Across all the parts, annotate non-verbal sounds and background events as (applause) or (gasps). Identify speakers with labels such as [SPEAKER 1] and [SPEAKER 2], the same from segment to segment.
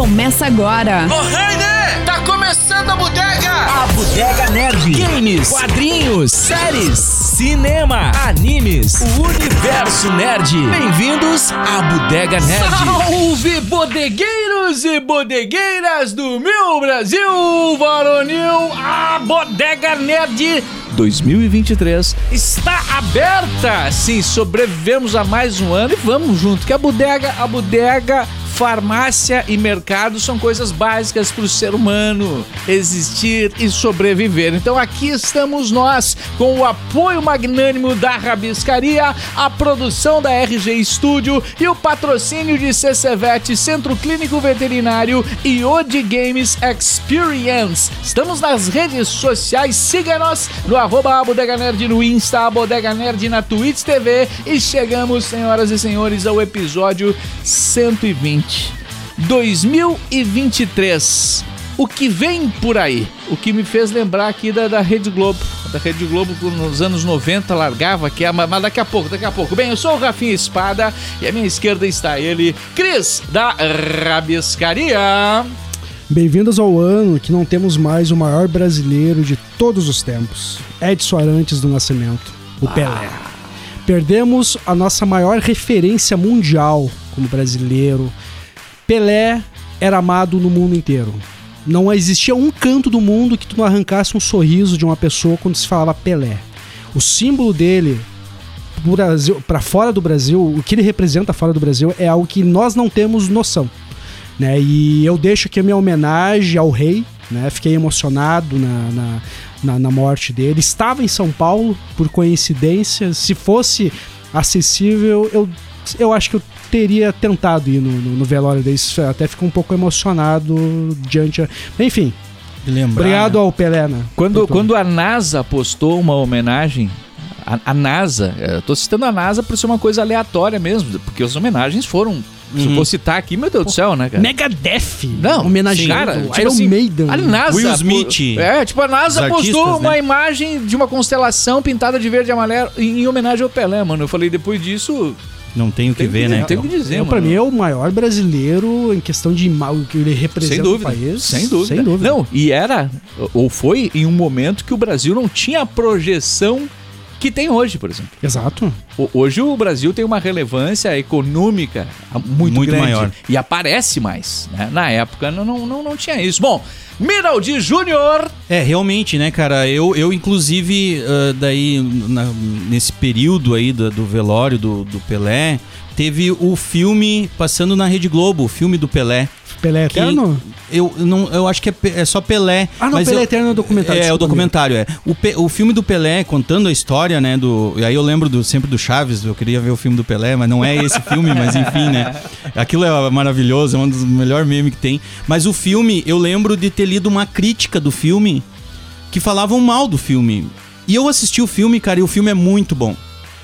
[SPEAKER 1] Começa agora.
[SPEAKER 2] Ô, Rainer, tá começando a bodega!
[SPEAKER 3] A Bodega Nerd. Games, quadrinhos, séries, cinema, animes, o universo nerd. Bem-vindos à Bodega Nerd.
[SPEAKER 2] Salve, bodegueiros e bodegueiras do meu Brasil varonil! A Bodega Nerd 2023 está aberta! Sim, sobrevivemos a mais um ano e vamos junto, que a bodega, a bodega, farmácia e mercado são coisas básicas para o ser humano existir e sobreviver. Então aqui estamos nós, com o apoio magnânimo da Rabiscaria, a produção da RG Studio e o patrocínio de CCVET, Centro Clínico Veterinário e Ode Games Experience. Estamos nas redes sociais, siga-nos no arroba a Bodega Nerd no Insta, a Bodega Nerd na Twitch TV e chegamos, senhoras e senhores, ao episódio 120. 2023. O que vem por aí? O que me fez lembrar aqui da, da Rede Globo. Da Rede Globo que nos anos 90 largava, que é, mas mas daqui a pouco, daqui a pouco. Bem, eu sou o Rafinha Espada e à minha esquerda está ele, Cris, da Rabiscaria.
[SPEAKER 4] Bem-vindos ao ano que não temos mais o maior brasileiro de todos os tempos, Edson Arantes do Nascimento, o Pelé. Perdemos a nossa maior referência mundial como brasileiro. Pelé era amado no mundo inteiro. Não existia um canto do mundo que tu não arrancasse um sorriso de uma pessoa quando se falava Pelé. O símbolo dele pro Brasil, para fora do Brasil, o que ele representa fora do Brasil é algo que nós não temos noção né? E eu deixo aqui a minha homenagem ao rei, né? Fiquei emocionado na, na, na, na morte dele. Estava em São Paulo, por coincidência. Se fosse acessível, eu, eu acho que eu teria tentado ir no, no, no velório dele. Isso Até fico um pouco emocionado diante. a- Enfim,
[SPEAKER 3] Lembrar,
[SPEAKER 4] obrigado ao Pelé, né?
[SPEAKER 2] Quando,
[SPEAKER 4] Por tudo.
[SPEAKER 2] quando a NASA postou uma homenagem. A, a NASA, eh, eu tô citando a NASA por ser uma coisa aleatória mesmo, porque as homenagens foram. Se
[SPEAKER 3] Uhum.
[SPEAKER 2] eu for citar aqui, meu Deus do céu, né, cara?
[SPEAKER 4] Megadeth,
[SPEAKER 2] Não,
[SPEAKER 4] homenageado
[SPEAKER 2] cara,
[SPEAKER 4] Iron
[SPEAKER 2] tipo assim,
[SPEAKER 4] Maiden.
[SPEAKER 2] A NASA,
[SPEAKER 3] Will
[SPEAKER 2] pô-
[SPEAKER 3] Smith.
[SPEAKER 2] é, tipo, a NASA
[SPEAKER 3] Os
[SPEAKER 2] postou
[SPEAKER 3] artistas,
[SPEAKER 2] uma
[SPEAKER 3] né?
[SPEAKER 2] imagem de uma constelação pintada de verde e amarelo em em homenagem ao Pelé, mano. Eu falei, depois disso.
[SPEAKER 3] Não tem o que
[SPEAKER 2] tem
[SPEAKER 3] ver,
[SPEAKER 2] dizer,
[SPEAKER 3] né?
[SPEAKER 2] Tem o que dizer,
[SPEAKER 4] Eu,
[SPEAKER 2] mano.
[SPEAKER 4] pra mim é o maior brasileiro em questão de mal que ele representa
[SPEAKER 2] Sem dúvida,
[SPEAKER 4] o país.
[SPEAKER 2] sem dúvida.
[SPEAKER 4] Sem dúvida.
[SPEAKER 2] Não, e era, ou foi em um momento que o Brasil não tinha a projeção que tem hoje, por exemplo.
[SPEAKER 4] Exato.
[SPEAKER 2] O- Hoje o Brasil tem uma relevância econômica muito,
[SPEAKER 3] Muito
[SPEAKER 2] grande
[SPEAKER 3] maior.
[SPEAKER 2] e aparece mais. né? Na época não, não, não, não tinha isso. Bom, Miraldi Júnior.
[SPEAKER 3] É, realmente, né, cara? Eu, eu inclusive, ah, daí, na- nesse período aí do, do velório do, do Pelé, teve o filme passando na Rede Globo, o filme do Pelé.
[SPEAKER 4] Pelé é
[SPEAKER 3] Quem-
[SPEAKER 4] eterno?
[SPEAKER 3] Eu, não, eu acho que é, pe- é só Pelé.
[SPEAKER 4] Ah, não,
[SPEAKER 3] mas
[SPEAKER 4] Pelé
[SPEAKER 3] eu-
[SPEAKER 4] Eterno é o documentário.
[SPEAKER 3] É, o
[SPEAKER 4] desculpa, amigo.
[SPEAKER 3] documentário, é. O, Pe- o filme do Pelé, contando a história, né, do... E aí eu lembro do, sempre do Chaves, eu queria ver o filme do Pelé, mas não é esse
[SPEAKER 4] (laughs)
[SPEAKER 3] filme, mas enfim, né. Aquilo é maravilhoso, é um dos melhores memes que tem. Mas o filme, eu lembro de ter lido uma crítica do filme que falavam mal do filme. E eu assisti o filme, cara, e o filme é muito bom.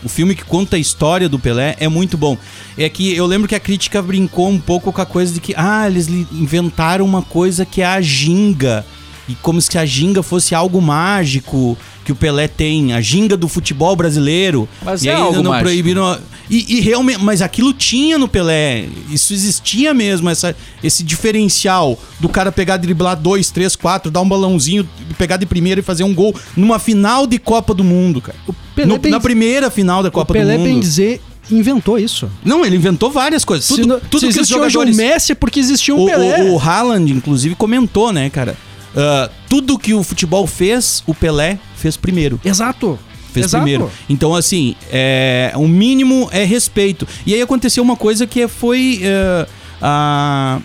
[SPEAKER 3] O filme que conta a história do Pelé é muito bom. É que eu lembro que a crítica brincou um pouco com a coisa de que, ah, eles li- inventaram uma coisa que é a ginga. E como se a ginga fosse algo mágico que o Pelé tem, a ginga do futebol brasileiro.
[SPEAKER 2] Mas
[SPEAKER 3] e
[SPEAKER 2] é
[SPEAKER 3] aí
[SPEAKER 2] algo
[SPEAKER 3] não
[SPEAKER 2] mágico.
[SPEAKER 3] proibiram. E, e realmente, mas aquilo tinha no Pelé. Isso existia mesmo, essa, esse diferencial do cara pegar, driblar dois, três, quatro, dar um balãozinho, pegar de primeira e fazer um gol numa final de Copa do Mundo, cara.
[SPEAKER 4] Pelé
[SPEAKER 3] No-
[SPEAKER 4] bem-
[SPEAKER 3] na primeira final da Copa
[SPEAKER 4] o Pelé,
[SPEAKER 3] do Mundo.
[SPEAKER 4] bem dizer, inventou isso.
[SPEAKER 3] Não, ele inventou várias coisas. Tudo,
[SPEAKER 4] se não-
[SPEAKER 3] tudo
[SPEAKER 4] se
[SPEAKER 3] que os
[SPEAKER 4] existe hoje
[SPEAKER 3] jogadores...
[SPEAKER 4] o Messi é porque existia um
[SPEAKER 3] O,
[SPEAKER 4] Pelé.
[SPEAKER 3] o, o Haaland, inclusive, comentou, né, cara? Ah, tudo que o futebol fez, o Pelé fez primeiro.
[SPEAKER 4] Exato.
[SPEAKER 3] Fez
[SPEAKER 4] Exato.
[SPEAKER 3] primeiro. Então, assim, é, o mínimo é respeito. E aí aconteceu uma coisa que foi é, a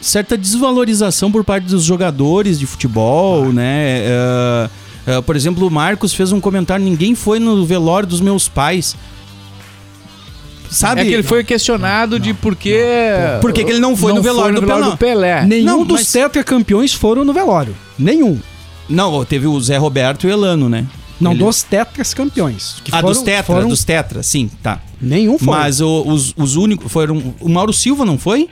[SPEAKER 3] certa desvalorização por parte dos jogadores de futebol, né? É, é, por exemplo, o Marcos fez um comentário: ninguém foi no velório dos meus pais. Sabe?
[SPEAKER 2] É que ele foi questionado de por que.
[SPEAKER 3] Por que que ele não foi no velório do Pelé?
[SPEAKER 2] Pelé?
[SPEAKER 4] Nenhum
[SPEAKER 3] Não,
[SPEAKER 4] dos
[SPEAKER 3] mas-
[SPEAKER 4] tetracampeões foram no velório. Nenhum.
[SPEAKER 3] Não, teve o Zé Roberto e o Elano, né?
[SPEAKER 4] Não,
[SPEAKER 3] Ele-
[SPEAKER 4] dos tetras campeões. Que
[SPEAKER 3] Ah,
[SPEAKER 4] foram-
[SPEAKER 3] dos Tetra,
[SPEAKER 4] foram-
[SPEAKER 3] dos Tetra, sim, tá.
[SPEAKER 4] Nenhum foi.
[SPEAKER 3] Mas o- os, os únicos foram. O Mauro Silva não foi?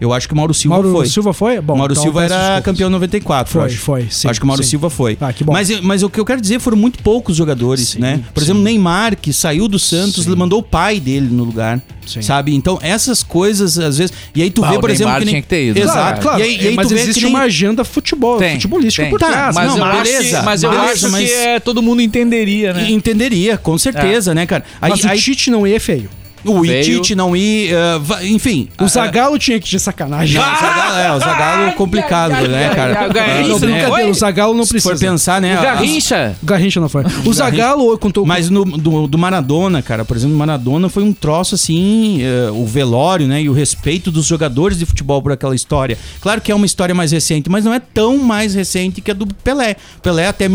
[SPEAKER 3] Eu acho que o Mauro Silva
[SPEAKER 4] Mauro
[SPEAKER 3] foi.
[SPEAKER 4] Silva foi? Bom,
[SPEAKER 3] Mauro
[SPEAKER 4] então
[SPEAKER 3] Silva
[SPEAKER 4] peço
[SPEAKER 3] era
[SPEAKER 4] desculpas.
[SPEAKER 3] campeão 94,
[SPEAKER 4] Foi,
[SPEAKER 3] eu acho.
[SPEAKER 4] foi, sim,
[SPEAKER 3] acho que o Mauro
[SPEAKER 4] sim.
[SPEAKER 3] Silva foi.
[SPEAKER 4] Ah, que bom.
[SPEAKER 3] Mas, mas o que eu quero dizer foram muito poucos jogadores,
[SPEAKER 4] Sim,
[SPEAKER 3] né? Por
[SPEAKER 4] sim.
[SPEAKER 3] exemplo, Neymar, que saiu do Santos, mandou o pai dele no lugar,
[SPEAKER 4] Sim.
[SPEAKER 3] sabe? Então, essas coisas, às vezes... E aí tu
[SPEAKER 5] Bah,
[SPEAKER 3] vê,
[SPEAKER 5] Ah, o
[SPEAKER 3] por exemplo...
[SPEAKER 5] Neymar
[SPEAKER 3] Que nem...
[SPEAKER 5] tinha que ter ido,
[SPEAKER 3] Exato,
[SPEAKER 5] cara.
[SPEAKER 3] claro. E aí, e aí
[SPEAKER 4] mas
[SPEAKER 3] tu vê
[SPEAKER 4] existe
[SPEAKER 3] que nem-
[SPEAKER 4] uma agenda futebol,
[SPEAKER 5] Tem,
[SPEAKER 4] futebolística
[SPEAKER 5] tem.
[SPEAKER 4] por
[SPEAKER 3] Tá,
[SPEAKER 4] trás.
[SPEAKER 3] mas
[SPEAKER 4] não,
[SPEAKER 3] eu
[SPEAKER 4] mas-
[SPEAKER 3] acho beleza,
[SPEAKER 5] que, mas eu
[SPEAKER 3] beleza,
[SPEAKER 5] acho
[SPEAKER 3] mas-
[SPEAKER 5] que é, todo mundo entenderia, né?
[SPEAKER 3] Entenderia, com certeza, né, cara? Aí,
[SPEAKER 4] mas
[SPEAKER 3] aí
[SPEAKER 4] o Tite não ia feio.
[SPEAKER 3] o
[SPEAKER 5] É. veio-
[SPEAKER 3] Itite não ia... ah, va- enfim...
[SPEAKER 4] O
[SPEAKER 3] ah,
[SPEAKER 4] Zagallo tinha que ir de sacanagem.
[SPEAKER 5] Ah!
[SPEAKER 3] Não, o Zagallo, é, o Zagallo complicado,
[SPEAKER 5] ai,
[SPEAKER 3] né,
[SPEAKER 5] ai,
[SPEAKER 3] cara?
[SPEAKER 5] ai, o Garrincha Isso
[SPEAKER 4] não,
[SPEAKER 3] Ah, né?
[SPEAKER 5] nunca
[SPEAKER 4] brincadeira,
[SPEAKER 5] foi?
[SPEAKER 4] o Zagallo não
[SPEAKER 3] Se for
[SPEAKER 4] precisa.
[SPEAKER 3] pensar, né?
[SPEAKER 5] O
[SPEAKER 3] a-
[SPEAKER 5] Garrincha.
[SPEAKER 4] O Garrincha
[SPEAKER 3] (laughs)
[SPEAKER 4] não foi. O Zagallo, contou
[SPEAKER 3] Mas no, do, do Maradona, cara, por exemplo, Maradona foi um troço assim, eh, o velório, né? E o respeito dos jogadores de futebol por aquela história. Claro que é uma história mais recente, mas não é tão mais recente que a do Pelé. Pelé até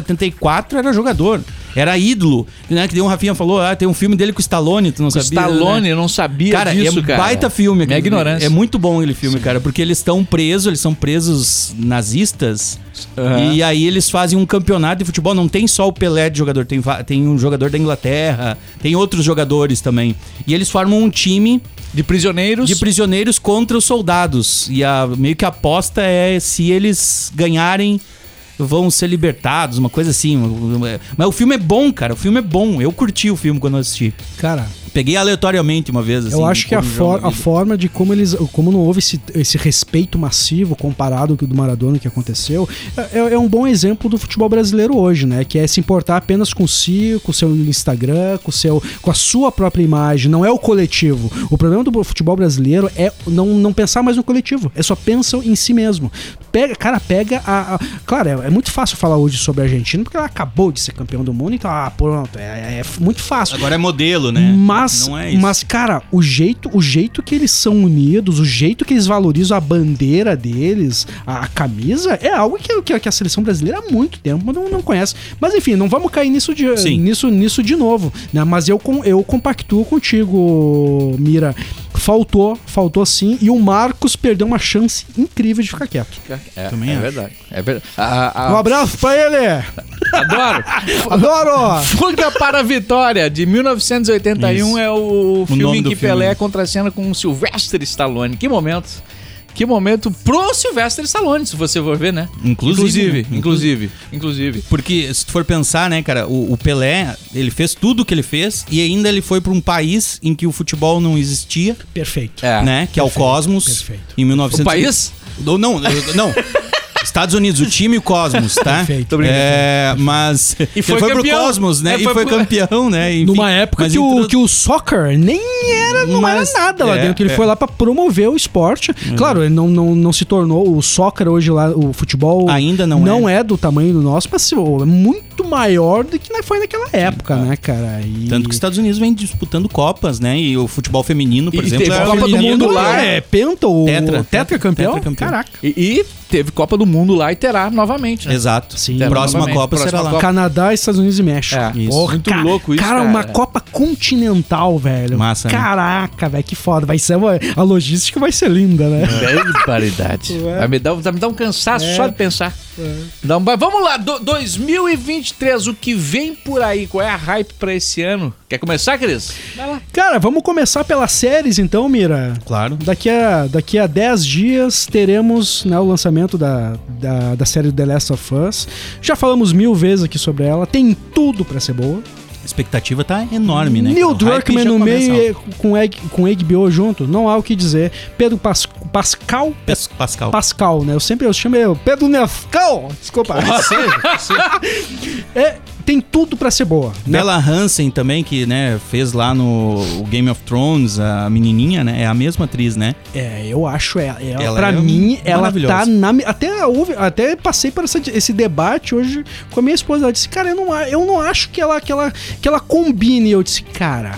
[SPEAKER 3] 1974 era jogador, era ídolo. Né? Que nem o Rafinha falou, ah, tem um filme dele com o Stallone, tu não sabia?
[SPEAKER 5] Stallone,
[SPEAKER 3] né?
[SPEAKER 5] eu não sabia
[SPEAKER 3] Cara,
[SPEAKER 5] disso,
[SPEAKER 3] é um
[SPEAKER 5] cara.
[SPEAKER 3] baita filme.
[SPEAKER 5] Minha
[SPEAKER 3] aquele-
[SPEAKER 5] ignorância.
[SPEAKER 3] É muito bom aquele filme, cara, porque eles estão presos, eles são presos nazistas.
[SPEAKER 5] Aham.
[SPEAKER 3] E aí eles fazem um campeonato de futebol. Não tem só o Pelé de jogador, tem, va- tem um jogador da Inglaterra, tem outros jogadores também. E eles formam um time
[SPEAKER 5] De prisioneiros.
[SPEAKER 3] de prisioneiros contra os soldados. E a, meio que a aposta é se eles ganharem. Vão ser libertados, uma coisa assim. Mas o filme é bom, cara. O filme é bom. Eu curti o filme quando eu assisti.
[SPEAKER 4] Cara,
[SPEAKER 3] Peguei aleatoriamente uma vez. assim,
[SPEAKER 4] eu acho que a,
[SPEAKER 3] como um
[SPEAKER 4] for-
[SPEAKER 3] jogo da
[SPEAKER 4] a
[SPEAKER 3] vida.
[SPEAKER 4] forma de como eles. Como não houve esse, esse respeito massivo comparado com o do Maradona que aconteceu, é, é um bom exemplo do futebol brasileiro hoje, né? Que é se importar apenas com si, com o seu Instagram, com, o seu, com a sua própria imagem, não é o coletivo. O problema do futebol brasileiro é não, não pensar mais no coletivo, é só pensam em si mesmo. Pega, cara, pega a. a- claro, é, é muito fácil falar hoje sobre a Argentina, porque ela acabou de ser campeão do mundo, então, ah, pronto, é- é muito fácil.
[SPEAKER 3] Agora é modelo, né?
[SPEAKER 4] Mas,
[SPEAKER 3] Não é isso.
[SPEAKER 4] mas cara, o jeito, o jeito que eles são unidos, o jeito que eles valorizam a bandeira deles, a, a camisa, é algo que, que, que a seleção brasileira há muito tempo não, não conhece. Mas enfim, não vamos cair nisso de,
[SPEAKER 3] Sim.
[SPEAKER 4] nisso, nisso de novo. Né? Mas eu, com- eu compactuo contigo, Mira. Faltou, faltou sim. E o Marcos perdeu uma chance incrível de ficar quieto.
[SPEAKER 5] É,
[SPEAKER 3] Também
[SPEAKER 5] é
[SPEAKER 3] acho.
[SPEAKER 5] verdade. É verdade. A-
[SPEAKER 2] Ah.
[SPEAKER 5] a-
[SPEAKER 4] Um abraço pra ele!
[SPEAKER 5] ah, (laughs) Adoro.
[SPEAKER 4] Adoro!
[SPEAKER 5] Fuga para a Vitória, de 1981,
[SPEAKER 3] Isso.
[SPEAKER 5] é o, filme
[SPEAKER 3] nome
[SPEAKER 5] em
[SPEAKER 3] do
[SPEAKER 5] que
[SPEAKER 3] filme.
[SPEAKER 5] Pelé contracena com o Sylvester Stallone. Que momento. Que momento pro Sylvester Stallone, se você for ver, né?
[SPEAKER 3] Inclusive. né?
[SPEAKER 5] Inclusive, inclusive, inclusive.
[SPEAKER 3] Porque se tu for pensar, né, cara, o, o Pelé, ele fez tudo o que ele fez e ainda ele foi pra um país em que o futebol não existia,
[SPEAKER 4] Perfeito.
[SPEAKER 5] É.
[SPEAKER 3] né, que é o Cosmos,
[SPEAKER 4] perfeito.
[SPEAKER 3] em 1900.
[SPEAKER 5] O Um país?
[SPEAKER 3] Não, não, não. Estados Unidos, o time e o Cosmos, tá?
[SPEAKER 4] Perfeito. Tô brincando.
[SPEAKER 3] É, mas
[SPEAKER 5] E foi
[SPEAKER 3] ele foi
[SPEAKER 5] campeão.
[SPEAKER 3] pro Cosmos, né?
[SPEAKER 5] É,
[SPEAKER 3] E
[SPEAKER 5] foi
[SPEAKER 3] foi,
[SPEAKER 5] pro-
[SPEAKER 3] campeão, né? Enfim,
[SPEAKER 4] Numa época
[SPEAKER 3] mas então,
[SPEAKER 4] que,
[SPEAKER 3] entrou-
[SPEAKER 4] o, que o soccer nem era, não
[SPEAKER 3] Mas-
[SPEAKER 4] era nada lá
[SPEAKER 3] é,
[SPEAKER 4] dentro. que Ele
[SPEAKER 3] é.
[SPEAKER 4] foi lá pra promover o esporte. Claro, ele não, não, não se tornou. O soccer hoje lá, o futebol.
[SPEAKER 3] Ainda não
[SPEAKER 4] é. do tamanho do nosso, mas assim, é muito maior do que foi naquela época, né, cara? E-
[SPEAKER 3] Tanto que os Estados Unidos vem disputando Copas, né? E o futebol feminino, por
[SPEAKER 5] E
[SPEAKER 3] exemplo,
[SPEAKER 5] teve
[SPEAKER 3] é
[SPEAKER 5] Copa do
[SPEAKER 3] feminino.
[SPEAKER 5] Mundo lá,
[SPEAKER 4] é penta ou
[SPEAKER 3] Tetra.
[SPEAKER 4] tetra campeão?
[SPEAKER 3] Tetracampeão.
[SPEAKER 4] Caraca.
[SPEAKER 5] E, e teve Copa do Mundo lá e terá novamente, né?
[SPEAKER 3] Exato.
[SPEAKER 4] Sim.
[SPEAKER 3] Próxima
[SPEAKER 5] Novamente,
[SPEAKER 3] Copa será
[SPEAKER 5] próxima
[SPEAKER 3] lá.
[SPEAKER 5] Copa.
[SPEAKER 4] Canadá, Estados Unidos e México.
[SPEAKER 5] É.
[SPEAKER 3] Isso.
[SPEAKER 5] Muito louco isso,
[SPEAKER 4] Cara,
[SPEAKER 5] cara.
[SPEAKER 4] uma Copa continental, velho.
[SPEAKER 3] Massa, né?
[SPEAKER 4] Caraca, velho, que foda. Vai ser uma- a logística vai ser linda, né?
[SPEAKER 5] Barbaridade.
[SPEAKER 4] Ué. É.
[SPEAKER 5] Vai me dar, vai me dar um cansaço só de pensar. Dá um ba- vamos lá, do- 2023, o que vem por aí? Qual é a hype pra esse ano? Quer começar, Cris? Vai lá.
[SPEAKER 4] Cara, vamos começar pelas séries então, Mira.
[SPEAKER 3] Claro.
[SPEAKER 4] Daqui a, daqui a 10 dias teremos né, o lançamento da, da, da série The Last of Us. Já falamos mil vezes aqui sobre ela, tem tudo pra ser boa.
[SPEAKER 3] A expectativa tá enorme, né?
[SPEAKER 4] Neil
[SPEAKER 3] O hype
[SPEAKER 4] Druckmann
[SPEAKER 3] já
[SPEAKER 4] no
[SPEAKER 3] começa
[SPEAKER 4] meio
[SPEAKER 3] alto.
[SPEAKER 4] e com, Egg- com HBO junto, não há o que dizer. Pedro Pas- Pascal.
[SPEAKER 3] Pes- Pascal.
[SPEAKER 4] Pascal, né? Eu sempre eu chamo ele Pedro Pascal. Desculpa.
[SPEAKER 3] Ah,
[SPEAKER 4] É, tem tudo pra ser boa. né?
[SPEAKER 3] Bella Hansen também, que né, fez lá no o Game of Thrones, a menininha, né? É a mesma atriz, né?
[SPEAKER 4] É, eu acho ela. ela,
[SPEAKER 3] Ela
[SPEAKER 4] pra
[SPEAKER 3] é
[SPEAKER 4] mim, ela
[SPEAKER 3] maravilhosa.
[SPEAKER 4] tá na. mi- Até, houve, até passei por essa- esse debate hoje com a minha esposa. Ela disse, cara, eu não, a- eu não acho que ela, que, ela, que ela combine. Eu disse, cara,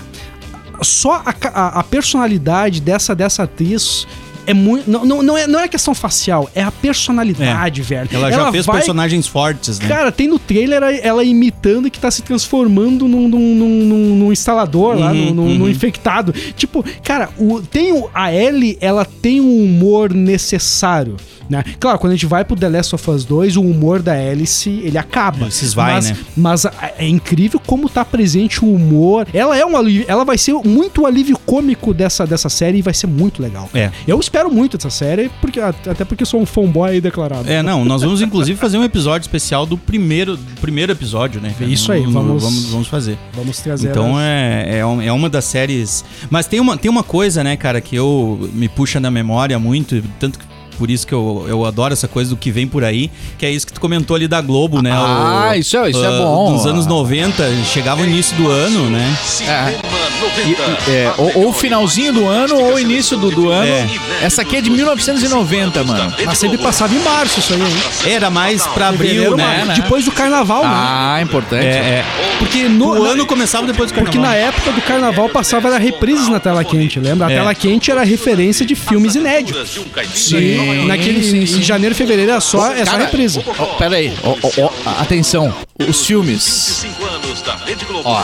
[SPEAKER 4] só a, ca- a- a personalidade dessa, dessa atriz. É muito. Não, não, não é, não é questão facial, é a personalidade, velho.
[SPEAKER 3] É, Ela, já fez
[SPEAKER 4] vai-
[SPEAKER 3] personagens fortes, né?
[SPEAKER 4] Cara, tem no trailer a- ela imitando que tá se transformando num, num, num- num- num instalador lá, num,
[SPEAKER 3] Uhum,
[SPEAKER 4] num- num infectado. Tipo, cara, o, tem o, a Ellie, ela tem o humor um necessário. né? Claro, quando a gente vai pro The Last of Us 2, o humor da hélice, ele acaba.
[SPEAKER 3] Ele se esvai,
[SPEAKER 4] mas,
[SPEAKER 3] né?
[SPEAKER 4] Mas a- é incrível como tá presente o humor. Ela é um alívio, ela vai ser muito alívio cômico dessa, dessa série e vai ser muito legal.
[SPEAKER 3] É.
[SPEAKER 4] Eu espero muito dessa série, porque, até porque eu sou um fanboy declarado.
[SPEAKER 3] É, não, nós vamos inclusive fazer um episódio especial do primeiro, do primeiro episódio, né? cara?
[SPEAKER 4] Isso aí,
[SPEAKER 3] No- no-
[SPEAKER 4] vamos-
[SPEAKER 3] vamos, vamos fazer.
[SPEAKER 4] Vamos trazer
[SPEAKER 3] Então
[SPEAKER 4] ela.
[SPEAKER 3] é, é, um- é uma das séries. Mas tem uma, tem uma coisa, né, cara, que eu me puxa na memória muito, e tanto que. Por isso que eu, eu adoro essa coisa do que vem por aí, que é isso que tu comentou ali da Globo, né?
[SPEAKER 2] Ah,
[SPEAKER 3] o-
[SPEAKER 2] isso é- isso é
[SPEAKER 3] ah,
[SPEAKER 2] bom.
[SPEAKER 3] Dos anos 90, chegava o início do ano, né?
[SPEAKER 2] É. E- e- é, ou, ou finalzinho do ano ou início do, do ano.
[SPEAKER 3] É.
[SPEAKER 2] Essa aqui é de 1990, mano.
[SPEAKER 4] Mas sempre passava em março isso aí, hein?
[SPEAKER 3] Era mais pra abril,
[SPEAKER 2] Fevereiro,
[SPEAKER 3] né?
[SPEAKER 2] março.
[SPEAKER 4] Depois do carnaval, né?
[SPEAKER 2] Ah, importante.
[SPEAKER 3] É, é.
[SPEAKER 4] Porque no,
[SPEAKER 3] O ano começava depois do carnaval.
[SPEAKER 4] Porque na época do carnaval passava era reprises na tela quente, lembra? A
[SPEAKER 3] É.
[SPEAKER 4] tela quente era referência de filmes inéditos.
[SPEAKER 6] um
[SPEAKER 2] Sim,
[SPEAKER 4] E naquele,
[SPEAKER 2] sim, sim.
[SPEAKER 4] Em janeiro e fevereiro era só essa
[SPEAKER 2] Cara,
[SPEAKER 4] represa.
[SPEAKER 2] ó, pera aí. Ó, ó, ó, atenção. Os filmes.
[SPEAKER 6] anos da Rede Globo.
[SPEAKER 2] Ó,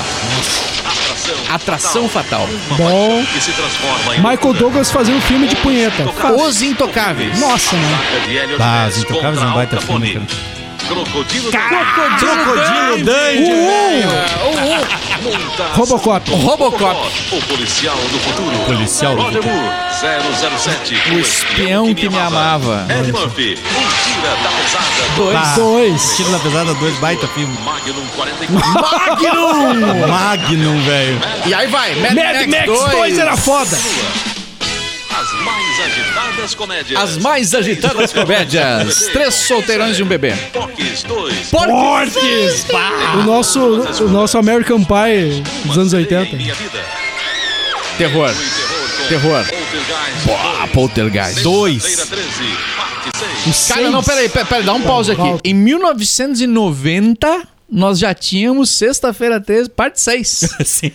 [SPEAKER 6] Atração
[SPEAKER 2] Atração Fatal.
[SPEAKER 4] Bom,
[SPEAKER 6] que se transforma em
[SPEAKER 4] Michael Douglas fazendo filme de punheta.
[SPEAKER 2] Os Intocáveis.
[SPEAKER 4] Nossa, né?
[SPEAKER 6] Saga de Hélio
[SPEAKER 3] Ah,
[SPEAKER 6] Pérez
[SPEAKER 3] os Intocáveis é um
[SPEAKER 6] contra
[SPEAKER 3] baita
[SPEAKER 6] Al
[SPEAKER 3] filme,
[SPEAKER 6] Capone. Crocodilo
[SPEAKER 3] Crocodilo Dante!
[SPEAKER 2] Um,
[SPEAKER 4] Robocop.
[SPEAKER 2] Robocop.
[SPEAKER 6] O policial do futuro.
[SPEAKER 3] Policial do
[SPEAKER 6] Roger Moore, 007.
[SPEAKER 2] O espião que me amava.
[SPEAKER 6] Ed Murphy. Um tira da pesada.
[SPEAKER 2] Dois.
[SPEAKER 3] Ah,
[SPEAKER 4] Dois.
[SPEAKER 3] Tiro da pesada, dois baita filme.
[SPEAKER 6] Magnum 44.
[SPEAKER 2] (laughs) Magnum!
[SPEAKER 3] Magnum, velho.
[SPEAKER 2] E aí vai. Mad,
[SPEAKER 4] (laughs) Mad Max 2 era foda.
[SPEAKER 6] As mais agitadas comédias.
[SPEAKER 2] As mais agitadas comédias. Três solteirões e um bebê.
[SPEAKER 6] Porques 2.
[SPEAKER 4] Porques! O nosso, o nosso American Pie dos anos 80.
[SPEAKER 6] Minha vida.
[SPEAKER 2] Terror. Terror.
[SPEAKER 6] Poltergeist.
[SPEAKER 2] Ah, Poltergeist.
[SPEAKER 6] Sexta-feira, 13, parte 6.
[SPEAKER 2] Cara, não, peraí, peraí, peraí, dá um pause aqui.
[SPEAKER 4] volta.
[SPEAKER 2] Em 1990, nós já tínhamos Sexta-feira 13, parte 6.
[SPEAKER 3] Sim.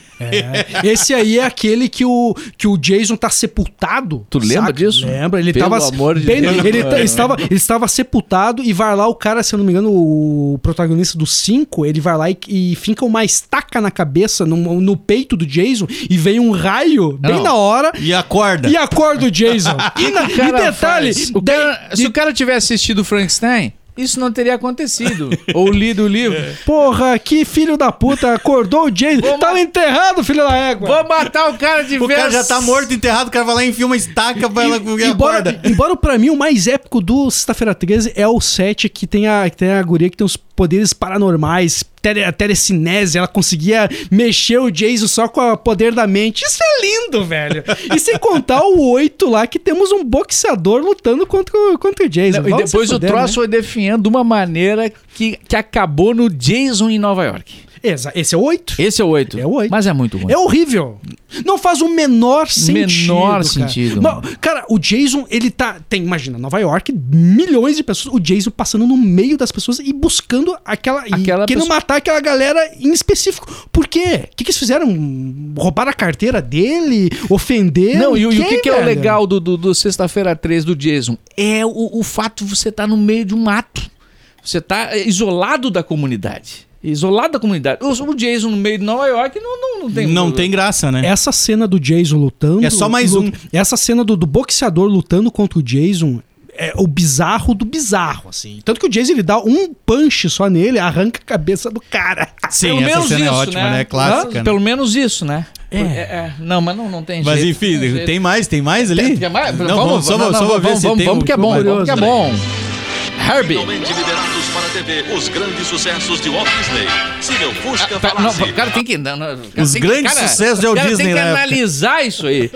[SPEAKER 4] Esse aí é aquele que o, que o Jason tá sepultado.
[SPEAKER 2] Tu lembra disso?
[SPEAKER 4] Lembra? Ele
[SPEAKER 2] Pelo
[SPEAKER 4] tava.
[SPEAKER 2] amor de
[SPEAKER 4] bem-
[SPEAKER 2] Deus,
[SPEAKER 4] ele,
[SPEAKER 2] mano.
[SPEAKER 4] ele estava, ele estava sepultado e vai lá o cara, se eu não me engano, o protagonista do 5, ele vai lá e, e finca uma estaca na cabeça, no, no peito do Jason, e vem um raio bem
[SPEAKER 2] Não.
[SPEAKER 4] na hora.
[SPEAKER 3] E acorda.
[SPEAKER 4] E acorda
[SPEAKER 2] (laughs)
[SPEAKER 4] o Jason. E, na- e detalhe,
[SPEAKER 2] faz? O
[SPEAKER 4] de-
[SPEAKER 2] cara- se o cara tivesse assistido Frankenstein, isso não teria acontecido. Ou lido o livro.
[SPEAKER 4] É. porra, que filho da puta, acordou o Jason.
[SPEAKER 2] Vou
[SPEAKER 4] tava
[SPEAKER 2] ma-
[SPEAKER 4] enterrado, filho da égua.
[SPEAKER 2] Vou matar o cara de
[SPEAKER 3] O
[SPEAKER 2] vez.
[SPEAKER 3] cara já tá morto, enterrado, o cara vai lá e enfia uma estaca pra ela e
[SPEAKER 4] Embora,
[SPEAKER 3] acorda.
[SPEAKER 4] (laughs) embora pra mim o mais épico do Sexta-feira 13 é o 7 que tem a, que tem a guria que tem os poderes paranormais, tele, a telecinese, ela conseguia mexer o Jason só com o poder da mente. Isso é lindo, velho. E sem contar o 8 lá que temos um boxeador lutando contra, o- contra o Jason.
[SPEAKER 2] Não, e
[SPEAKER 4] Vamos
[SPEAKER 2] depois
[SPEAKER 4] se
[SPEAKER 2] o
[SPEAKER 4] fuder, né?
[SPEAKER 2] troço foi definhando de uma maneira que, que acabou no Jason em Nova York.
[SPEAKER 4] né? Exa- Esse é o 8?
[SPEAKER 2] Esse é o 8.
[SPEAKER 4] É o oito.
[SPEAKER 2] Mas é muito ruim.
[SPEAKER 4] É horrível. Não faz o menor sentido.
[SPEAKER 2] Menor
[SPEAKER 4] cara.
[SPEAKER 2] sentido,
[SPEAKER 4] Não,
[SPEAKER 2] mano.
[SPEAKER 4] cara, o Jason, ele tá. Tem, imagina, Nova York, milhões de pessoas. O Jason passando no meio das pessoas e buscando aquela. E
[SPEAKER 2] Aquela
[SPEAKER 4] querendo
[SPEAKER 2] pessoa-
[SPEAKER 4] matar aquela galera em específico. Por quê? O que, que eles fizeram? Roubaram a carteira dele? Ofenderam?
[SPEAKER 2] Não, e, o- e o que,
[SPEAKER 4] Quem,
[SPEAKER 2] que é o
[SPEAKER 4] velho?
[SPEAKER 2] legal do, do, do Sexta-feira 3 do Jason? É o, o fato de você estar no meio de um mato. Você tá é, isolado da comunidade. Isolado da comunidade. O, o Jason no meio de Nova York não, não, não tem.
[SPEAKER 3] Não tem graça,
[SPEAKER 2] É
[SPEAKER 3] né?
[SPEAKER 4] Essa cena do Jason lutando.
[SPEAKER 3] É só mais um.
[SPEAKER 4] Essa cena do, do boxeador lutando contra o Jason é o bizarro do bizarro, assim. Tanto que o Jason ele dá um punch só nele, arranca a cabeça do cara.
[SPEAKER 3] Sim, essa cena é ótima, né? É clássica,
[SPEAKER 2] Hã?
[SPEAKER 3] né?
[SPEAKER 2] Pelo menos isso, né? É. é. Não, mas não, não tem
[SPEAKER 3] Mas
[SPEAKER 2] jeito.
[SPEAKER 3] enfim,
[SPEAKER 2] não
[SPEAKER 3] tem,
[SPEAKER 2] jeito.
[SPEAKER 3] mais? Tem mais ali?
[SPEAKER 2] Quer É, mais?
[SPEAKER 3] Não, vamos, só,
[SPEAKER 2] não,
[SPEAKER 3] vamos, só
[SPEAKER 2] não,
[SPEAKER 3] vamos ver
[SPEAKER 2] vamos,
[SPEAKER 3] se
[SPEAKER 2] vamos,
[SPEAKER 3] tem
[SPEAKER 2] vamos
[SPEAKER 3] um-
[SPEAKER 2] que é bom,
[SPEAKER 3] mais.
[SPEAKER 2] vamos que é bom. Herbie.
[SPEAKER 6] Finalmente liberados para a TV os grandes sucessos de Walt Disney. Se meu Fusca
[SPEAKER 2] Tá, não,
[SPEAKER 6] falasse...
[SPEAKER 2] o cara tem que. não, não, o cara
[SPEAKER 3] Os
[SPEAKER 2] tem que-
[SPEAKER 3] grandes sucessos de
[SPEAKER 2] o
[SPEAKER 3] Walt
[SPEAKER 2] cara
[SPEAKER 3] Disney né,
[SPEAKER 2] Tem que
[SPEAKER 3] na época.
[SPEAKER 2] analisar isso
[SPEAKER 3] (laughs)
[SPEAKER 2] aí.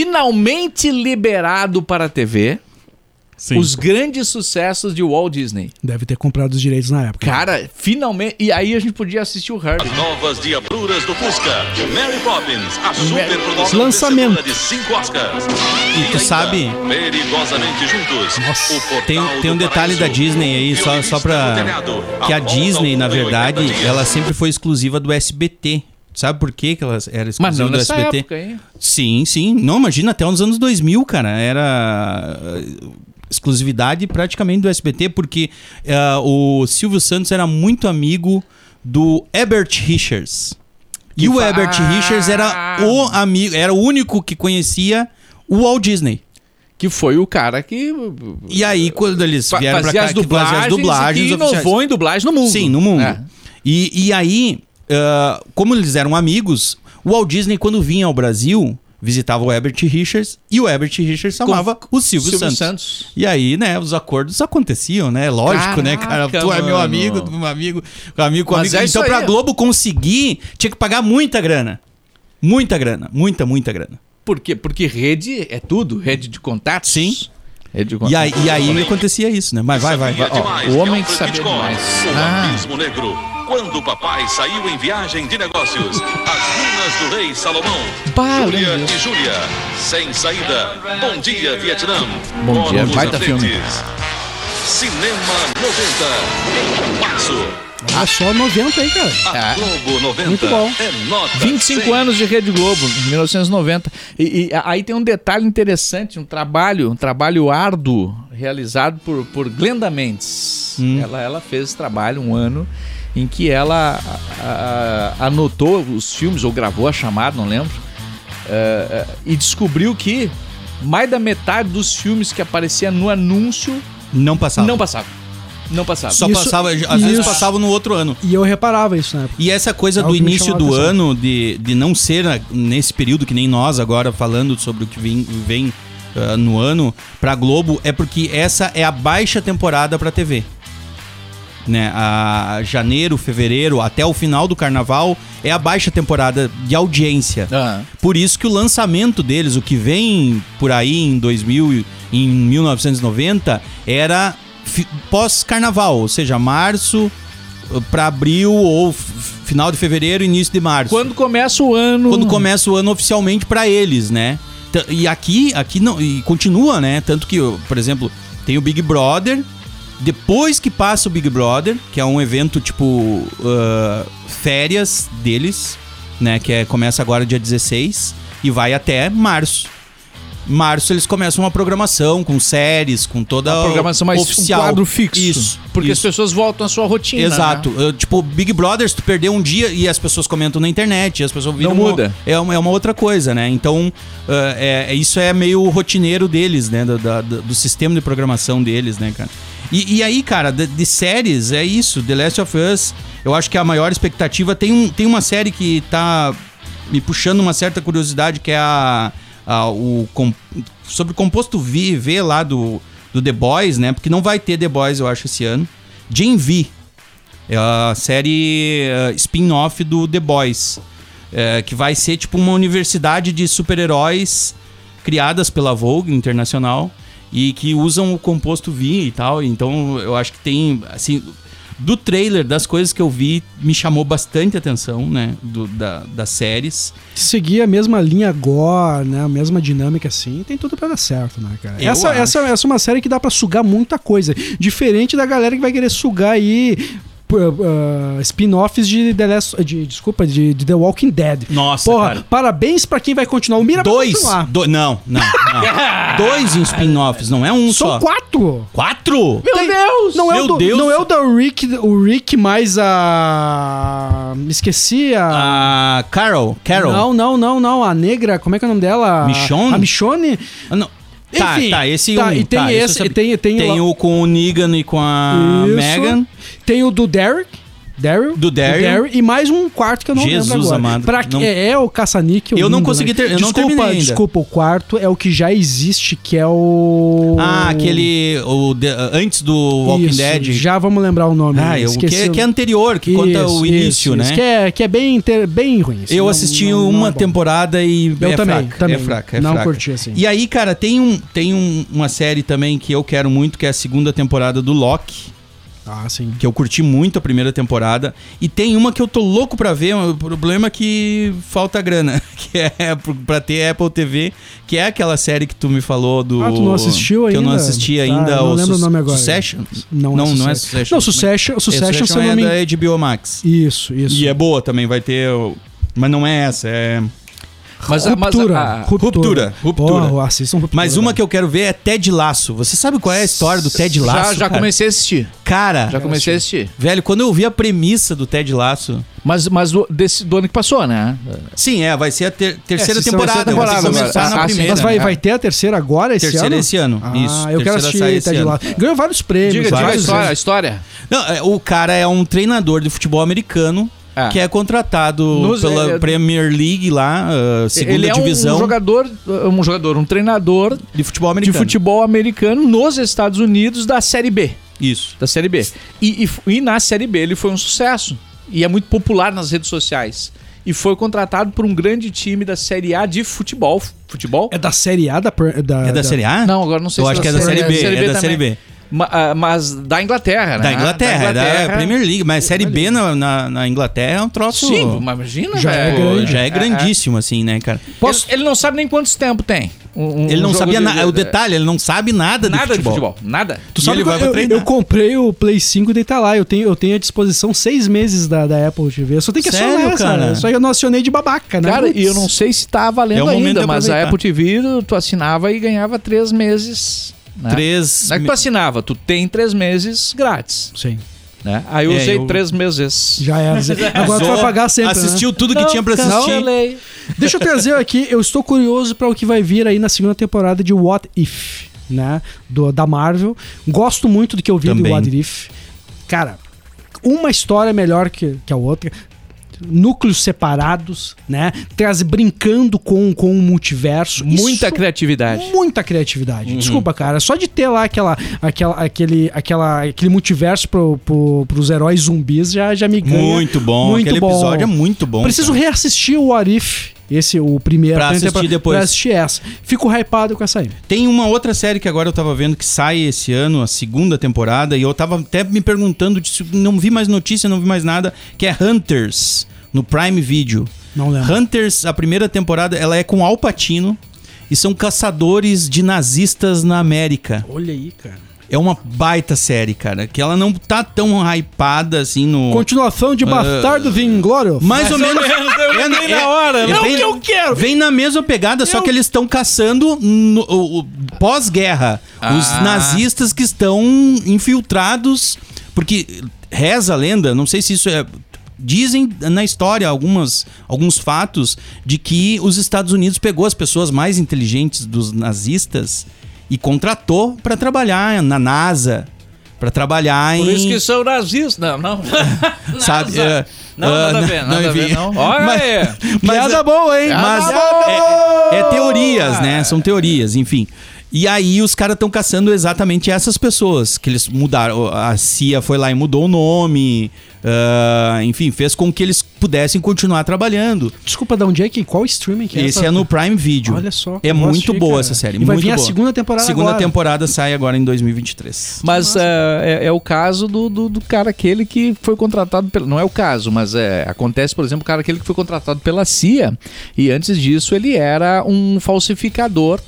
[SPEAKER 2] Finalmente liberado para a TV,
[SPEAKER 3] Sim.
[SPEAKER 2] os grandes sucessos de Walt Disney.
[SPEAKER 4] Deve ter comprado os direitos na época.
[SPEAKER 2] Cara, finalmente. E aí a gente podia assistir o Herbie.
[SPEAKER 6] Novas diabruras do Fusca. Mary Poppins, a super
[SPEAKER 4] Lançamento.
[SPEAKER 6] de cinco Oscars.
[SPEAKER 3] E tu
[SPEAKER 6] ainda,
[SPEAKER 3] sabe-
[SPEAKER 6] Perigosamente juntos.
[SPEAKER 4] Nossa.
[SPEAKER 6] o Portal
[SPEAKER 3] Tem, tem um
[SPEAKER 6] do
[SPEAKER 3] detalhe
[SPEAKER 6] Paraíso,
[SPEAKER 3] da Disney aí, só,
[SPEAKER 6] Violinista
[SPEAKER 3] só
[SPEAKER 6] no
[SPEAKER 3] pra.
[SPEAKER 6] Telhado,
[SPEAKER 3] Que a
[SPEAKER 6] volta
[SPEAKER 3] Disney,
[SPEAKER 6] ao
[SPEAKER 3] na
[SPEAKER 6] mundo em 80
[SPEAKER 3] verdade,
[SPEAKER 6] dias.
[SPEAKER 3] ela sempre foi exclusiva do SBT. Sabe por que que ela era
[SPEAKER 2] Mas
[SPEAKER 3] exclusiva
[SPEAKER 2] não
[SPEAKER 3] do
[SPEAKER 2] nessa
[SPEAKER 3] SBT?
[SPEAKER 2] época, hein?
[SPEAKER 3] Sim, sim. Não, imagina, até nos anos 2000, cara, era eh, exclusividade praticamente do SBT, porque eh, o Silvio Santos era muito amigo do Herbert Richards. E o
[SPEAKER 2] fa-
[SPEAKER 3] Herbert
[SPEAKER 2] Ah!
[SPEAKER 3] Richards era o amigo, era o único que conhecia o Walt Disney.
[SPEAKER 5] Que foi o cara que
[SPEAKER 3] E aí, quando eles
[SPEAKER 5] fa-
[SPEAKER 3] vieram pra
[SPEAKER 5] fazia
[SPEAKER 3] cá,
[SPEAKER 5] as
[SPEAKER 3] que
[SPEAKER 5] dublagens,
[SPEAKER 3] fazia as dublagens
[SPEAKER 5] e que inovou
[SPEAKER 3] oficiais.
[SPEAKER 5] em dublagem no mundo.
[SPEAKER 3] Sim, no mundo.
[SPEAKER 5] É.
[SPEAKER 3] E, e aí, ah, como eles eram amigos, o Walt Disney, quando vinha ao Brasil, visitava o Herbert Richards e o Herbert Richards amava o Silvio, Santos. E aí, né, os acordos aconteciam, né? Lógico, né, cara?
[SPEAKER 5] Caraca,
[SPEAKER 3] Tu é meu
[SPEAKER 5] mano.
[SPEAKER 3] amigo, tu é meu amigo, meu amigo, com
[SPEAKER 5] Mas
[SPEAKER 3] amigo.
[SPEAKER 5] é isso
[SPEAKER 3] então, pra
[SPEAKER 5] aí.
[SPEAKER 3] Globo conseguir, tinha que pagar muita grana. Muita grana, muita, muita grana.
[SPEAKER 5] Por quê? Porque rede é tudo, rede de contatos.
[SPEAKER 3] Sim.
[SPEAKER 5] Rede de
[SPEAKER 3] E
[SPEAKER 5] contatos.
[SPEAKER 2] (laughs)
[SPEAKER 3] aí, e aí acontecia isso, né? Mas vai, vai, vai. ó.
[SPEAKER 5] o homem que sabia demais.
[SPEAKER 6] O
[SPEAKER 5] Ah.
[SPEAKER 6] abismo negro. Quando o papai saiu em viagem de negócios. As minas do rei Salomão.
[SPEAKER 5] Bah,
[SPEAKER 6] Júlia
[SPEAKER 5] lembro
[SPEAKER 6] e
[SPEAKER 5] disso.
[SPEAKER 6] Júlia. Sem saída. Bom dia, Vietnã.
[SPEAKER 5] Bom dia,
[SPEAKER 6] Bônus
[SPEAKER 5] baita filme.
[SPEAKER 6] atletas. Cinema 90. Em um março.
[SPEAKER 4] Ah, só 90 aí, cara.
[SPEAKER 6] A
[SPEAKER 3] É.
[SPEAKER 5] Ah.
[SPEAKER 6] Globo 90.
[SPEAKER 4] Muito bom.
[SPEAKER 6] É nota
[SPEAKER 5] 25
[SPEAKER 6] 100.
[SPEAKER 5] anos de Rede Globo, em 1990. E, e a- aí tem um detalhe interessante, um trabalho, um trabalho árduo realizado por, por Glenda Mendes.
[SPEAKER 3] Hum.
[SPEAKER 5] Ela, ela fez esse trabalho um ano em que ela a- a- anotou os filmes, ou gravou a chamada, não lembro, eh, eh, e descobriu que mais da metade dos filmes que aparecia no anúncio
[SPEAKER 3] Não passava.
[SPEAKER 5] não passava. Não passava.
[SPEAKER 3] Só
[SPEAKER 4] Isso-
[SPEAKER 3] passava, às
[SPEAKER 4] isso.
[SPEAKER 3] vezes passava no outro ano.
[SPEAKER 4] E eu reparava isso na época.
[SPEAKER 3] E essa coisa
[SPEAKER 4] Algo
[SPEAKER 3] do
[SPEAKER 4] que me
[SPEAKER 3] início
[SPEAKER 4] chamou a
[SPEAKER 3] do
[SPEAKER 4] atenção.
[SPEAKER 3] ano, de, de não ser na- nesse período que nem nós agora falando sobre o que vem, vem ah, no ano pra Globo, é porque essa é a baixa temporada pra TV. Né, a janeiro, fevereiro, até o final do carnaval, é a baixa temporada de audiência.
[SPEAKER 5] Ah.
[SPEAKER 3] Por isso que o lançamento deles, o que vem por aí em 2000, e- em 1990, era fi- pós-carnaval, ou seja, março uh, pra abril ou f- final de fevereiro, início de março.
[SPEAKER 5] Quando começa o ano.
[SPEAKER 3] Quando começa o ano oficialmente pra eles, né? T- E aqui, aqui não, e continua, né? Tanto que, eu, por exemplo, tem o Big Brother. Depois que passa o Big Brother, que é um evento tipo ah, férias deles, né? Que é, começa agora dia 16 e vai até março. Março eles começam uma programação com séries, com toda
[SPEAKER 2] Então,
[SPEAKER 5] a programação mais
[SPEAKER 3] oficial.
[SPEAKER 5] um quadro fixo.
[SPEAKER 3] Isso.
[SPEAKER 5] Porque as
[SPEAKER 3] isso.
[SPEAKER 5] pessoas voltam à sua rotina.
[SPEAKER 3] Exato.
[SPEAKER 5] né?
[SPEAKER 3] Eu, tipo, Big Brother, se tu perder um dia e as pessoas comentam na internet, as pessoas viram.
[SPEAKER 5] Não
[SPEAKER 3] uma-
[SPEAKER 5] muda.
[SPEAKER 3] é, uma, é uma outra coisa, né? Então, ah, é, é- isso é meio rotineiro deles, né? Do, da- do- do sistema de programação deles, né, cara? E, e aí, cara, de, de séries, é isso. The Last of Us, eu acho que é a maior expectativa. Tem, um, tem uma série que tá me puxando uma certa curiosidade, que é a. a- o, com- sobre o composto V lá do, do The Boys, né? Porque não vai ter The Boys, eu acho, esse ano. Gen V, é a série eh, spin-off do The Boys. eh, que vai ser tipo uma universidade de super-heróis criadas pela Vogue Internacional e que usam o composto V e tal. Então eu acho que tem. Assim, do trailer, das coisas que eu vi, me chamou bastante atenção, né? do- da- das séries.
[SPEAKER 4] Seguir a mesma linha gore, né? A mesma dinâmica assim, tem tudo pra dar certo, né, cara?
[SPEAKER 3] Eu
[SPEAKER 4] Essa,
[SPEAKER 3] acho.
[SPEAKER 4] essa, essa é uma série que dá pra sugar muita coisa. Diferente da galera que vai querer sugar aí. p- ah, spin-offs de The Last, de, desculpa, de, de The Walking Dead.
[SPEAKER 3] Nossa,
[SPEAKER 4] Porra,
[SPEAKER 3] cara.
[SPEAKER 4] parabéns pra quem vai continuar. O Mira vai
[SPEAKER 3] Dois,
[SPEAKER 4] continuar.
[SPEAKER 3] do- Não, não, não. dois em spin-offs, não é um
[SPEAKER 4] São
[SPEAKER 3] só.
[SPEAKER 4] quatro.
[SPEAKER 3] Quatro?
[SPEAKER 5] Meu Deus!
[SPEAKER 4] Não é,
[SPEAKER 3] Meu
[SPEAKER 4] o do,
[SPEAKER 3] Deus.
[SPEAKER 4] não é o da Rick, o Rick mais a. Me esqueci a.
[SPEAKER 3] Ah, Carol, Carol.
[SPEAKER 4] Não, não, não, não. A negra, como é que é o nome dela?
[SPEAKER 3] Michonne?
[SPEAKER 4] A Michonne?
[SPEAKER 3] Ah, não. Tá,
[SPEAKER 4] Enfim,
[SPEAKER 3] tá, esse
[SPEAKER 4] tá,
[SPEAKER 3] um,
[SPEAKER 4] e tem
[SPEAKER 3] tá,
[SPEAKER 4] esse,
[SPEAKER 3] isso eu sabia.
[SPEAKER 4] e tem- tem lá-
[SPEAKER 3] o com o Negan e com a
[SPEAKER 4] Isso.
[SPEAKER 3] Megan.
[SPEAKER 4] Tem o do Derek. Daryl,
[SPEAKER 3] Do Daryl.
[SPEAKER 4] e mais um quarto que eu não lembro
[SPEAKER 3] Jesus
[SPEAKER 4] agora.
[SPEAKER 3] amado,
[SPEAKER 4] Pra que
[SPEAKER 3] não-
[SPEAKER 4] é, é o caça-níquel.
[SPEAKER 3] Eu não
[SPEAKER 4] lindo, né?
[SPEAKER 3] consegui ter- eu não
[SPEAKER 4] desculpa,
[SPEAKER 3] terminei ainda.
[SPEAKER 4] desculpa, o quarto é o que já existe, que é o
[SPEAKER 3] Ah, aquele o de- antes do Walking
[SPEAKER 4] Isso,
[SPEAKER 3] Dead.
[SPEAKER 4] Já vamos lembrar o nome.
[SPEAKER 3] Ah, eu, que,
[SPEAKER 4] esqueci
[SPEAKER 3] é-
[SPEAKER 4] o-
[SPEAKER 3] que é anterior, que conta
[SPEAKER 4] Isso,
[SPEAKER 3] o início,
[SPEAKER 4] isso,
[SPEAKER 3] né?
[SPEAKER 4] isso, que é, que é bem, inter- bem ruim. assim,
[SPEAKER 3] Eu
[SPEAKER 4] não-
[SPEAKER 3] assisti
[SPEAKER 4] não- não
[SPEAKER 3] uma
[SPEAKER 4] é bom.
[SPEAKER 3] temporada e
[SPEAKER 4] Eu
[SPEAKER 3] é
[SPEAKER 4] também,
[SPEAKER 3] fraca,
[SPEAKER 4] também.
[SPEAKER 3] é fraca, é
[SPEAKER 4] Não
[SPEAKER 3] fraca.
[SPEAKER 4] curti, assim.
[SPEAKER 3] E aí, cara, tem um tem um- uma série também que eu quero muito, que é a segunda temporada do Loki.
[SPEAKER 4] Ah, sim.
[SPEAKER 3] que eu curti muito a primeira temporada. E tem uma que eu tô louco pra ver, o problema é que falta grana, (laughs) que é pro- pra ter Apple TV, que é aquela série que tu me falou do...
[SPEAKER 4] Ah, tu não assistiu
[SPEAKER 3] Que eu não
[SPEAKER 4] ainda?
[SPEAKER 3] assisti
[SPEAKER 4] Tá,
[SPEAKER 3] ainda,
[SPEAKER 4] eu não lembro o
[SPEAKER 3] Sus-
[SPEAKER 4] nome agora.
[SPEAKER 3] Succession?
[SPEAKER 4] Não,
[SPEAKER 3] Não, não
[SPEAKER 4] Succession.
[SPEAKER 3] é Succession.
[SPEAKER 4] Não, Succession, Succession, se eu não
[SPEAKER 3] é
[SPEAKER 4] me
[SPEAKER 3] da HBO Max.
[SPEAKER 4] Isso, isso.
[SPEAKER 3] E é boa também, vai ter... o- Mas não é essa, é...
[SPEAKER 2] Mas, a- mas a-
[SPEAKER 4] Ruptura,
[SPEAKER 2] a-
[SPEAKER 3] Ruptura, Ruptura.
[SPEAKER 4] Porra, assistam Ruptura.
[SPEAKER 3] Mas uma que eu quero ver é Ted Laço. Você sabe qual é a história do Ted
[SPEAKER 2] já,
[SPEAKER 3] Laço?
[SPEAKER 2] já
[SPEAKER 3] cara?
[SPEAKER 2] comecei a assistir.
[SPEAKER 3] Cara,
[SPEAKER 2] Já comecei a assistir.
[SPEAKER 3] velho, quando eu vi a premissa do Ted Laço.
[SPEAKER 2] Mas, mas o- desse, do ano que passou, né?
[SPEAKER 3] Sim, é, vai ser a ter- terceira
[SPEAKER 4] É, se são-
[SPEAKER 3] temporada.
[SPEAKER 2] terceira
[SPEAKER 3] vai
[SPEAKER 2] temporada
[SPEAKER 3] começar
[SPEAKER 2] agora.
[SPEAKER 3] na
[SPEAKER 2] Ah, sim,
[SPEAKER 3] primeira.
[SPEAKER 4] Mas vai,
[SPEAKER 2] né?
[SPEAKER 4] vai ter a terceira agora esse
[SPEAKER 3] terceira
[SPEAKER 4] ano?
[SPEAKER 3] é esse ano.
[SPEAKER 4] Ah,
[SPEAKER 3] Isso.
[SPEAKER 4] eu quero
[SPEAKER 3] terceira sai
[SPEAKER 4] assistir
[SPEAKER 3] esse
[SPEAKER 4] Ted
[SPEAKER 3] ano.
[SPEAKER 4] Lasso. Ganhou vários prêmios.
[SPEAKER 2] Diga, diga a
[SPEAKER 4] vários
[SPEAKER 2] história. A
[SPEAKER 4] prêmios.
[SPEAKER 2] história.
[SPEAKER 3] Não, é, o cara é um treinador de futebol americano
[SPEAKER 2] É.
[SPEAKER 3] que é contratado
[SPEAKER 2] Nos-
[SPEAKER 3] pela
[SPEAKER 2] é-
[SPEAKER 3] Premier League lá, ah, segunda
[SPEAKER 2] Ele é um
[SPEAKER 3] divisão
[SPEAKER 2] jogador, um jogador, um treinador
[SPEAKER 3] de futebol
[SPEAKER 2] de
[SPEAKER 3] americano.
[SPEAKER 2] futebol americano nos Estados Unidos da Série B.
[SPEAKER 3] Isso.
[SPEAKER 2] da Série B. E, e f- e na Série B ele foi um sucesso. E é muito popular nas redes sociais. E foi contratado por um grande time da Série A de futebol. F- Futebol?
[SPEAKER 4] É da Série A da... per- da,
[SPEAKER 3] É da Série A?
[SPEAKER 2] Não, agora não sei
[SPEAKER 3] Eu
[SPEAKER 2] se
[SPEAKER 3] acho que é da Série B. É da
[SPEAKER 2] também.
[SPEAKER 3] Série B.
[SPEAKER 2] Ma- ah, mas da Inglaterra, né?
[SPEAKER 3] Da Inglaterra, é da
[SPEAKER 2] Inglaterra.
[SPEAKER 3] Premier League. Mas Série B na, na, na Inglaterra é um troço.
[SPEAKER 2] Sim, mas imagina,
[SPEAKER 4] Já é
[SPEAKER 2] velho.
[SPEAKER 3] Pô,
[SPEAKER 4] grande.
[SPEAKER 3] já é grandíssimo, assim, né, cara?
[SPEAKER 2] Ele, ele não sabe nem quantos tempo tem. Um- um-
[SPEAKER 3] Ele
[SPEAKER 2] um
[SPEAKER 3] não
[SPEAKER 2] jogo
[SPEAKER 3] sabia
[SPEAKER 2] de-
[SPEAKER 3] nada.
[SPEAKER 2] de-
[SPEAKER 3] O detalhe, ele não sabe nada,
[SPEAKER 2] Nada
[SPEAKER 3] de futebol.
[SPEAKER 2] Nada.
[SPEAKER 4] Tu
[SPEAKER 3] E
[SPEAKER 4] sabe
[SPEAKER 3] ele
[SPEAKER 4] que
[SPEAKER 3] vai pra
[SPEAKER 4] eu,
[SPEAKER 3] treinar.
[SPEAKER 4] eu comprei o Play 5 e tá lá. Eu tenho, eu tenho à disposição seis meses da, da Apple TV. Eu só tenho que
[SPEAKER 3] Sério,
[SPEAKER 4] acionar,
[SPEAKER 3] cara?
[SPEAKER 4] sabe? Só que eu não acionei de babaca, né?
[SPEAKER 2] Cara,
[SPEAKER 4] Putz.
[SPEAKER 2] e eu não sei se tá
[SPEAKER 3] É o
[SPEAKER 2] valendo
[SPEAKER 3] momento
[SPEAKER 2] ainda,
[SPEAKER 3] de
[SPEAKER 2] mas a
[SPEAKER 3] aproveitar.
[SPEAKER 2] Apple TV, tu assinava e ganhava três meses. né?
[SPEAKER 3] Três.
[SPEAKER 2] Não é que tu assinava, tu tem três meses grátis,
[SPEAKER 4] Sim,
[SPEAKER 2] né? Aí eu
[SPEAKER 3] É,
[SPEAKER 2] usei
[SPEAKER 3] eu-
[SPEAKER 2] três meses.
[SPEAKER 4] já
[SPEAKER 3] (laughs)
[SPEAKER 4] era. Agora tu vai pagar sempre, né?
[SPEAKER 3] É, Assistiu tudo que tinha pra assistir.
[SPEAKER 2] Cancelei.
[SPEAKER 4] Deixa eu trazer aqui, eu estou curioso para o que vai vir aí na segunda temporada de What If, né? Do, da Marvel. Gosto muito do que eu vi
[SPEAKER 3] Também.
[SPEAKER 4] do What If. Cara, uma história é melhor que, que a outra. Núcleos separados, né? Traz brincando com, com o multiverso.
[SPEAKER 2] Muita
[SPEAKER 4] Isso-
[SPEAKER 2] criatividade.
[SPEAKER 4] Muita criatividade.
[SPEAKER 3] Uhum.
[SPEAKER 4] Desculpa, cara. Só de ter lá aquela, aquela, aquele, aquela, aquele multiverso pro, pro, pros heróis zumbis já, já me ganha.
[SPEAKER 3] Muito bom. Aquele episódio é muito bom.
[SPEAKER 4] Preciso
[SPEAKER 3] cara.
[SPEAKER 4] reassistir o Arif, esse o primeiro,
[SPEAKER 3] Pra
[SPEAKER 4] a primeira
[SPEAKER 3] assistir
[SPEAKER 4] temporada,
[SPEAKER 3] depois.
[SPEAKER 4] pra assistir essa. Fico hypado com essa aí.
[SPEAKER 3] Tem uma outra série que agora eu tava vendo que sai esse ano, a segunda temporada, e eu tava até me perguntando, disso, não vi mais notícia, não vi mais nada, que é Hunters, no Prime Video.
[SPEAKER 4] Não lembro.
[SPEAKER 3] Hunters, a primeira temporada, ela é com Al Pacino e são caçadores de nazistas na América.
[SPEAKER 4] Olha aí, cara.
[SPEAKER 3] É uma baita série, cara, que ela não tá tão hypada assim no...
[SPEAKER 4] Continuação de Bastardo uh, Inglório.
[SPEAKER 3] Mais ou menos.
[SPEAKER 2] (laughs)
[SPEAKER 3] É, é,
[SPEAKER 2] na hora,
[SPEAKER 3] é,
[SPEAKER 2] não
[SPEAKER 3] vem-
[SPEAKER 2] que eu quero.
[SPEAKER 3] Vem na mesma pegada, só que eles estão caçando no- o- o- pós-guerra os
[SPEAKER 2] Ah.
[SPEAKER 3] nazistas que estão infiltrados. Porque reza a lenda, não sei se isso é. Dizem na história algumas, alguns fatos de que os Estados Unidos pegou as pessoas mais inteligentes dos nazistas e contratou para trabalhar na NASA, para trabalhar
[SPEAKER 2] Por
[SPEAKER 3] em
[SPEAKER 2] isso que são nazistas. Não, não.
[SPEAKER 3] (laughs) sabe?
[SPEAKER 2] Nasa.
[SPEAKER 3] é,
[SPEAKER 2] Não,
[SPEAKER 3] ah,
[SPEAKER 2] nada a ver, nada a ver,
[SPEAKER 3] enfim.
[SPEAKER 2] não. Olha aí.
[SPEAKER 3] (laughs) mas,
[SPEAKER 4] Piada
[SPEAKER 3] é-
[SPEAKER 4] boa, hein?
[SPEAKER 3] Mas
[SPEAKER 4] Piada
[SPEAKER 3] é, é teorias, né? São teorias, enfim. E aí os caras estão caçando exatamente essas pessoas, que eles mudaram. A CIA foi lá e mudou o nome, ah, enfim, fez com que eles pudessem continuar trabalhando.
[SPEAKER 4] Desculpa, da onde é que qual streaming que é
[SPEAKER 3] Esse
[SPEAKER 4] essa?
[SPEAKER 3] é no Prime Video.
[SPEAKER 4] Olha só,
[SPEAKER 3] É
[SPEAKER 4] eu vou
[SPEAKER 3] muito
[SPEAKER 4] assistir,
[SPEAKER 3] boa
[SPEAKER 4] cara.
[SPEAKER 3] essa série.
[SPEAKER 4] E vai
[SPEAKER 3] muito
[SPEAKER 4] vir a
[SPEAKER 3] boa.
[SPEAKER 4] segunda temporada
[SPEAKER 3] Segunda
[SPEAKER 4] agora.
[SPEAKER 3] temporada sai agora em 2023.
[SPEAKER 2] Mas ah, é, é o caso do, do, do cara aquele que foi contratado pelo. Não é o caso, mas é, acontece, por exemplo, o cara aquele que foi contratado pela CIA. E antes disso ele era um falsificador.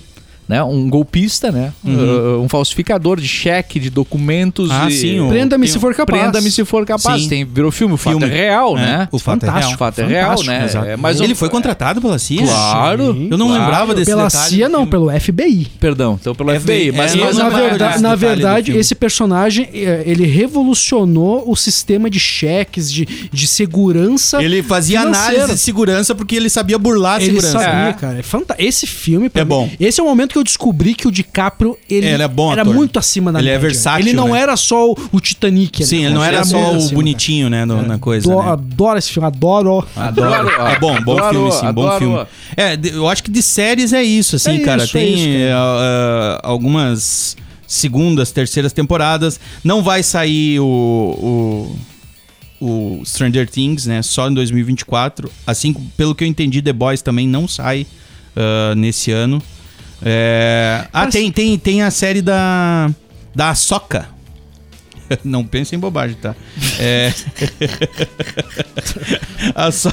[SPEAKER 2] Né? Um golpista, né? Uh, um falsificador de cheque, de documentos.
[SPEAKER 3] Uhum. Ah,
[SPEAKER 2] de...
[SPEAKER 3] sim, o-
[SPEAKER 4] Prenda-me
[SPEAKER 3] Tem-
[SPEAKER 4] se for capaz.
[SPEAKER 2] Prenda-me se for capaz.
[SPEAKER 3] Sim.
[SPEAKER 2] Tem, virou filme, o fato
[SPEAKER 3] Filme.
[SPEAKER 2] é real,
[SPEAKER 3] É,
[SPEAKER 2] né?
[SPEAKER 3] o fato é
[SPEAKER 2] Fantástico,
[SPEAKER 3] real.
[SPEAKER 2] O fato é real,
[SPEAKER 4] Fantástico,
[SPEAKER 2] né?
[SPEAKER 3] Exato.
[SPEAKER 2] É, mas
[SPEAKER 3] Ele
[SPEAKER 2] um-
[SPEAKER 3] foi contratado pela CIA?
[SPEAKER 2] Claro.
[SPEAKER 4] Sim.
[SPEAKER 3] Eu não
[SPEAKER 2] Claro.
[SPEAKER 3] lembrava desse
[SPEAKER 4] Pela
[SPEAKER 3] detalhe.
[SPEAKER 4] CIA não, pelo FBI.
[SPEAKER 2] Perdão, então pelo
[SPEAKER 3] É,
[SPEAKER 2] FBI. Mas,
[SPEAKER 3] é,
[SPEAKER 2] mas-
[SPEAKER 4] na
[SPEAKER 3] não vai dar
[SPEAKER 4] verdade,
[SPEAKER 3] esse
[SPEAKER 4] na
[SPEAKER 3] detalhe do
[SPEAKER 4] verdade
[SPEAKER 3] filme.
[SPEAKER 4] esse personagem, eh, ele revolucionou o sistema de cheques, de, de segurança
[SPEAKER 3] Ele fazia
[SPEAKER 4] financeira.
[SPEAKER 3] análise de segurança porque ele sabia burlar a
[SPEAKER 4] Ele
[SPEAKER 3] segurança.
[SPEAKER 4] sabia,
[SPEAKER 2] É.
[SPEAKER 4] cara. É fanta- Esse filme, pra
[SPEAKER 3] É
[SPEAKER 4] mim,
[SPEAKER 3] bom.
[SPEAKER 4] Esse é o momento que eu descobri que o DiCaprio ele,
[SPEAKER 3] Ele é bom
[SPEAKER 4] era
[SPEAKER 3] ator.
[SPEAKER 4] muito acima da
[SPEAKER 3] Ele é
[SPEAKER 4] média.
[SPEAKER 3] versátil,
[SPEAKER 4] Ele não
[SPEAKER 3] né?
[SPEAKER 4] era só o, o Titanic. né?
[SPEAKER 3] Sim, ele não era
[SPEAKER 4] muito
[SPEAKER 3] só o
[SPEAKER 4] acima,
[SPEAKER 3] bonitinho, né, no- na
[SPEAKER 4] cara. É.
[SPEAKER 3] coisa.
[SPEAKER 4] Adoro,
[SPEAKER 3] né?
[SPEAKER 4] adoro esse filme, adoro.
[SPEAKER 3] Adoro.
[SPEAKER 2] Adoro.
[SPEAKER 3] É bom, bom
[SPEAKER 2] Adoro,
[SPEAKER 3] filme, sim, bom
[SPEAKER 2] adoro.
[SPEAKER 3] filme. É, de- eu acho que de séries é isso,
[SPEAKER 4] É
[SPEAKER 3] assim, cara.
[SPEAKER 4] isso, é
[SPEAKER 3] Tem
[SPEAKER 4] isso, cara.
[SPEAKER 3] eh, ah, ah, algumas segundas, terceiras temporadas. Não vai sair o, o, o Stranger Things, né? Só em 2024. Assim, pelo que eu entendi, The Boys também não sai ah, nesse ano. É, Ah,
[SPEAKER 4] Mas-
[SPEAKER 3] tem, tem, (laughs) tem a série da, da Soca. Não pensem em bobagem, tá?
[SPEAKER 4] (laughs)
[SPEAKER 3] É. a, so...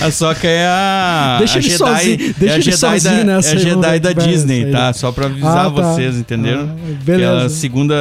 [SPEAKER 3] a Soca é a.
[SPEAKER 4] Deixa
[SPEAKER 3] a
[SPEAKER 4] ele
[SPEAKER 3] Jedi,
[SPEAKER 4] sozinho-
[SPEAKER 3] é
[SPEAKER 4] deixa
[SPEAKER 3] a
[SPEAKER 4] ele
[SPEAKER 3] Jedi
[SPEAKER 4] sozinho
[SPEAKER 3] da,
[SPEAKER 4] nessa
[SPEAKER 3] É a
[SPEAKER 4] aí, vamos
[SPEAKER 3] Jedi
[SPEAKER 4] ver
[SPEAKER 3] da
[SPEAKER 4] que vai
[SPEAKER 3] Disney,
[SPEAKER 4] sair.
[SPEAKER 3] tá? Só pra avisar
[SPEAKER 4] Ah, tá.
[SPEAKER 3] vocês, entenderam?
[SPEAKER 4] Ah, beleza.
[SPEAKER 3] Que ela segunda.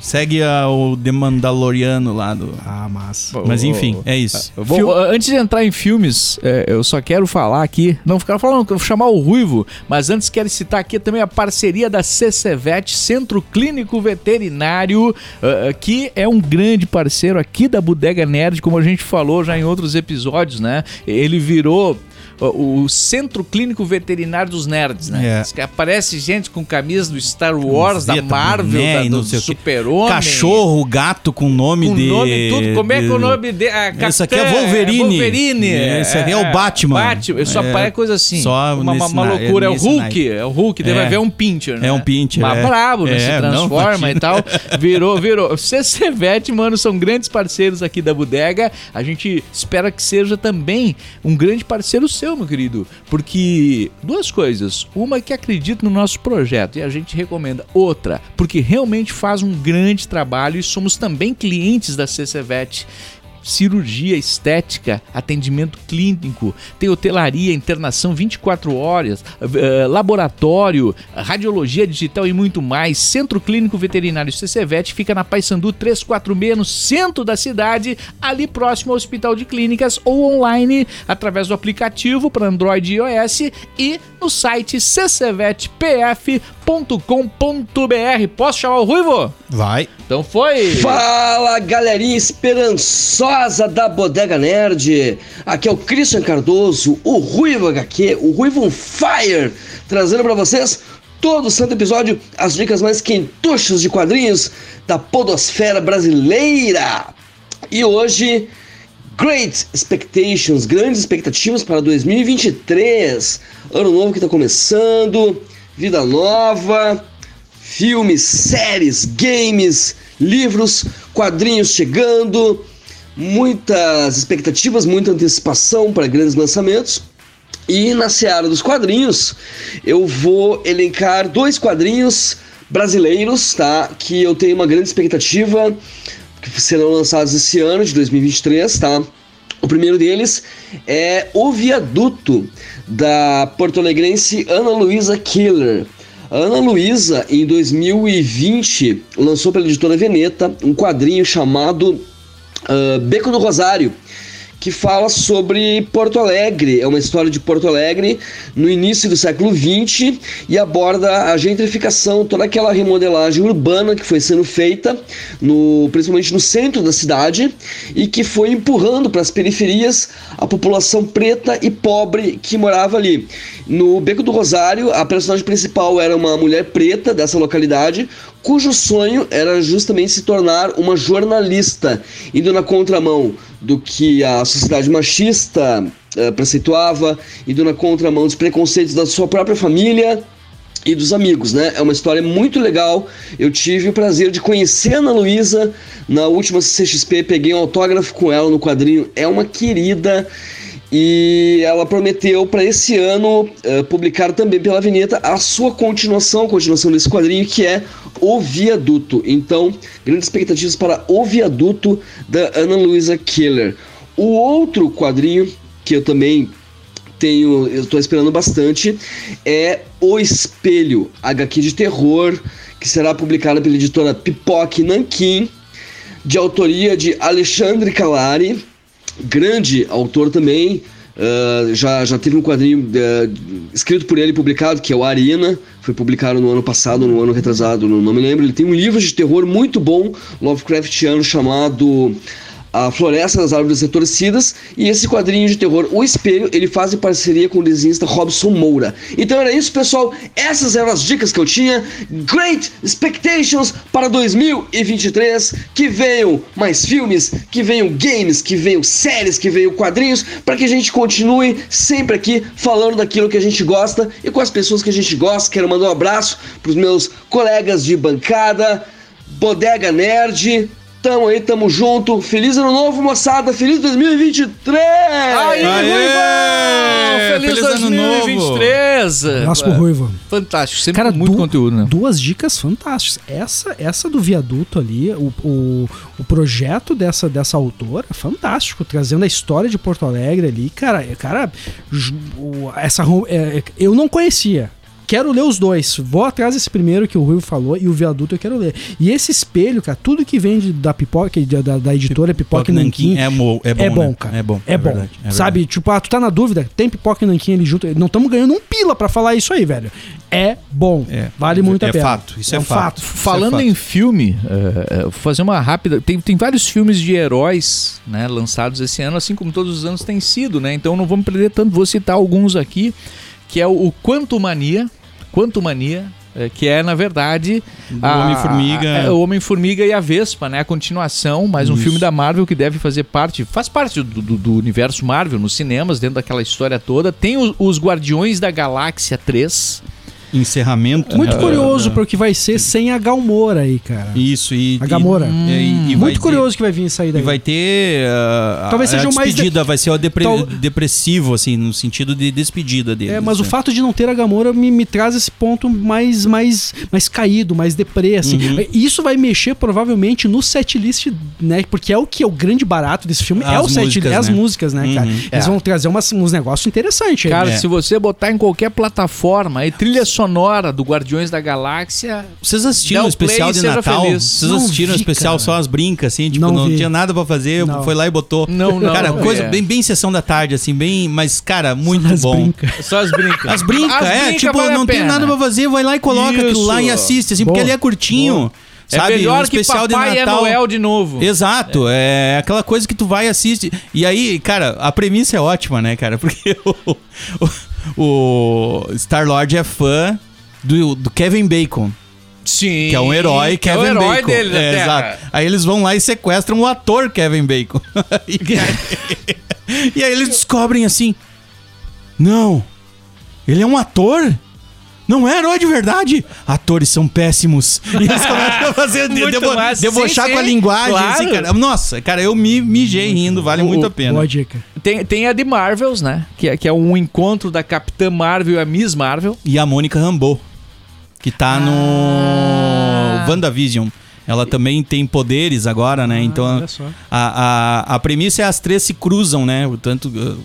[SPEAKER 3] Segue a- o The Mandaloriano lá do.
[SPEAKER 4] Ah, massa.
[SPEAKER 3] Mas enfim, é isso.
[SPEAKER 2] Bom,
[SPEAKER 4] Fil-
[SPEAKER 2] antes de entrar em filmes, é, eu só quero falar aqui, não ficar falando, eu vou chamar o Ruivo, mas antes quero citar aqui também a parceria da CCVET, Centro Clínico Veterinário, ah, ah, que é um grande parceiro aqui da Bodega Nerd, como a gente falou já em outros episódios, né? Ele virou ah, o Centro Clínico Veterinário dos Nerds, né?
[SPEAKER 3] É.
[SPEAKER 2] Diz que Aparece gente com camisa do Star Wars, da
[SPEAKER 3] Camiseta,
[SPEAKER 2] Marvel,
[SPEAKER 3] boné
[SPEAKER 2] da,
[SPEAKER 3] e
[SPEAKER 2] do
[SPEAKER 3] não sei o quê.
[SPEAKER 2] Super-Homem.
[SPEAKER 3] Cachorro, gato com nome
[SPEAKER 2] Com
[SPEAKER 3] de.
[SPEAKER 2] nome e tudo. Como é que é o
[SPEAKER 3] de-
[SPEAKER 2] nome dele? Ah,
[SPEAKER 3] Esse
[SPEAKER 2] Capitã-
[SPEAKER 3] aqui é Wolverine.
[SPEAKER 2] Wolverine.
[SPEAKER 3] Esse aqui é o Batman.
[SPEAKER 2] Batman. Eu só
[SPEAKER 3] É,
[SPEAKER 2] é, coisa assim.
[SPEAKER 3] só
[SPEAKER 2] uma, uma,
[SPEAKER 3] nesse
[SPEAKER 2] uma
[SPEAKER 3] na-
[SPEAKER 2] loucura. É, o
[SPEAKER 3] nesse
[SPEAKER 2] Hulk. É o Hulk. Daí
[SPEAKER 3] É.
[SPEAKER 2] vai ver um pincher, né?
[SPEAKER 3] É um pincher,
[SPEAKER 2] Mas
[SPEAKER 3] é.
[SPEAKER 2] brabo, né?
[SPEAKER 3] É,
[SPEAKER 2] Se
[SPEAKER 3] não,
[SPEAKER 2] transforma
[SPEAKER 3] imagina.
[SPEAKER 2] e
[SPEAKER 3] (laughs)
[SPEAKER 2] tal. Virou, virou. CCVET, mano, são grandes parceiros aqui da bodega. A gente espera que seja também um grande parceiro seu, meu querido. Porque duas coisas. Uma é que acredita no nosso projeto e a gente recomenda. Outra, porque realmente faz um grande trabalho e somos também clientes da CCVET cirurgia estética, atendimento clínico, tem hotelaria, internação 24 horas, eh, laboratório, radiologia digital e muito mais. Centro Clínico Veterinário CCVET fica na Paysandu 346, no centro da cidade, ali próximo ao Hospital de Clínicas ou online através do aplicativo para Android e iOS e no site ccvetpf.com.br. Posso chamar o Ruivo?
[SPEAKER 3] Vai.
[SPEAKER 2] Então foi!
[SPEAKER 7] Fala galerinha esperançosa da Bodega Nerd! Aqui é o Christian Cardoso, o Ruivo HQ, o Ruivo on Fire, trazendo pra vocês todo santo episódio as dicas mais quentuchas de quadrinhos da Podosfera Brasileira! E hoje, Great Expectations, grandes expectativas para 2023, ano novo que tá começando, vida nova filmes, séries, games, livros, quadrinhos chegando, muitas expectativas, muita antecipação para grandes lançamentos. E na seara dos quadrinhos, eu vou elencar dois quadrinhos brasileiros, tá? Que eu tenho uma grande expectativa, que serão lançados esse ano de 2023, tá? O primeiro deles é O Viaduto, da porto-alegrense Ana Luísa Killer. A Ana Luísa, em 2020, lançou pela editora Veneta um quadrinho chamado ah, Beco do Rosário, que fala sobre Porto Alegre. É uma história de Porto Alegre no início do século XX e aborda a gentrificação, toda aquela remodelagem urbana que foi sendo feita, no, principalmente no centro da cidade, e que foi empurrando para as periferias a população preta e pobre que morava ali. No Beco do Rosário, a personagem principal era uma mulher preta dessa localidade, cujo sonho era justamente se tornar uma jornalista, indo na contramão do que a sociedade machista eh, preceituava, indo na contramão dos preconceitos da sua própria família e dos amigos, né? É uma história muito legal. Eu tive o prazer de conhecer a Ana Luísa na última CXP, peguei um autógrafo com ela no quadrinho. É uma querida. E ela prometeu para esse ano eh, publicar também pela Vinheta a sua continuação, a continuação desse quadrinho, que é O Viaduto. Então, grandes expectativas para O Viaduto da Ana Luísa Keller. O outro quadrinho que eu também tenho, eu tô esperando bastante, é O Espelho, HQ de terror, que será publicada pela editora Pipoque Nanquim, de autoria de Alexandre Calari, grande autor também, ah, já, já teve um quadrinho eh, escrito por ele e publicado, que é o Arena, foi publicado no ano passado, no ano retrasado, não, não me lembro. Ele tem um livro de terror muito bom, Lovecraftiano, chamado a Floresta das Árvores Retorcidas e esse quadrinho de terror, O Espelho, ele faz em parceria com o desenhista Robson Moura. Então era isso, pessoal. Essas eram as dicas que eu tinha. Great expectations para 2023. Que venham mais filmes, que venham games, que venham séries, que venham quadrinhos, para que a gente continue sempre aqui falando daquilo que a gente gosta e com as pessoas que a gente gosta. Quero mandar um abraço para os meus colegas de bancada. Bodega Nerd, Tamo aí, tamo junto. Feliz ano novo, moçada. Feliz 2023!
[SPEAKER 2] Aí,
[SPEAKER 3] Aê!
[SPEAKER 2] Ruivão! Feliz,
[SPEAKER 3] Feliz ano
[SPEAKER 2] 2023!
[SPEAKER 3] É,
[SPEAKER 4] Abraço pro Ruiva.
[SPEAKER 2] Fantástico, sempre
[SPEAKER 4] Cara,
[SPEAKER 2] com muito
[SPEAKER 4] du-
[SPEAKER 2] conteúdo, né?
[SPEAKER 4] Duas dicas fantásticas. Essa essa do viaduto ali, o, o, o projeto dessa, dessa autora, fantástico. Trazendo a história de Porto Alegre ali. Cara, é- cara ju- o- essa, ro- é, é, eu não conhecia. Quero ler os dois. Vou atrás desse primeiro que o Rui falou e o viaduto eu quero ler. E esse espelho, cara, tudo que vende da pipoca, da, da- da editora Pipoca,
[SPEAKER 3] Pipoca
[SPEAKER 4] e Nanquim,
[SPEAKER 3] É, mo- é bom,
[SPEAKER 4] é bom,
[SPEAKER 3] né?
[SPEAKER 4] cara.
[SPEAKER 3] É bom.
[SPEAKER 4] É, bom.
[SPEAKER 3] verdade, é
[SPEAKER 4] Sabe, tipo, ah, tu tá na dúvida, tem pipoca e nanquim ali junto. Não estamos ganhando um pila pra falar isso aí, velho. É bom.
[SPEAKER 3] É.
[SPEAKER 4] Vale muito a
[SPEAKER 3] É
[SPEAKER 4] pena. um
[SPEAKER 3] fato, isso é fato.
[SPEAKER 2] Falando
[SPEAKER 3] fato.
[SPEAKER 2] em filme, eh, eh, vou fazer uma rápida. Tem, tem vários filmes de heróis né, lançados esse ano, assim como todos os anos tem sido, né? Então não vou me perder tanto, vou citar alguns aqui, que é o, o Quanto Mania. Quanto Mania. eh, Que é, na verdade,
[SPEAKER 3] Do
[SPEAKER 2] a-
[SPEAKER 3] Homem-Formiga.
[SPEAKER 2] é, o Homem-Formiga e a Vespa, né? A continuação, mais um
[SPEAKER 3] Isso.
[SPEAKER 2] filme da Marvel que deve fazer parte, faz parte do, do- do universo Marvel nos cinemas, dentro daquela história toda. Tem o- os Guardiões da Galáxia 3.
[SPEAKER 3] Encerramento.
[SPEAKER 4] Muito
[SPEAKER 3] né?
[SPEAKER 4] curioso pro que vai ser sem a Galmora aí, cara.
[SPEAKER 3] Isso, e.
[SPEAKER 4] A Gamora. Hum.
[SPEAKER 3] e- e- e vai
[SPEAKER 4] muito
[SPEAKER 3] ter-
[SPEAKER 4] curioso que vai vir sair
[SPEAKER 3] E
[SPEAKER 4] daí.
[SPEAKER 3] vai ter. ah,
[SPEAKER 4] Talvez
[SPEAKER 3] a
[SPEAKER 4] seja o mais de-
[SPEAKER 3] despedida, vai ser o depre-
[SPEAKER 4] Tal-
[SPEAKER 3] depressivo, assim, no sentido de despedida dele.
[SPEAKER 4] É, mas o
[SPEAKER 3] né?
[SPEAKER 4] fato de não ter a Gamora me, me traz esse ponto mais mais mais caído, mais deprê, assim.
[SPEAKER 3] Uhum.
[SPEAKER 4] Isso vai mexer provavelmente no setlist, né? Porque é o que é o grande barato desse filme, é
[SPEAKER 3] As
[SPEAKER 4] o setlist,
[SPEAKER 3] músicas,
[SPEAKER 4] é as
[SPEAKER 3] né?
[SPEAKER 4] músicas, né, cara?
[SPEAKER 3] Uhum.
[SPEAKER 4] Eles
[SPEAKER 2] É.
[SPEAKER 4] vão trazer umas- uns negócios interessantes aí. né?
[SPEAKER 2] Cara,
[SPEAKER 3] É.
[SPEAKER 2] se você botar em qualquer plataforma aí, trilha sonora do Guardiões da Galáxia.
[SPEAKER 3] Vocês assistiram
[SPEAKER 2] Dá
[SPEAKER 3] o
[SPEAKER 2] o
[SPEAKER 3] especial
[SPEAKER 2] play e
[SPEAKER 3] de
[SPEAKER 2] seja
[SPEAKER 3] Natal?
[SPEAKER 2] feliz.
[SPEAKER 3] Vocês
[SPEAKER 4] Não
[SPEAKER 3] assistiram o
[SPEAKER 4] vi,
[SPEAKER 3] especial
[SPEAKER 4] cara.
[SPEAKER 3] só as brincas, assim, tipo,
[SPEAKER 4] Não
[SPEAKER 3] não,
[SPEAKER 4] vi.
[SPEAKER 3] tinha nada pra fazer,
[SPEAKER 4] Não.
[SPEAKER 3] foi lá e botou.
[SPEAKER 2] Não, não,
[SPEAKER 3] Cara,
[SPEAKER 2] não
[SPEAKER 3] coisa
[SPEAKER 2] vi, é.
[SPEAKER 3] bem, bem sessão da tarde, assim, bem. Mas, cara, muito
[SPEAKER 4] As
[SPEAKER 3] bom.
[SPEAKER 4] brincas.
[SPEAKER 2] é Só as brincas.
[SPEAKER 3] (laughs) As brincas,
[SPEAKER 2] As
[SPEAKER 3] é,
[SPEAKER 2] brincas
[SPEAKER 3] tipo,
[SPEAKER 2] vale a
[SPEAKER 3] não tem
[SPEAKER 2] pena.
[SPEAKER 3] nada pra fazer, vai lá e coloca aquilo
[SPEAKER 2] Isso.
[SPEAKER 3] lá e assiste, assim, porque
[SPEAKER 4] Boa.
[SPEAKER 3] ele é curtinho.
[SPEAKER 2] É
[SPEAKER 3] Sabe,
[SPEAKER 2] melhor
[SPEAKER 3] um
[SPEAKER 2] que
[SPEAKER 3] especial
[SPEAKER 2] Papai
[SPEAKER 3] de
[SPEAKER 2] é
[SPEAKER 3] Natal.
[SPEAKER 2] Noel de novo.
[SPEAKER 3] Exato, é. aquela coisa que tu vai e assiste. E aí, cara, a premissa é ótima, né, cara? (laughs) Porque o, o, o Star-Lord é fã do, do Kevin Bacon,
[SPEAKER 2] Sim.
[SPEAKER 3] que é um herói
[SPEAKER 2] que
[SPEAKER 3] Kevin
[SPEAKER 2] é o herói
[SPEAKER 3] Bacon.
[SPEAKER 2] dele, né?
[SPEAKER 3] é, exato. Aí eles vão lá e sequestram o ator Kevin Bacon. (laughs) e, aí, e aí eles descobrem assim: Não, ele é um ator? Não é herói de verdade? Atores são péssimos. E (laughs) eles começam a fazer de,
[SPEAKER 2] Muito
[SPEAKER 3] debo-
[SPEAKER 2] massa.
[SPEAKER 3] debochar
[SPEAKER 2] Sim,
[SPEAKER 3] com a
[SPEAKER 2] sim,
[SPEAKER 3] linguagem.
[SPEAKER 2] claro.
[SPEAKER 3] assim, cara. Nossa, cara, eu me mijei rindo, vale muito a pena.
[SPEAKER 4] Boa dica.
[SPEAKER 2] Tem, tem a de Marvels, né? Que é, que é um encontro da Capitã Marvel e a Miss Marvel.
[SPEAKER 3] E a Mônica Rambeau, que tá no WandaVision. Ela também tem poderes agora, né? então
[SPEAKER 2] Ah,
[SPEAKER 4] olha só.
[SPEAKER 3] a, a, a premissa é as três se cruzam, né? O Tanto. uh,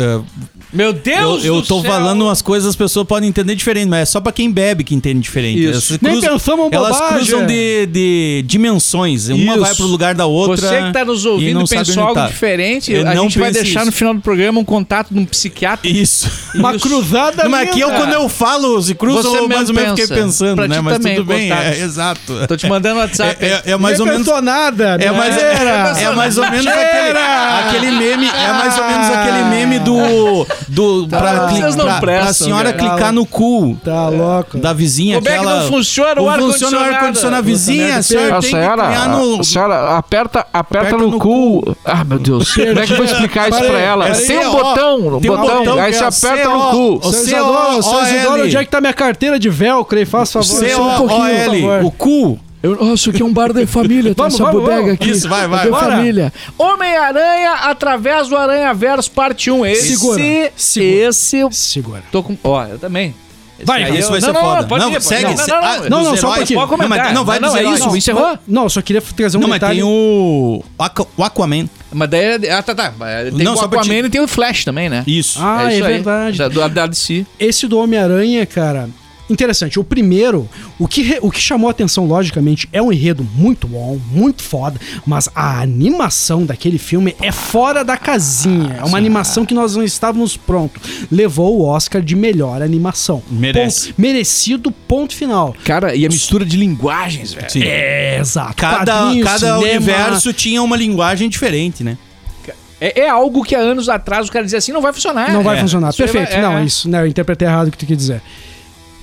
[SPEAKER 3] uh,
[SPEAKER 2] Meu Deus
[SPEAKER 3] eu, eu
[SPEAKER 2] do
[SPEAKER 3] tô
[SPEAKER 2] céu.
[SPEAKER 3] falando umas coisas, as pessoas podem entender diferente, mas é só pra quem bebe que entende diferente.
[SPEAKER 2] Isso.
[SPEAKER 3] Elas se
[SPEAKER 4] Nem
[SPEAKER 3] cruzam-
[SPEAKER 4] pensamos
[SPEAKER 3] Elas
[SPEAKER 4] bobagem.
[SPEAKER 3] cruzam de, de dimensões. Uma
[SPEAKER 2] é. Isso.
[SPEAKER 3] vai pro lugar da outra.
[SPEAKER 2] Você que tá nos ouvindo e,
[SPEAKER 3] não sabe
[SPEAKER 2] pensou
[SPEAKER 3] onde
[SPEAKER 2] algo
[SPEAKER 3] tá.
[SPEAKER 2] diferente,
[SPEAKER 3] Eu
[SPEAKER 2] a
[SPEAKER 3] não
[SPEAKER 2] gente vai
[SPEAKER 3] pense
[SPEAKER 2] deixar
[SPEAKER 3] isso.
[SPEAKER 2] no final do programa um contato de um psiquiatra. (laughs)
[SPEAKER 3] Isso.
[SPEAKER 4] Uma
[SPEAKER 2] Isso.
[SPEAKER 4] cruzada
[SPEAKER 3] Não, mas aqui é eu,
[SPEAKER 2] linda.
[SPEAKER 3] quando eu falo, se cruzam,
[SPEAKER 2] Você
[SPEAKER 3] eu mais
[SPEAKER 2] mesmo
[SPEAKER 3] ou menos fiquei
[SPEAKER 2] pensa.
[SPEAKER 3] pensando,
[SPEAKER 2] Pra
[SPEAKER 3] né?
[SPEAKER 2] ti
[SPEAKER 3] Mas
[SPEAKER 2] também,
[SPEAKER 3] tudo bem,
[SPEAKER 2] contatos.
[SPEAKER 3] é, exato.
[SPEAKER 2] Tô te mandando WhatsApp.
[SPEAKER 3] É, é- é mais ou menos.
[SPEAKER 4] nada. né?
[SPEAKER 3] É mais,
[SPEAKER 4] era.
[SPEAKER 3] é, mais ou menos aquele, aquele meme. É mais ou menos aquele meme do. do pra,
[SPEAKER 2] Ah. Tá. vocês
[SPEAKER 3] cli-
[SPEAKER 2] não
[SPEAKER 3] pra- pra
[SPEAKER 2] prestam,
[SPEAKER 3] senhora
[SPEAKER 2] cara.
[SPEAKER 3] clicar no cu
[SPEAKER 4] Tá louco.
[SPEAKER 3] da vizinha.
[SPEAKER 2] Como é que
[SPEAKER 3] aquela-
[SPEAKER 2] não funciona o
[SPEAKER 3] Não
[SPEAKER 2] ar-condicionado?
[SPEAKER 3] funciona o ar-condicionado?
[SPEAKER 2] Puta
[SPEAKER 3] Vizinha, a senhora
[SPEAKER 8] A
[SPEAKER 3] tem que clicar
[SPEAKER 8] senhora,
[SPEAKER 3] no.
[SPEAKER 8] a senhora aperta, aperta,
[SPEAKER 3] Aperta
[SPEAKER 8] no,
[SPEAKER 3] no
[SPEAKER 8] cu. Ah, meu Deus. Como é que eu vou explicar isso pra ela?
[SPEAKER 3] É
[SPEAKER 8] tem um
[SPEAKER 3] CO,
[SPEAKER 8] botão,
[SPEAKER 3] tem um
[SPEAKER 8] botão.
[SPEAKER 3] botão
[SPEAKER 8] aí
[SPEAKER 3] que
[SPEAKER 8] você
[SPEAKER 3] é
[SPEAKER 8] aperta
[SPEAKER 3] CO.
[SPEAKER 8] no cu.
[SPEAKER 3] O
[SPEAKER 4] Seu Isidoro, seu Isidoro, onde é que tá minha carteira de velcro aí? Faz favor. Só um pouquinho, por favor.
[SPEAKER 3] C-O-O-L. O cu.
[SPEAKER 8] Eu, nossa, aqui é um bar da família. Tem
[SPEAKER 4] Vamos,
[SPEAKER 8] essa
[SPEAKER 4] vamos,
[SPEAKER 8] bodega
[SPEAKER 4] vamos.
[SPEAKER 8] aqui.
[SPEAKER 3] Isso, vai, vai,
[SPEAKER 8] É da
[SPEAKER 3] bora.
[SPEAKER 8] família.
[SPEAKER 2] Homem-Aranha através do Aranha Verso parte 1. Esse,
[SPEAKER 4] Segura, segura.
[SPEAKER 2] esse eu
[SPEAKER 4] Segura.
[SPEAKER 2] tô com, ó, eu também. Esse
[SPEAKER 4] Vai,
[SPEAKER 2] aí
[SPEAKER 3] Cara,
[SPEAKER 2] eu-
[SPEAKER 3] isso vai
[SPEAKER 2] não,
[SPEAKER 3] ser
[SPEAKER 2] não,
[SPEAKER 3] foda.
[SPEAKER 2] Não, pode ir,
[SPEAKER 3] Não,
[SPEAKER 2] pode ir.
[SPEAKER 3] segue.
[SPEAKER 2] Não,
[SPEAKER 3] se-
[SPEAKER 2] não,
[SPEAKER 3] ah,
[SPEAKER 2] não,
[SPEAKER 3] dos
[SPEAKER 4] não, só um
[SPEAKER 3] heróis.
[SPEAKER 4] pouquinho.
[SPEAKER 2] Pode
[SPEAKER 3] Não, mas
[SPEAKER 2] comentar.
[SPEAKER 3] não vai
[SPEAKER 2] Não,
[SPEAKER 3] dos
[SPEAKER 2] é
[SPEAKER 3] heróis.
[SPEAKER 2] isso, encerrou?
[SPEAKER 4] Não, eu só queria trazer um
[SPEAKER 3] Não, mas
[SPEAKER 4] detalhe.
[SPEAKER 3] tem o. Aqua- O Aquaman.
[SPEAKER 2] Mas daí era. Ah, tá, tá. Mas Tem
[SPEAKER 3] Não,
[SPEAKER 2] o
[SPEAKER 3] só pra
[SPEAKER 2] Aquaman
[SPEAKER 3] te-
[SPEAKER 2] e tem o Flash também, né?
[SPEAKER 3] Isso.
[SPEAKER 4] Ah, é,
[SPEAKER 2] isso aí.
[SPEAKER 4] verdade.
[SPEAKER 2] Da, da, da DC.
[SPEAKER 4] Esse do Homem-Aranha, cara. Interessante, o primeiro, o que, re- o que chamou a atenção, logicamente, é um enredo muito bom, muito foda, mas a animação daquele filme é fora da casinha. É
[SPEAKER 3] Ah,
[SPEAKER 4] uma animação que nós não estávamos prontos. Levou o Oscar de melhor animação.
[SPEAKER 3] Merece.
[SPEAKER 4] Ponto- merecido, ponto final.
[SPEAKER 2] Cara, e a mistura de linguagens, velho.
[SPEAKER 3] Sim.
[SPEAKER 4] É, exato.
[SPEAKER 3] Cada,
[SPEAKER 4] Quadrinhos, cinema,
[SPEAKER 3] cada universo tinha uma linguagem diferente, né?
[SPEAKER 2] É, é algo que há anos atrás o cara dizia assim, não vai funcionar.
[SPEAKER 4] Não vai
[SPEAKER 3] É.
[SPEAKER 4] funcionar.
[SPEAKER 2] Isso aí
[SPEAKER 4] Perfeito.
[SPEAKER 2] vai- é,
[SPEAKER 4] Não,
[SPEAKER 2] é.
[SPEAKER 4] isso, né? Eu interpretei errado o que tu quer dizer.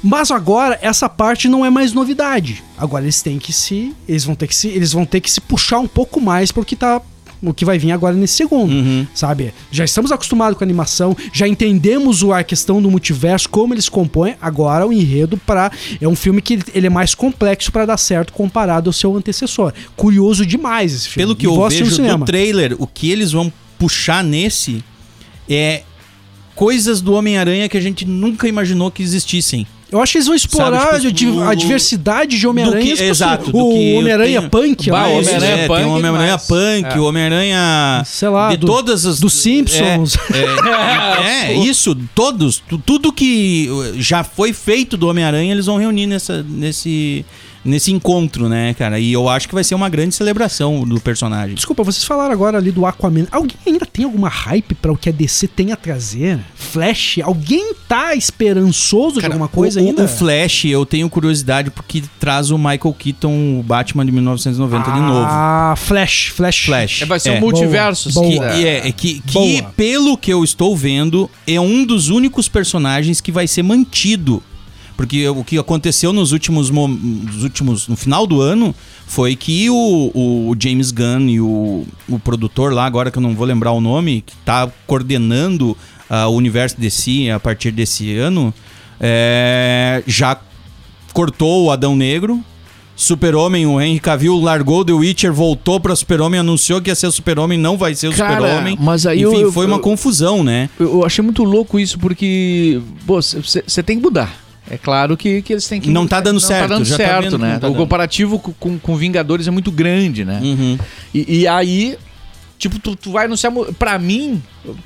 [SPEAKER 4] Mas agora essa parte não é mais novidade. Agora eles têm que se, eles vão ter que se, eles vão ter que se puxar um pouco mais porque tá o que vai vir agora nesse segundo, sabe? Já estamos acostumados com a animação, já entendemos o- a questão do multiverso, como eles compõem. Agora o enredo para é um filme que ele, ele é mais complexo para dar certo comparado ao seu antecessor. Curioso demais esse filme.
[SPEAKER 3] Pelo que
[SPEAKER 4] E
[SPEAKER 3] eu
[SPEAKER 4] vou assistir no
[SPEAKER 3] vejo do
[SPEAKER 4] cinema.
[SPEAKER 3] trailer, o que eles vão puxar nesse é coisas do Homem-Aranha que a gente nunca imaginou que existissem.
[SPEAKER 4] Eu acho que eles vão explorar
[SPEAKER 3] tipo,
[SPEAKER 4] a di-
[SPEAKER 3] o-
[SPEAKER 4] a diversidade de Homem-Aranha. tipo assim,
[SPEAKER 3] que- exato, do que
[SPEAKER 4] O
[SPEAKER 3] eu
[SPEAKER 4] Homem-Aranha
[SPEAKER 3] tenho-
[SPEAKER 4] Punk, né?
[SPEAKER 5] Bah,
[SPEAKER 4] lá,
[SPEAKER 5] o
[SPEAKER 3] É,
[SPEAKER 4] esse-
[SPEAKER 5] Homem-Aranha
[SPEAKER 3] é,
[SPEAKER 5] punk
[SPEAKER 3] Tem o Homem-Aranha
[SPEAKER 5] demais.
[SPEAKER 3] Punk, o Homem-Aranha.
[SPEAKER 4] Sei lá,
[SPEAKER 3] De
[SPEAKER 4] do-
[SPEAKER 3] todas as.
[SPEAKER 4] dos Simpsons.
[SPEAKER 3] É, é, isso, todos. tu- Tudo que já foi feito do Homem-Aranha, eles vão reunir nessa, nesse, nesse encontro, né, cara? E eu acho que vai ser uma grande celebração do
[SPEAKER 4] (laughs)
[SPEAKER 3] personagem.
[SPEAKER 4] Desculpa, vocês falaram agora ali do Aquaman. Alguém ainda tem alguma hype pra o que a DC tem a trazer? Flash? Alguém tá esperançoso de alguma coisa
[SPEAKER 3] o, o-
[SPEAKER 4] ainda?
[SPEAKER 3] O Flash, eu tenho curiosidade porque traz o Michael Keaton, o Batman de 1990 de novo.
[SPEAKER 4] Ah, Flash, Flash.
[SPEAKER 3] Flash.
[SPEAKER 5] É, vai ser
[SPEAKER 3] É.
[SPEAKER 5] um multiverso.
[SPEAKER 4] Boa,
[SPEAKER 2] assim.
[SPEAKER 5] se
[SPEAKER 3] Que,
[SPEAKER 5] quiser.
[SPEAKER 3] e é, é que, que,
[SPEAKER 4] Boa.
[SPEAKER 3] pelo que eu estou vendo, é um dos únicos personagens que vai ser mantido. Porque o que aconteceu nos últimos, mo- nos últimos no final do ano foi que o, o James Gunn e o, o produtor lá, agora que eu não vou lembrar o nome, que tá coordenando ah, o universo DC a partir desse ano, é, já cortou o Adão Negro. Super-Homem, o Henry Cavill largou The Witcher, voltou pra Super-Homem, anunciou que ia ser Super-Homem, não vai ser o
[SPEAKER 2] Cara,
[SPEAKER 3] Super-Homem.
[SPEAKER 2] mas aí
[SPEAKER 3] Enfim,
[SPEAKER 2] eu-
[SPEAKER 3] foi uma
[SPEAKER 2] eu-
[SPEAKER 3] confusão, né?
[SPEAKER 2] Eu eu achei muito louco isso, porque você tem que mudar. É claro que, que eles têm que.
[SPEAKER 3] Não tá dando certo,
[SPEAKER 2] Tá dando
[SPEAKER 3] já tá
[SPEAKER 2] certo,
[SPEAKER 3] vendo que
[SPEAKER 2] né?
[SPEAKER 3] não tá
[SPEAKER 2] o
[SPEAKER 3] dando.
[SPEAKER 2] comparativo co- com, com Vingadores é muito grande, né?
[SPEAKER 3] Uhum.
[SPEAKER 2] E, e aí, tipo, tu, tu vai anunciar. mu- Pra mim,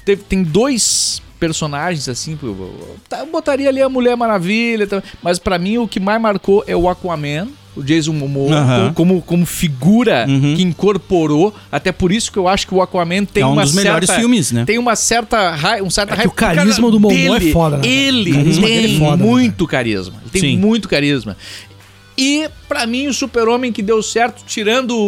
[SPEAKER 2] teve- tem dois personagens assim. pô, Eu tá, eu botaria ali a Mulher Maravilha. tá, mas pra mim, o que mais marcou é o Aquaman. O Jason Momoa
[SPEAKER 3] Aham.
[SPEAKER 2] como, como figura
[SPEAKER 3] Uhum.
[SPEAKER 2] que incorporou. Até por isso que eu acho que o Aquaman tem
[SPEAKER 3] É um
[SPEAKER 2] uma
[SPEAKER 3] dos melhores
[SPEAKER 2] certa-
[SPEAKER 3] filmes, né?
[SPEAKER 2] tem uma certa raiva, um certo
[SPEAKER 4] É que
[SPEAKER 2] raiva.
[SPEAKER 4] o carisma do Momoa é foda, né, cara?
[SPEAKER 2] Ele
[SPEAKER 4] O carisma dele
[SPEAKER 2] tem
[SPEAKER 4] é foda, né,
[SPEAKER 2] muito carisma. Ele tem
[SPEAKER 3] Sim.
[SPEAKER 2] muito carisma. E, pra mim, o super-homem que deu certo, tirando o,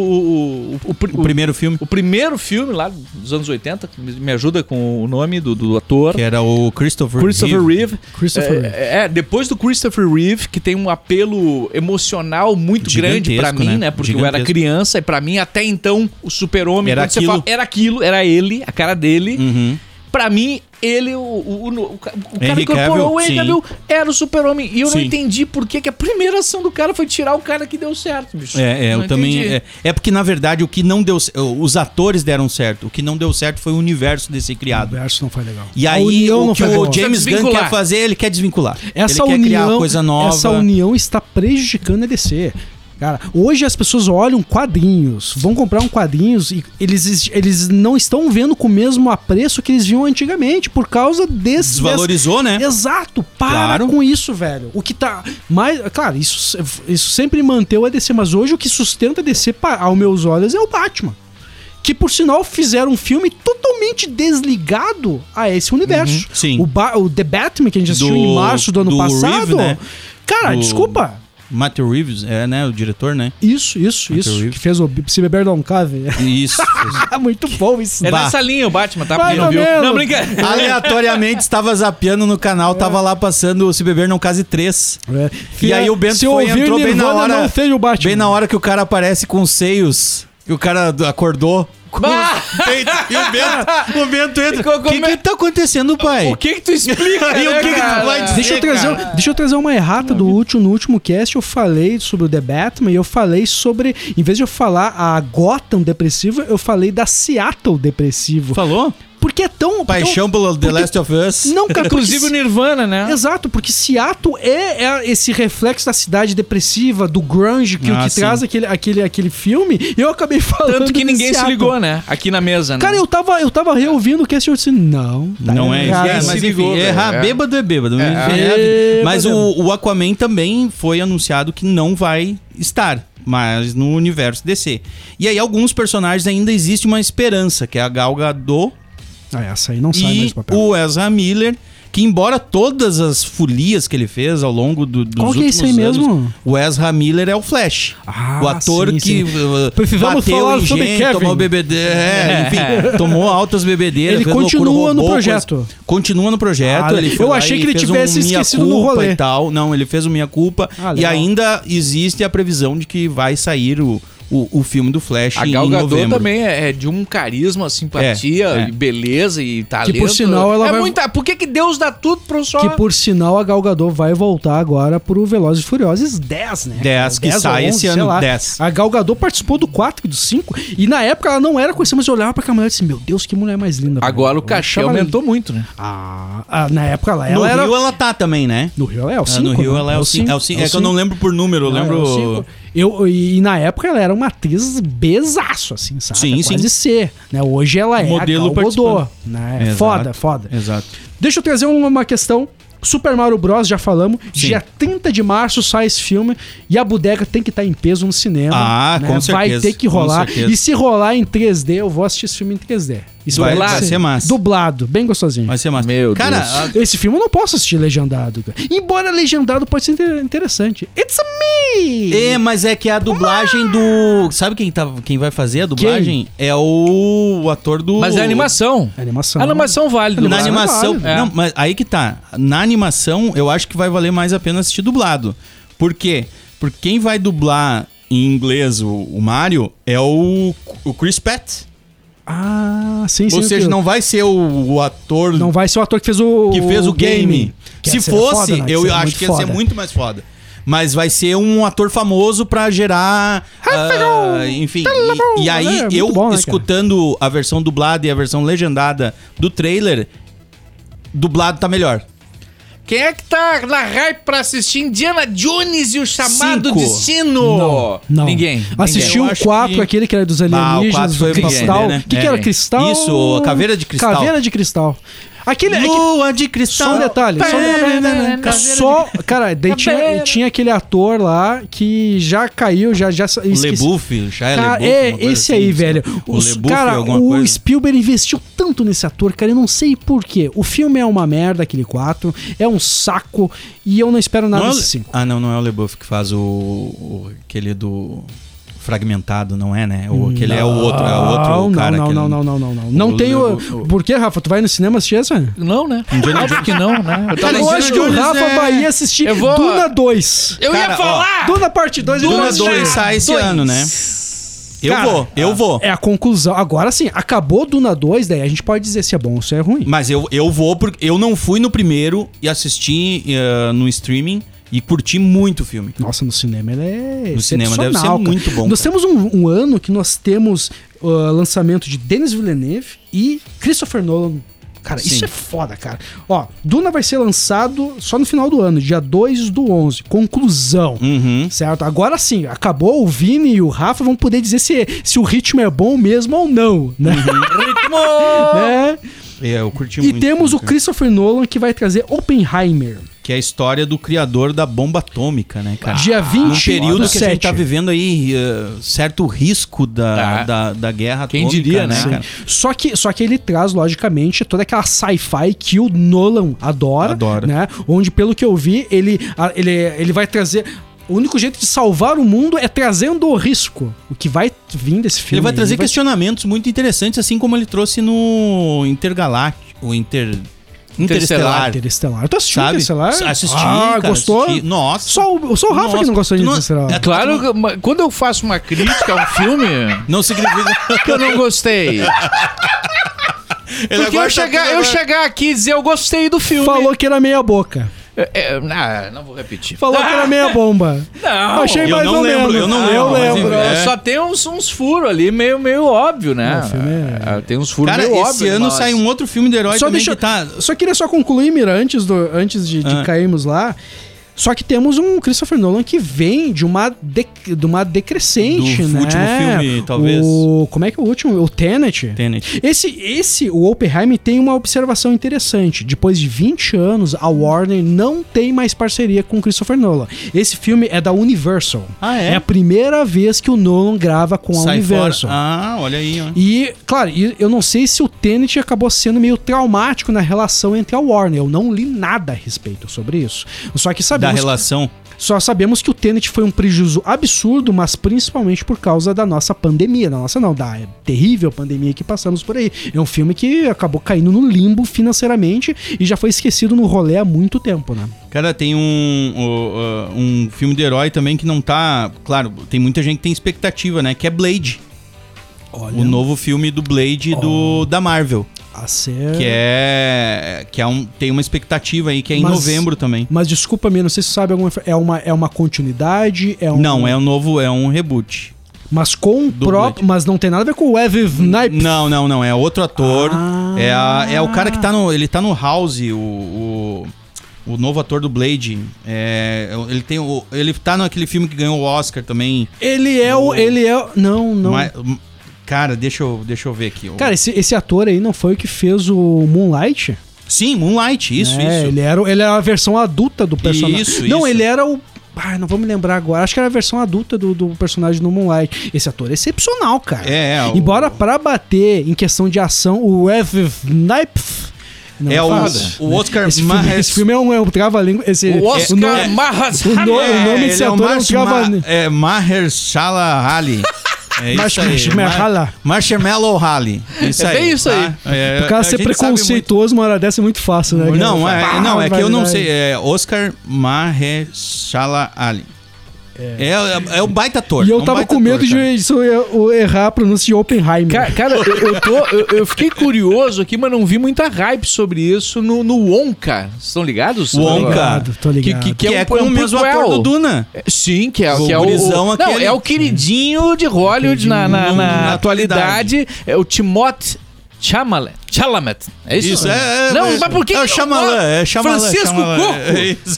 [SPEAKER 2] o, o, pr-
[SPEAKER 3] O primeiro filme,
[SPEAKER 2] o primeiro filme lá dos anos 80, que me me ajuda com o nome do, do ator.
[SPEAKER 3] que era o Christopher,
[SPEAKER 2] Christopher
[SPEAKER 3] Reeve.
[SPEAKER 2] Reeve.
[SPEAKER 4] Christopher
[SPEAKER 2] é,
[SPEAKER 4] Reeve.
[SPEAKER 2] é, depois do Christopher Reeve, que tem um apelo emocional muito grande pra
[SPEAKER 3] Gigantesco,
[SPEAKER 2] mim, né?
[SPEAKER 3] né?
[SPEAKER 2] Porque eu era
[SPEAKER 3] Gigantesco.
[SPEAKER 2] criança e pra mim até então o super-homem
[SPEAKER 3] Era
[SPEAKER 2] quando você
[SPEAKER 3] aquilo.
[SPEAKER 2] fala, era aquilo, era ele, a cara dele.
[SPEAKER 3] Uhum.
[SPEAKER 2] Pra mim, ele, o, o, o, o ca- o cara
[SPEAKER 3] Henry
[SPEAKER 2] incorporou o Henry
[SPEAKER 3] Cavill,
[SPEAKER 2] Cavill, era o super-homem. E eu não
[SPEAKER 3] Sim.
[SPEAKER 2] entendi por que, que a primeira ação do cara foi tirar o cara que deu certo, bicho.
[SPEAKER 3] É, é,
[SPEAKER 2] Não
[SPEAKER 3] eu também.
[SPEAKER 2] entendi.
[SPEAKER 3] É, é porque, na verdade, o que não deu. ce- Os atores deram certo. O que não deu certo foi o universo desse
[SPEAKER 4] O
[SPEAKER 3] criado.
[SPEAKER 4] universo não foi legal.
[SPEAKER 3] E
[SPEAKER 4] A
[SPEAKER 3] aí,
[SPEAKER 4] união
[SPEAKER 3] o
[SPEAKER 4] não
[SPEAKER 3] que
[SPEAKER 4] foi
[SPEAKER 3] o
[SPEAKER 4] legal.
[SPEAKER 3] James Gunn
[SPEAKER 2] Desvincular.
[SPEAKER 3] quer fazer, ele quer desvincular.
[SPEAKER 4] essa
[SPEAKER 3] ele quer
[SPEAKER 4] união,
[SPEAKER 3] criar coisa nova.
[SPEAKER 4] Essa união está prejudicando a DC. Cara, hoje as pessoas olham quadrinhos, vão comprar um quadrinhos e eles, eles não estão vendo com o mesmo apreço que eles viam antigamente por causa desse
[SPEAKER 3] Desvalorizou, né?
[SPEAKER 4] Exato, para
[SPEAKER 3] Claro.
[SPEAKER 4] com isso, velho. O que tá. Mas, claro, isso, isso sempre manteve a DC, mas hoje o que sustenta a DC, pa- aos meus olhos, é o Batman. Que, por sinal, fizeram um filme totalmente desligado a esse universo.
[SPEAKER 3] Uhum, sim.
[SPEAKER 4] O, Ba- o The Batman, que a gente assistiu
[SPEAKER 3] Do-
[SPEAKER 4] em março do ano
[SPEAKER 3] do
[SPEAKER 4] passado.
[SPEAKER 3] Reeve, né?
[SPEAKER 4] Cara,
[SPEAKER 3] Do-
[SPEAKER 4] desculpa.
[SPEAKER 3] Matthew Reeves, é, né? O diretor, né?
[SPEAKER 4] Isso, isso,
[SPEAKER 3] Michael
[SPEAKER 4] isso.
[SPEAKER 3] Reeves.
[SPEAKER 4] Que fez o Se Beber Não Cave. (laughs)
[SPEAKER 2] (laughs)
[SPEAKER 3] Isso.
[SPEAKER 4] Muito bom isso.
[SPEAKER 2] É
[SPEAKER 3] Bah.
[SPEAKER 2] nessa linha o Batman, tá?
[SPEAKER 4] Mais
[SPEAKER 2] Porque não
[SPEAKER 4] ou
[SPEAKER 2] viu.
[SPEAKER 4] menos.
[SPEAKER 2] Não, brincadeira.
[SPEAKER 3] (laughs) Aleatoriamente estava zapeando no canal, tava lá passando o Se Beber Não Case 3.
[SPEAKER 4] É.
[SPEAKER 3] E aí o Bento
[SPEAKER 4] Se
[SPEAKER 3] foi,
[SPEAKER 4] ouvir
[SPEAKER 3] entrou bem na
[SPEAKER 4] Nirvana,
[SPEAKER 3] hora-
[SPEAKER 4] Não seja o Batman.
[SPEAKER 3] Bem na hora que o cara aparece com os seios, que o cara d- acordou
[SPEAKER 2] (laughs)
[SPEAKER 3] com
[SPEAKER 2] Bah!
[SPEAKER 3] os peitos, e o Bento, o Bento entra.
[SPEAKER 2] Ficou
[SPEAKER 3] O
[SPEAKER 2] com
[SPEAKER 3] que
[SPEAKER 2] me-
[SPEAKER 3] que tá acontecendo, pai?
[SPEAKER 2] O que que tu explica,
[SPEAKER 3] (laughs) E o
[SPEAKER 2] né,
[SPEAKER 3] que que tu
[SPEAKER 2] cara?
[SPEAKER 3] vai dizer?
[SPEAKER 4] Deixa eu,
[SPEAKER 3] É,
[SPEAKER 4] trazer,
[SPEAKER 2] um-
[SPEAKER 4] deixa eu trazer uma errata do último, no último cast. Eu falei sobre o The Batman e eu falei sobre. Em vez de eu falar a Gotham depressiva, eu falei da Seattle depressivo.
[SPEAKER 3] Falou?
[SPEAKER 4] Porque é tão.
[SPEAKER 3] Paixão pelo The
[SPEAKER 4] porque-
[SPEAKER 3] Last of Us.
[SPEAKER 4] Tão, não, cara,
[SPEAKER 2] Inclusive o
[SPEAKER 4] porque,
[SPEAKER 2] Nirvana, né?
[SPEAKER 4] Exato, porque Seattle é, é esse reflexo da cidade depressiva, do grunge, que, o
[SPEAKER 3] Ah,
[SPEAKER 4] que
[SPEAKER 3] sim.
[SPEAKER 4] traz aquele, aquele, aquele filme. E eu acabei falando.
[SPEAKER 2] Tanto que
[SPEAKER 4] de
[SPEAKER 2] ninguém se
[SPEAKER 4] Seattle.
[SPEAKER 2] ligou, né? Aqui na mesa, né?
[SPEAKER 4] Cara, eu tava, eu tava reouvindo o cast e eu disse: não, tá
[SPEAKER 3] Não é isso.
[SPEAKER 4] errado.
[SPEAKER 3] É,
[SPEAKER 2] se
[SPEAKER 3] mas enfim,
[SPEAKER 2] ligou, velho,
[SPEAKER 3] errar,
[SPEAKER 2] é.
[SPEAKER 3] bêbado é bêbado.
[SPEAKER 4] é.
[SPEAKER 3] Mas o,
[SPEAKER 4] Bêbado.
[SPEAKER 3] o Aquaman também foi anunciado que não vai estar, mas no universo DC. E aí, alguns personagens ainda existe uma esperança, que é a Gal Gadot
[SPEAKER 4] Ah, essa aí não sai mais
[SPEAKER 3] e
[SPEAKER 4] do papel.
[SPEAKER 3] o Ezra Miller, que embora todas as folias que ele fez ao longo do, dos
[SPEAKER 4] Qual que é
[SPEAKER 3] últimos
[SPEAKER 4] esse aí
[SPEAKER 3] anos,
[SPEAKER 4] mesmo?
[SPEAKER 3] o Ezra Miller é o Flash.
[SPEAKER 4] Ah,
[SPEAKER 3] o ator
[SPEAKER 4] sim,
[SPEAKER 3] que
[SPEAKER 4] sim.
[SPEAKER 3] uh,
[SPEAKER 4] Precisamos
[SPEAKER 3] bateu
[SPEAKER 4] falar
[SPEAKER 3] em
[SPEAKER 4] sobre
[SPEAKER 3] gente,
[SPEAKER 4] Kevin.
[SPEAKER 3] tomou BBD, é, enfim, tomou altas bebedeiras.
[SPEAKER 4] Ele
[SPEAKER 3] fez loucura,
[SPEAKER 4] continua no
[SPEAKER 3] roubou
[SPEAKER 4] projeto.
[SPEAKER 3] coisa- continua no projeto.
[SPEAKER 4] Ah,
[SPEAKER 3] ele
[SPEAKER 4] eu
[SPEAKER 3] foi lá
[SPEAKER 4] achei
[SPEAKER 3] e
[SPEAKER 4] que ele
[SPEAKER 3] fez
[SPEAKER 4] tivesse
[SPEAKER 3] um Minha
[SPEAKER 4] esquecido no
[SPEAKER 3] Culpa
[SPEAKER 4] rolê.
[SPEAKER 3] e tal. Não, ele fez o Minha Culpa
[SPEAKER 4] Ah,
[SPEAKER 3] e
[SPEAKER 4] legal.
[SPEAKER 3] ainda existe a previsão de que vai sair o o, o filme do Flash
[SPEAKER 2] A
[SPEAKER 3] em
[SPEAKER 2] Gal Gadot
[SPEAKER 3] novembro.
[SPEAKER 2] também é é de um carisma, simpatia,
[SPEAKER 3] É, é.
[SPEAKER 2] e beleza e talento.
[SPEAKER 4] sinal, ela
[SPEAKER 2] é
[SPEAKER 4] vai-
[SPEAKER 2] muita. Por que, que Deus dá tudo pra um só?
[SPEAKER 4] Que por sinal a Gal Gadot vai voltar agora pro Velozes e Furiosos 10, né?
[SPEAKER 3] 10, que
[SPEAKER 4] ou
[SPEAKER 3] sai esse
[SPEAKER 4] sei
[SPEAKER 3] ano,
[SPEAKER 4] lá.
[SPEAKER 3] 10.
[SPEAKER 4] A Gal Gadot participou do 4 e do 5 e na época ela não era conhecida, mas eu olhava pra aquela mulher e disse, meu Deus, que mulher mais linda.
[SPEAKER 2] Agora
[SPEAKER 4] Eu
[SPEAKER 2] o cachê
[SPEAKER 4] achava
[SPEAKER 2] aumentou muito, né?
[SPEAKER 4] linda. Ah, ah, na época ela,
[SPEAKER 3] No
[SPEAKER 4] ela era...
[SPEAKER 3] Rio ela tá também, né?
[SPEAKER 4] No Rio ela é o
[SPEAKER 3] Ah,
[SPEAKER 4] 5.
[SPEAKER 3] no Rio ela é o 5. É, o cinco. é que eu não é lembro por número, eu lembro.
[SPEAKER 4] eu, e na época ela era uma atriz bezaço, assim, sabe?
[SPEAKER 3] Sim,
[SPEAKER 4] Quase
[SPEAKER 3] sim.
[SPEAKER 4] ser. Né? Hoje ela é
[SPEAKER 3] Modelo
[SPEAKER 4] a Gal Godot,
[SPEAKER 3] participando.
[SPEAKER 4] né?
[SPEAKER 3] Exato.
[SPEAKER 4] Foda, foda.
[SPEAKER 3] Exato.
[SPEAKER 4] Deixa eu trazer uma questão. Super Mario Bros, já falamos. Dia 30 de março sai esse filme e a bodega tem que estar em peso no cinema. né?
[SPEAKER 3] Ah, com
[SPEAKER 4] Vai
[SPEAKER 3] certeza,
[SPEAKER 4] ter que
[SPEAKER 3] com
[SPEAKER 4] rolar.
[SPEAKER 3] certeza.
[SPEAKER 4] E se rolar em 3D, eu vou assistir esse filme em 3D. Isso
[SPEAKER 3] Vai- vai ser massa.
[SPEAKER 4] Dublado, bem gostosinho.
[SPEAKER 3] Vai ser massa.
[SPEAKER 2] Meu
[SPEAKER 3] Cara,
[SPEAKER 2] Deus.
[SPEAKER 3] a-
[SPEAKER 4] Esse filme eu não posso assistir legendado. cara. Embora legendado pode ser inter- interessante. It's a me!
[SPEAKER 3] É, mas é que a dublagem do. Sabe quem, tá, quem vai fazer a dublagem? É o ator do.
[SPEAKER 2] Mas é animação.
[SPEAKER 4] Animação.
[SPEAKER 2] A animação válida.
[SPEAKER 3] Na
[SPEAKER 4] Dublado
[SPEAKER 3] animação.
[SPEAKER 4] vale.
[SPEAKER 2] É.
[SPEAKER 3] Não, mas aí que tá. Na animação, eu acho que vai valer mais a pena assistir dublado. Por quê? Porque quem vai dublar em inglês o, o Mario é o, o Chris Pratt.
[SPEAKER 4] Ah, sim, sim.
[SPEAKER 3] Ou seja,
[SPEAKER 4] eu-
[SPEAKER 3] não vai ser o, o ator
[SPEAKER 4] não vai ser o ator que fez o.
[SPEAKER 3] que fez o game.
[SPEAKER 4] Que
[SPEAKER 3] Se
[SPEAKER 4] ia ser foda,
[SPEAKER 3] fosse,
[SPEAKER 4] né?
[SPEAKER 3] eu
[SPEAKER 4] seria
[SPEAKER 3] acho
[SPEAKER 4] muito
[SPEAKER 3] que ia ser
[SPEAKER 4] foda.
[SPEAKER 3] muito mais foda. Mas vai ser um ator famoso pra gerar. ah, enfim. E, e aí,
[SPEAKER 4] É, muito
[SPEAKER 3] eu
[SPEAKER 4] bom, né,
[SPEAKER 3] escutando a versão dublada e a versão legendada do trailer, dublado tá melhor.
[SPEAKER 2] Quem é que tá na hype pra assistir Indiana Jones e o chamado
[SPEAKER 3] Cinco.
[SPEAKER 2] Destino?
[SPEAKER 4] Não, não.
[SPEAKER 2] Ninguém.
[SPEAKER 4] Assistiu
[SPEAKER 3] Eu
[SPEAKER 4] o
[SPEAKER 3] acho
[SPEAKER 4] 4,
[SPEAKER 3] que-
[SPEAKER 4] aquele que era dos
[SPEAKER 3] Ah, o
[SPEAKER 4] alienígenas,
[SPEAKER 3] quatro foi
[SPEAKER 4] do cristal. O
[SPEAKER 3] ninguém, né?
[SPEAKER 4] que, que era
[SPEAKER 2] É.
[SPEAKER 4] cristal?
[SPEAKER 3] Isso, a caveira de cristal. tá.
[SPEAKER 4] Caveira de cristal. Aquele. aquele-
[SPEAKER 3] Lua de
[SPEAKER 4] É Só
[SPEAKER 3] cristal.
[SPEAKER 4] um detalhe, só um detalhe. Só, cara, daí tinha, tinha aquele ator lá que já caiu, já já sa-
[SPEAKER 3] O
[SPEAKER 4] esqueci.
[SPEAKER 3] Lebuff, o Shia
[SPEAKER 4] Cara,
[SPEAKER 3] Lebuff,
[SPEAKER 4] é
[SPEAKER 3] uma coisa
[SPEAKER 4] esse
[SPEAKER 3] assim,
[SPEAKER 4] aí,
[SPEAKER 3] não sei.
[SPEAKER 4] velho.
[SPEAKER 3] O
[SPEAKER 4] Os-
[SPEAKER 3] Lebuff, é
[SPEAKER 4] cara,
[SPEAKER 3] alguma
[SPEAKER 4] o
[SPEAKER 3] coisa.
[SPEAKER 4] Spielberg investiu tanto nesse ator, cara, eu não sei porquê. O filme é uma merda, aquele 4, é um saco e eu não espero nada
[SPEAKER 3] Não é o
[SPEAKER 4] desse
[SPEAKER 3] Le-
[SPEAKER 4] 5.
[SPEAKER 3] Ah, não, não é o Leboeuf que faz o, o- aquele do fragmentado, não é, né? O, aquele é o outro, é o outro
[SPEAKER 4] Ah, não,
[SPEAKER 3] cara.
[SPEAKER 4] não,
[SPEAKER 3] aquele-
[SPEAKER 4] não, não, não, não, não. Não
[SPEAKER 3] O
[SPEAKER 4] tem o...
[SPEAKER 3] Lebuff, o-
[SPEAKER 4] Por que, Rafa? Tu vai no cinema assistir essa?
[SPEAKER 2] Não, né? Acho que não, né? Eu, tava-
[SPEAKER 3] Cara,
[SPEAKER 4] Eu
[SPEAKER 3] Indiana
[SPEAKER 4] acho que o
[SPEAKER 3] Jones
[SPEAKER 4] Rafa
[SPEAKER 3] é-
[SPEAKER 4] vai assistir
[SPEAKER 2] Eu vou-
[SPEAKER 4] Duna 2.
[SPEAKER 2] Eu ia
[SPEAKER 3] Cara, ó,
[SPEAKER 2] falar!
[SPEAKER 4] Duna parte 2
[SPEAKER 3] Duna
[SPEAKER 2] é
[SPEAKER 4] vai assistir.
[SPEAKER 3] 2 sai esse ano, né? Eu
[SPEAKER 4] Cara,
[SPEAKER 3] vou, eu vou.
[SPEAKER 4] É a conclusão. Agora sim, acabou Duna 2, daí a gente pode dizer se é bom ou se é ruim.
[SPEAKER 3] Mas eu, eu vou porque eu não fui no primeiro e assisti eh, no streaming e curti muito o filme.
[SPEAKER 4] Nossa, no cinema ele é.
[SPEAKER 3] No cinema deve ser
[SPEAKER 4] excepcional, cara.
[SPEAKER 3] muito bom,
[SPEAKER 4] Nós
[SPEAKER 3] cara.
[SPEAKER 4] temos um, um ano que nós temos uh, lançamento de Denis Villeneuve e Christopher Nolan. Cara, isso
[SPEAKER 3] Sim.
[SPEAKER 4] é foda, cara. Ó, Duna vai ser lançado só no final do ano, dia 2 do 11. Conclusão.
[SPEAKER 3] Uhum.
[SPEAKER 4] Certo? Agora sim, acabou o Vini e o Rafa vão poder dizer se, se o ritmo é bom mesmo ou não, né? (laughs) Né?
[SPEAKER 3] É, eu curti
[SPEAKER 4] E
[SPEAKER 3] muito.
[SPEAKER 4] temos o
[SPEAKER 3] cara.
[SPEAKER 4] Christopher Nolan que vai trazer Oppenheimer.
[SPEAKER 3] que é a história do criador da bomba atômica, né, cara?
[SPEAKER 4] Dia um 20
[SPEAKER 3] Num período
[SPEAKER 4] do
[SPEAKER 3] que a
[SPEAKER 4] 7.
[SPEAKER 3] gente tá vivendo aí eh, certo risco da,
[SPEAKER 2] Tá.
[SPEAKER 3] da, da guerra
[SPEAKER 2] Quem
[SPEAKER 3] atômica,
[SPEAKER 2] diria, né,
[SPEAKER 3] cara?
[SPEAKER 4] Só que, só que ele traz, logicamente, toda aquela sci-fi que o Nolan adora,
[SPEAKER 3] Adora.
[SPEAKER 4] né? Onde, pelo que eu vi, ele, a- ele, ele vai trazer... O único jeito de salvar o mundo é trazendo o risco. O que vai vir desse filme.
[SPEAKER 3] Ele vai trazer
[SPEAKER 4] aí
[SPEAKER 3] questionamentos muito interessantes, assim como ele trouxe no Intergaláctico, o Inter... Interestelar.
[SPEAKER 4] Interestelar. Tu assistiu
[SPEAKER 3] Ah, Sabe?
[SPEAKER 4] Interestelar?
[SPEAKER 3] Assisti,
[SPEAKER 4] Ah,
[SPEAKER 3] cara,
[SPEAKER 4] gostou?
[SPEAKER 3] assisti. Nossa.
[SPEAKER 4] Só o, só o Rafa
[SPEAKER 3] Nossa,
[SPEAKER 4] que não gostou de
[SPEAKER 3] tu não-
[SPEAKER 4] Interestelar.
[SPEAKER 3] É
[SPEAKER 2] Claro, que- mas quando eu faço uma crítica a um filme (laughs)
[SPEAKER 3] Não significa...
[SPEAKER 2] que eu não gostei.
[SPEAKER 3] Ele
[SPEAKER 2] Porque eu
[SPEAKER 3] agora tá
[SPEAKER 2] chegar,
[SPEAKER 3] tudo
[SPEAKER 2] eu
[SPEAKER 3] agora-
[SPEAKER 2] chegar aqui e dizer eu gostei do filme.
[SPEAKER 4] Falou que era meia boca.
[SPEAKER 2] É, é, não, não vou repetir.
[SPEAKER 4] Falou que era
[SPEAKER 3] (laughs)
[SPEAKER 4] meia bomba.
[SPEAKER 2] Não,
[SPEAKER 4] Achei
[SPEAKER 3] eu
[SPEAKER 4] mais
[SPEAKER 3] não
[SPEAKER 4] ou
[SPEAKER 3] lembro,
[SPEAKER 4] menos.
[SPEAKER 3] eu não
[SPEAKER 4] Eu
[SPEAKER 3] lembro, mas
[SPEAKER 4] lembro.
[SPEAKER 3] enfim,
[SPEAKER 4] é.
[SPEAKER 3] É.
[SPEAKER 2] Só tem uns, uns furos ali, meio, meio óbvio, né?
[SPEAKER 4] Não, o filme é-
[SPEAKER 2] Ah, Tem uns furos
[SPEAKER 3] Cara,
[SPEAKER 2] meio
[SPEAKER 3] esse
[SPEAKER 2] óbvios.
[SPEAKER 3] ano
[SPEAKER 2] mas-
[SPEAKER 3] sai um outro filme de herói
[SPEAKER 4] só
[SPEAKER 3] também
[SPEAKER 4] deixa,
[SPEAKER 3] que tá...
[SPEAKER 4] só queria só concluir, Mira, antes, do, antes de, de
[SPEAKER 3] Ah.
[SPEAKER 4] cairmos lá. Só que temos um Christopher Nolan que vem de uma, de, de uma decrescente,
[SPEAKER 3] Do
[SPEAKER 4] né?
[SPEAKER 3] último filme, talvez.
[SPEAKER 4] O, como é que é o último? O Tenet.
[SPEAKER 3] Tenet.
[SPEAKER 4] Esse, esse, o Oppenheim tem uma observação interessante. Depois de 20 anos, a Warner não tem mais parceria com o Christopher Nolan. Esse filme é da Universal.
[SPEAKER 3] Ah, é?
[SPEAKER 4] a primeira vez que o Nolan grava com a
[SPEAKER 3] Sai fora.
[SPEAKER 4] Universal.
[SPEAKER 3] Ah, olha aí, ó.
[SPEAKER 4] E, claro, e eu não sei se o Tenet acabou sendo meio traumático na relação entre a Warner. Eu não li nada a respeito sobre isso. Só que sabia
[SPEAKER 3] da
[SPEAKER 4] sabemos
[SPEAKER 3] relação.
[SPEAKER 4] Só sabemos que o Tenet foi um prejuízo absurdo, mas principalmente por causa da nossa pandemia. Da nossa não, da terrível pandemia que passamos por aí. É um filme que acabou caindo no limbo financeiramente e já foi esquecido no rolê há muito tempo, né?
[SPEAKER 3] Cara, tem um, o- uh, um filme de herói também que não tá. Claro, tem muita gente que tem expectativa, né? Que é Blade. O novo filme do Blade do, da Marvel.
[SPEAKER 4] A ser...
[SPEAKER 3] Que é. Que é um, tem uma expectativa aí, que é em
[SPEAKER 4] Mas-
[SPEAKER 3] novembro também.
[SPEAKER 4] Mas desculpa-me, não sei se você sabe alguma... É uma, é uma continuidade? É um...
[SPEAKER 3] Não, é um novo, é um reboot.
[SPEAKER 4] Mas com o
[SPEAKER 3] Do
[SPEAKER 4] próprio...
[SPEAKER 3] Blade.
[SPEAKER 4] Mas não tem nada a ver com o Evie Knipe.
[SPEAKER 3] Não, não, não. É outro ator.
[SPEAKER 4] Ah.
[SPEAKER 3] É, a- é o cara que tá no. Ele tá no House, o. o... o novo ator do Blade, é, ele tem o, ele tá naquele filme que ganhou o Oscar também.
[SPEAKER 4] Ele é o... Ele é... o- Não, não.
[SPEAKER 3] Mas- cara, deixa eu, deixa eu ver aqui.
[SPEAKER 4] Cara, esse, esse ator aí não foi o que fez o Moonlight?
[SPEAKER 3] Sim, Moonlight, isso,
[SPEAKER 4] É,
[SPEAKER 3] isso.
[SPEAKER 4] Ele era, o- ele era a versão adulta do personagem.
[SPEAKER 3] Isso,
[SPEAKER 4] não,
[SPEAKER 3] isso.
[SPEAKER 4] ele era o. Ah, não vou me lembrar agora. Acho que era a versão adulta do, do personagem no Moonlight. Esse ator é excepcional, cara.
[SPEAKER 3] É, é, o-
[SPEAKER 4] Embora pra bater em questão de ação, o Ev Knipe. não
[SPEAKER 3] É o,
[SPEAKER 4] fácil.
[SPEAKER 3] o Oscar
[SPEAKER 4] Esse filme,
[SPEAKER 3] Mahes-
[SPEAKER 4] esse filme é um, é um trava-língua. esse-
[SPEAKER 2] O
[SPEAKER 4] o nome-
[SPEAKER 2] Oscar
[SPEAKER 4] (laughs)
[SPEAKER 2] Marras.
[SPEAKER 4] o nome-
[SPEAKER 3] É,
[SPEAKER 4] o nome
[SPEAKER 3] ele
[SPEAKER 4] desse
[SPEAKER 3] é o
[SPEAKER 4] ator é um
[SPEAKER 3] Marsh Ma-
[SPEAKER 4] trava-língua.
[SPEAKER 3] é Mahershala Ali. É isso
[SPEAKER 4] Marsh-
[SPEAKER 3] aí,
[SPEAKER 4] Marshmallow.
[SPEAKER 3] Mar- Marshmallow Rally. Isso
[SPEAKER 2] É
[SPEAKER 3] aí.
[SPEAKER 2] bem isso aí.
[SPEAKER 3] tá? É,
[SPEAKER 4] O cara
[SPEAKER 3] a
[SPEAKER 4] ser
[SPEAKER 3] gente sabe
[SPEAKER 4] preconceituoso uma hora dessa é muito fácil, né?
[SPEAKER 3] muito.
[SPEAKER 4] cara?
[SPEAKER 3] Não, é,
[SPEAKER 4] Pá,
[SPEAKER 3] não, é que eu não
[SPEAKER 4] barbaridade.
[SPEAKER 3] sei. É Oscar Mahershala Ali. É, é, é um baita ator.
[SPEAKER 4] E eu
[SPEAKER 3] é um
[SPEAKER 4] tava
[SPEAKER 3] baita
[SPEAKER 4] com medo
[SPEAKER 3] ator,
[SPEAKER 4] de
[SPEAKER 3] cara.
[SPEAKER 4] isso eu errar a pronúncia de Oppenheimer.
[SPEAKER 2] Ca- Cara, eu, eu tô, eu, eu fiquei curioso aqui, mas não vi muita hype sobre isso no, no Wonka. Estão ligados?
[SPEAKER 3] Wonka.
[SPEAKER 4] Tô ligado, tô ligado.
[SPEAKER 2] Que, que, que
[SPEAKER 3] Que
[SPEAKER 2] é,
[SPEAKER 3] é
[SPEAKER 2] um,
[SPEAKER 3] com o mesmo
[SPEAKER 2] prequel.
[SPEAKER 3] ator do Duna.
[SPEAKER 2] É, Sim, que é,
[SPEAKER 3] O
[SPEAKER 2] que é o.
[SPEAKER 3] gurizão
[SPEAKER 2] o não,
[SPEAKER 3] aquele-
[SPEAKER 2] é o queridinho de Hollywood na, na, na,
[SPEAKER 3] na
[SPEAKER 2] atualidade. É o Timote Chalamet. Chalamet. É isso?
[SPEAKER 3] Isso, é. é,
[SPEAKER 2] Não,
[SPEAKER 3] é,
[SPEAKER 2] mas por que.
[SPEAKER 3] É o
[SPEAKER 2] que-
[SPEAKER 3] Xamalã, é Xamalã.
[SPEAKER 2] Francisco
[SPEAKER 3] Xamalã,
[SPEAKER 2] Coco.
[SPEAKER 3] é (laughs) isso.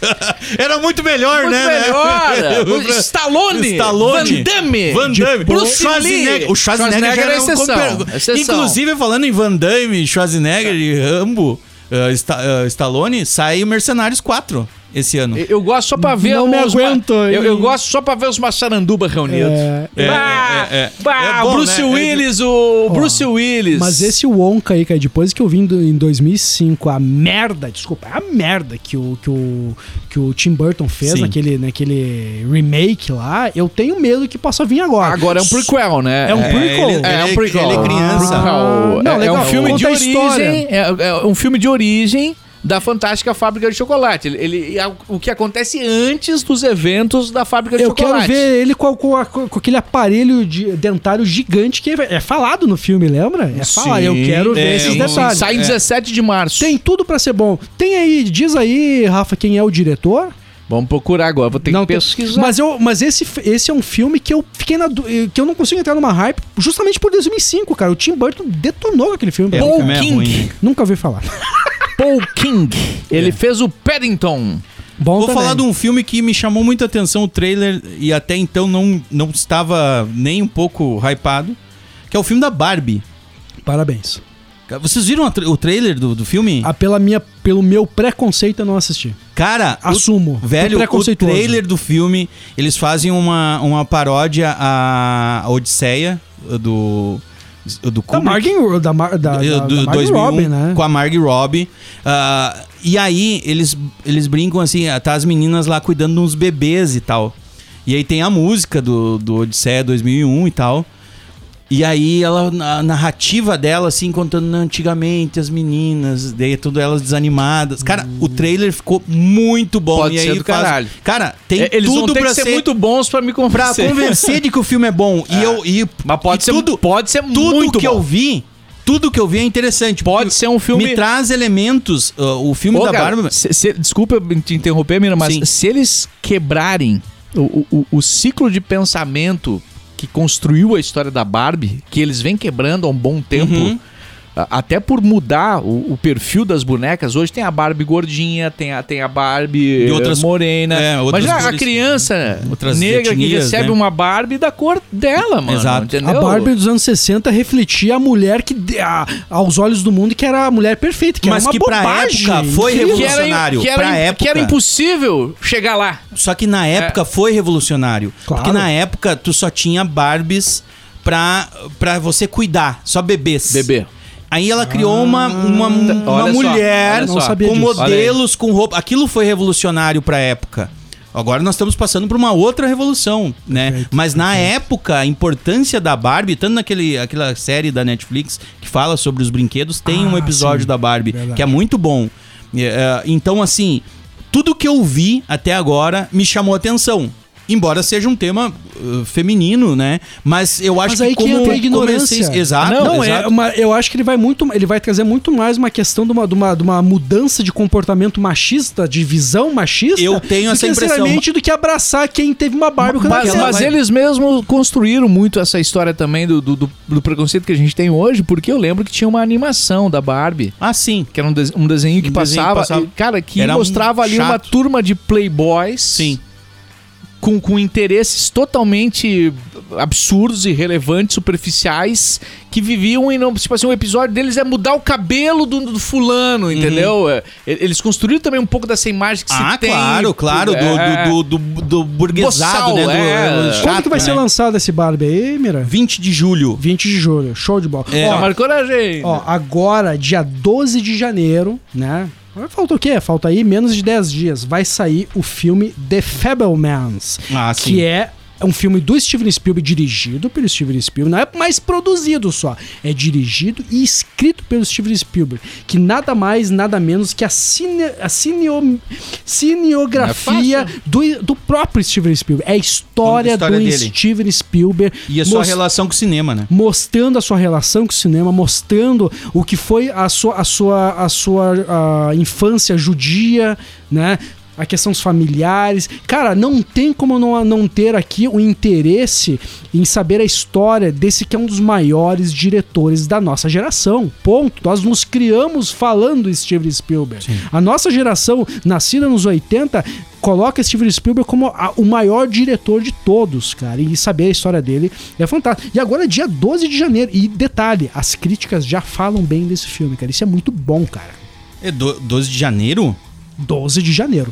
[SPEAKER 3] Era muito melhor,
[SPEAKER 2] Muito
[SPEAKER 3] né? (laughs)
[SPEAKER 2] melhor.
[SPEAKER 3] né?
[SPEAKER 2] O Stallone.
[SPEAKER 3] Stallone.
[SPEAKER 2] Van Damme.
[SPEAKER 3] Van Damme.
[SPEAKER 2] Bruce
[SPEAKER 3] o Schwarzenegger.
[SPEAKER 2] Lee.
[SPEAKER 3] O Schwarzenegger,
[SPEAKER 2] Schwarzenegger
[SPEAKER 3] era
[SPEAKER 2] é exceção,
[SPEAKER 3] compar-
[SPEAKER 2] exceção.
[SPEAKER 3] Inclusive, falando em Van Damme, Schwarzenegger e Rambo, eh, Sta- eh, Stallone, sai o Mercenários 4 esse ano.
[SPEAKER 2] Eu- Eu gosto só pra ver
[SPEAKER 4] Não me
[SPEAKER 2] os
[SPEAKER 4] aguento,
[SPEAKER 2] ma- eu, eu
[SPEAKER 4] hein?
[SPEAKER 2] gosto só pra ver os maçaranduba reunidos.
[SPEAKER 4] É,
[SPEAKER 3] É,
[SPEAKER 2] bah,
[SPEAKER 3] é, é, é.
[SPEAKER 2] bah,
[SPEAKER 3] É bom,
[SPEAKER 2] Bruce
[SPEAKER 3] né?
[SPEAKER 2] Willis, o Bruce Willis.
[SPEAKER 4] Mas esse Wonka aí, cara, depois que eu vim do- em 2005, a merda, desculpa, a merda que o, que o, que o Tim Burton fez
[SPEAKER 3] Sim.
[SPEAKER 4] naquele, naquele remake lá, eu tenho medo que possa vir agora.
[SPEAKER 2] agora é um prequel, né?
[SPEAKER 4] É um
[SPEAKER 3] É,
[SPEAKER 4] prequel.
[SPEAKER 3] ele-
[SPEAKER 2] É, é um
[SPEAKER 3] ele-
[SPEAKER 2] prequel.
[SPEAKER 3] Ele é criança.
[SPEAKER 2] Prequel.
[SPEAKER 4] Não,
[SPEAKER 2] é,
[SPEAKER 4] legal,
[SPEAKER 2] é um filme
[SPEAKER 4] conta
[SPEAKER 2] de
[SPEAKER 4] a história.
[SPEAKER 2] origem. É, é um filme de origem da fantástica fábrica de chocolate. Ele, ele- é o- o que acontece antes dos eventos da fábrica de
[SPEAKER 4] Eu quero
[SPEAKER 2] é chocolate.
[SPEAKER 4] ver ele com, a- com a- com aquele aparelho de- dentário gigante que é, é falado no filme, lembra? É falado, eu
[SPEAKER 3] Sim,
[SPEAKER 4] quero ver
[SPEAKER 3] é,
[SPEAKER 4] esses
[SPEAKER 3] um-
[SPEAKER 4] detalhes.
[SPEAKER 2] Sai em 17 de março.
[SPEAKER 4] Tem tudo pra ser bom. Tem aí, diz aí, Rafa, quem é o diretor?
[SPEAKER 2] Vamos procurar agora. Vou ter
[SPEAKER 4] Não,
[SPEAKER 2] que
[SPEAKER 4] tem-
[SPEAKER 2] pesquisar.
[SPEAKER 4] Mas, eu, mas esse, esse é um filme que eu fiquei na du- eh, que eu não consigo entrar numa hype justamente por 2005, cara. O Tim Burton detonou com aquele filme.
[SPEAKER 3] É,
[SPEAKER 4] pra
[SPEAKER 3] o
[SPEAKER 4] mim.
[SPEAKER 3] filme é
[SPEAKER 2] King.
[SPEAKER 3] ruim.
[SPEAKER 4] Nunca ouvi falar.
[SPEAKER 2] Paul King. Ele
[SPEAKER 3] É.
[SPEAKER 2] fez o Paddington.
[SPEAKER 4] (laughs) Bom
[SPEAKER 3] Vou
[SPEAKER 4] também.
[SPEAKER 3] falar de um filme que me chamou muita atenção o trailer e até então não, não estava nem um pouco hypado, que é o filme da Barbie.
[SPEAKER 4] Parabéns.
[SPEAKER 3] Vocês viram a tra- o trailer do, do filme?
[SPEAKER 4] Ah, pela minha, pelo meu preconceito, eu não assisti.
[SPEAKER 3] Cara, o-
[SPEAKER 4] Assumo. Fui
[SPEAKER 3] velho, o
[SPEAKER 4] preconceituoso.
[SPEAKER 3] trailer do filme, eles fazem uma, uma paródia à à Odisseia do do
[SPEAKER 4] Da
[SPEAKER 3] Kubrick.
[SPEAKER 4] Margin, da, Mar, da, da,
[SPEAKER 3] Eu-
[SPEAKER 4] da
[SPEAKER 3] do
[SPEAKER 4] Margot
[SPEAKER 3] 2001,
[SPEAKER 4] Robbie, né?
[SPEAKER 3] com a Marg Robbie. Ah, e aí eles, eles brincam assim, ah, tá as meninas lá cuidando de uns bebês e tal. E aí tem a música do, do Odisseia 2001 e tal. E aí ela, a narrativa dela, assim, contando "Não, antigamente as meninas, daí tudo elas desanimadas. Cara, o trailer ficou muito bom.
[SPEAKER 2] Pode
[SPEAKER 3] e
[SPEAKER 2] ser
[SPEAKER 3] aí
[SPEAKER 2] do caralho.
[SPEAKER 3] Cara, tem
[SPEAKER 2] É, Eles
[SPEAKER 3] tudo
[SPEAKER 2] vão ter
[SPEAKER 3] pra
[SPEAKER 2] que ser, muito bons pra me (laughs)
[SPEAKER 3] Pra
[SPEAKER 2] convencer.
[SPEAKER 3] convencer de que o filme é bom. E eu. E,
[SPEAKER 2] Mas pode
[SPEAKER 3] e
[SPEAKER 2] ser, um
[SPEAKER 3] tudo,
[SPEAKER 2] pode ser
[SPEAKER 3] tudo
[SPEAKER 2] muito
[SPEAKER 3] que
[SPEAKER 2] bom.
[SPEAKER 3] eu vi, tudo que eu vi é interessante.
[SPEAKER 2] Pode
[SPEAKER 3] porque
[SPEAKER 2] ser um filme-
[SPEAKER 3] Me traz elementos. ah, o filme
[SPEAKER 2] Ô,
[SPEAKER 3] da
[SPEAKER 2] cara,
[SPEAKER 3] Bárbara.
[SPEAKER 2] se- se- desculpa eu te interromper, Mira, mas
[SPEAKER 3] Sim.
[SPEAKER 2] se eles quebrarem o, o- o- o ciclo de pensamento que construiu a história da Barbie, que eles vêm quebrando há um bom tempo.
[SPEAKER 3] Uhum.
[SPEAKER 2] a- Até por mudar o, o perfil das bonecas. Hoje tem a Barbie gordinha, tem a, tem a Barbie
[SPEAKER 3] E
[SPEAKER 2] eh,
[SPEAKER 3] outras-
[SPEAKER 2] morena.
[SPEAKER 3] é, outras
[SPEAKER 2] mas já a
[SPEAKER 3] cores,
[SPEAKER 2] criança
[SPEAKER 3] outras
[SPEAKER 2] negra que
[SPEAKER 3] etnias,
[SPEAKER 2] recebe
[SPEAKER 3] né?
[SPEAKER 2] uma Barbie da cor dela, mano.
[SPEAKER 3] Exato.
[SPEAKER 2] entendeu?
[SPEAKER 4] A Barbie dos anos 60 refletia a mulher que, de- a- aos olhos do mundo, que era a mulher perfeita, que
[SPEAKER 3] Mas
[SPEAKER 4] era uma
[SPEAKER 3] que pra
[SPEAKER 4] bobagem.
[SPEAKER 3] época foi
[SPEAKER 4] incrível.
[SPEAKER 2] que era,
[SPEAKER 3] revolucionário.
[SPEAKER 2] que era-
[SPEAKER 3] Pra época.
[SPEAKER 2] que era impossível chegar lá.
[SPEAKER 3] Só que
[SPEAKER 2] é.
[SPEAKER 3] na época foi revolucionário.
[SPEAKER 4] Claro.
[SPEAKER 3] Porque na época tu só tinha Barbies pra, pra você cuidar, só bebês.
[SPEAKER 2] Bebê.
[SPEAKER 3] Aí ela criou uma, uma, uma
[SPEAKER 2] Ah, olha só,
[SPEAKER 3] mulher
[SPEAKER 2] olha só.
[SPEAKER 3] com
[SPEAKER 4] Não sabia disso.
[SPEAKER 3] modelos, com roupa. Aquilo foi revolucionário pra época. Agora nós estamos passando por uma outra revolução, né? Mas na época, a importância da Barbie, tanto naquele aquela série da Netflix que fala sobre os brinquedos, tem um
[SPEAKER 4] Ah,
[SPEAKER 3] episódio
[SPEAKER 4] sim.
[SPEAKER 3] da Barbie
[SPEAKER 4] Verdade.
[SPEAKER 3] que é muito bom. E, é, então, assim, tudo que eu vi até agora me chamou atenção. Embora seja um tema uh, feminino, né? Mas eu acho
[SPEAKER 4] Mas aí
[SPEAKER 3] que
[SPEAKER 4] que
[SPEAKER 3] como
[SPEAKER 4] entra a
[SPEAKER 3] como
[SPEAKER 4] ignorância.
[SPEAKER 3] esses- exato,
[SPEAKER 4] Não, é
[SPEAKER 3] exato.
[SPEAKER 4] uma, eu acho que ele vai muito. Ele vai trazer muito mais uma questão de uma, de uma, de uma mudança de comportamento machista, de visão machista.
[SPEAKER 3] Eu tenho
[SPEAKER 4] do
[SPEAKER 3] essa
[SPEAKER 4] que,
[SPEAKER 3] impressão.
[SPEAKER 4] sinceramente, do que abraçar quem teve uma Barbie quando
[SPEAKER 2] Mas,
[SPEAKER 4] era
[SPEAKER 2] mas
[SPEAKER 4] criança.
[SPEAKER 2] eles mesmos construíram muito essa história também do, do, do- do preconceito que a gente tem hoje, porque eu lembro que tinha uma animação da Barbie.
[SPEAKER 3] Ah, sim.
[SPEAKER 2] Que era um, des- um desenho que
[SPEAKER 3] Um desenho que
[SPEAKER 2] passava,
[SPEAKER 3] passava.
[SPEAKER 2] e, Cara, que
[SPEAKER 3] Era um
[SPEAKER 2] mostrava ali uma
[SPEAKER 3] chato.
[SPEAKER 2] turma de playboys.
[SPEAKER 3] Sim.
[SPEAKER 2] Com, com interesses totalmente absurdos, irrelevantes, superficiais, que viviam em. não- Tipo assim, um episódio deles é mudar o cabelo do, do
[SPEAKER 3] Uhum.
[SPEAKER 2] fulano, entendeu? É, e- Eles construíram também um pouco dessa imagem que
[SPEAKER 3] Ah,
[SPEAKER 2] se tem.
[SPEAKER 3] claro, claro, do-
[SPEAKER 2] é.
[SPEAKER 3] do, do, do, do burguesado,
[SPEAKER 2] Boçal,
[SPEAKER 3] né? Do,
[SPEAKER 2] é.
[SPEAKER 3] do chato,
[SPEAKER 4] Quando que vai ser
[SPEAKER 3] né?
[SPEAKER 4] lançado esse Barbie aí, Mira?
[SPEAKER 3] 20 de julho.
[SPEAKER 4] 20 de julho. Show de bola.
[SPEAKER 3] É.
[SPEAKER 2] Ó,
[SPEAKER 4] Ó,
[SPEAKER 2] marcou na gente.
[SPEAKER 4] ó, agora, dia 12 de janeiro, né? Falta o quê? Falta aí menos de 10 dias. Vai sair o filme The Fabelmans.
[SPEAKER 3] Ah, sim.
[SPEAKER 4] que é um filme do Steven Spielberg, dirigido pelo Steven Spielberg, não é mais produzido só, é dirigido e escrito pelo Steven Spielberg, que nada mais, nada menos que a, cine, a cineo- cineografia do, do próprio Steven Spielberg. É a história,
[SPEAKER 3] É Conta a história
[SPEAKER 4] do
[SPEAKER 3] dele.
[SPEAKER 4] Steven Spielberg.
[SPEAKER 3] E a sua
[SPEAKER 4] mos-
[SPEAKER 3] relação com o cinema, né?
[SPEAKER 4] mostrando a sua relação com o cinema, mostrando o que foi a sua, a sua, a sua a infância judia, né? A questão dos familiares. Cara, não tem como não, não ter aqui o interesse em saber a história desse que é um dos maiores diretores da nossa geração. Ponto. Nós nos criamos falando Steven Spielberg. A nossa geração, nascida nos 80, coloca Steven Spielberg como a- o maior diretor de todos, cara. E saber a história dele é fantástico. E agora é dia 12 de janeiro. E detalhe, as críticas já falam bem desse filme, cara. Isso é muito bom, cara.
[SPEAKER 3] É do- 12 de janeiro?
[SPEAKER 4] 12 de janeiro.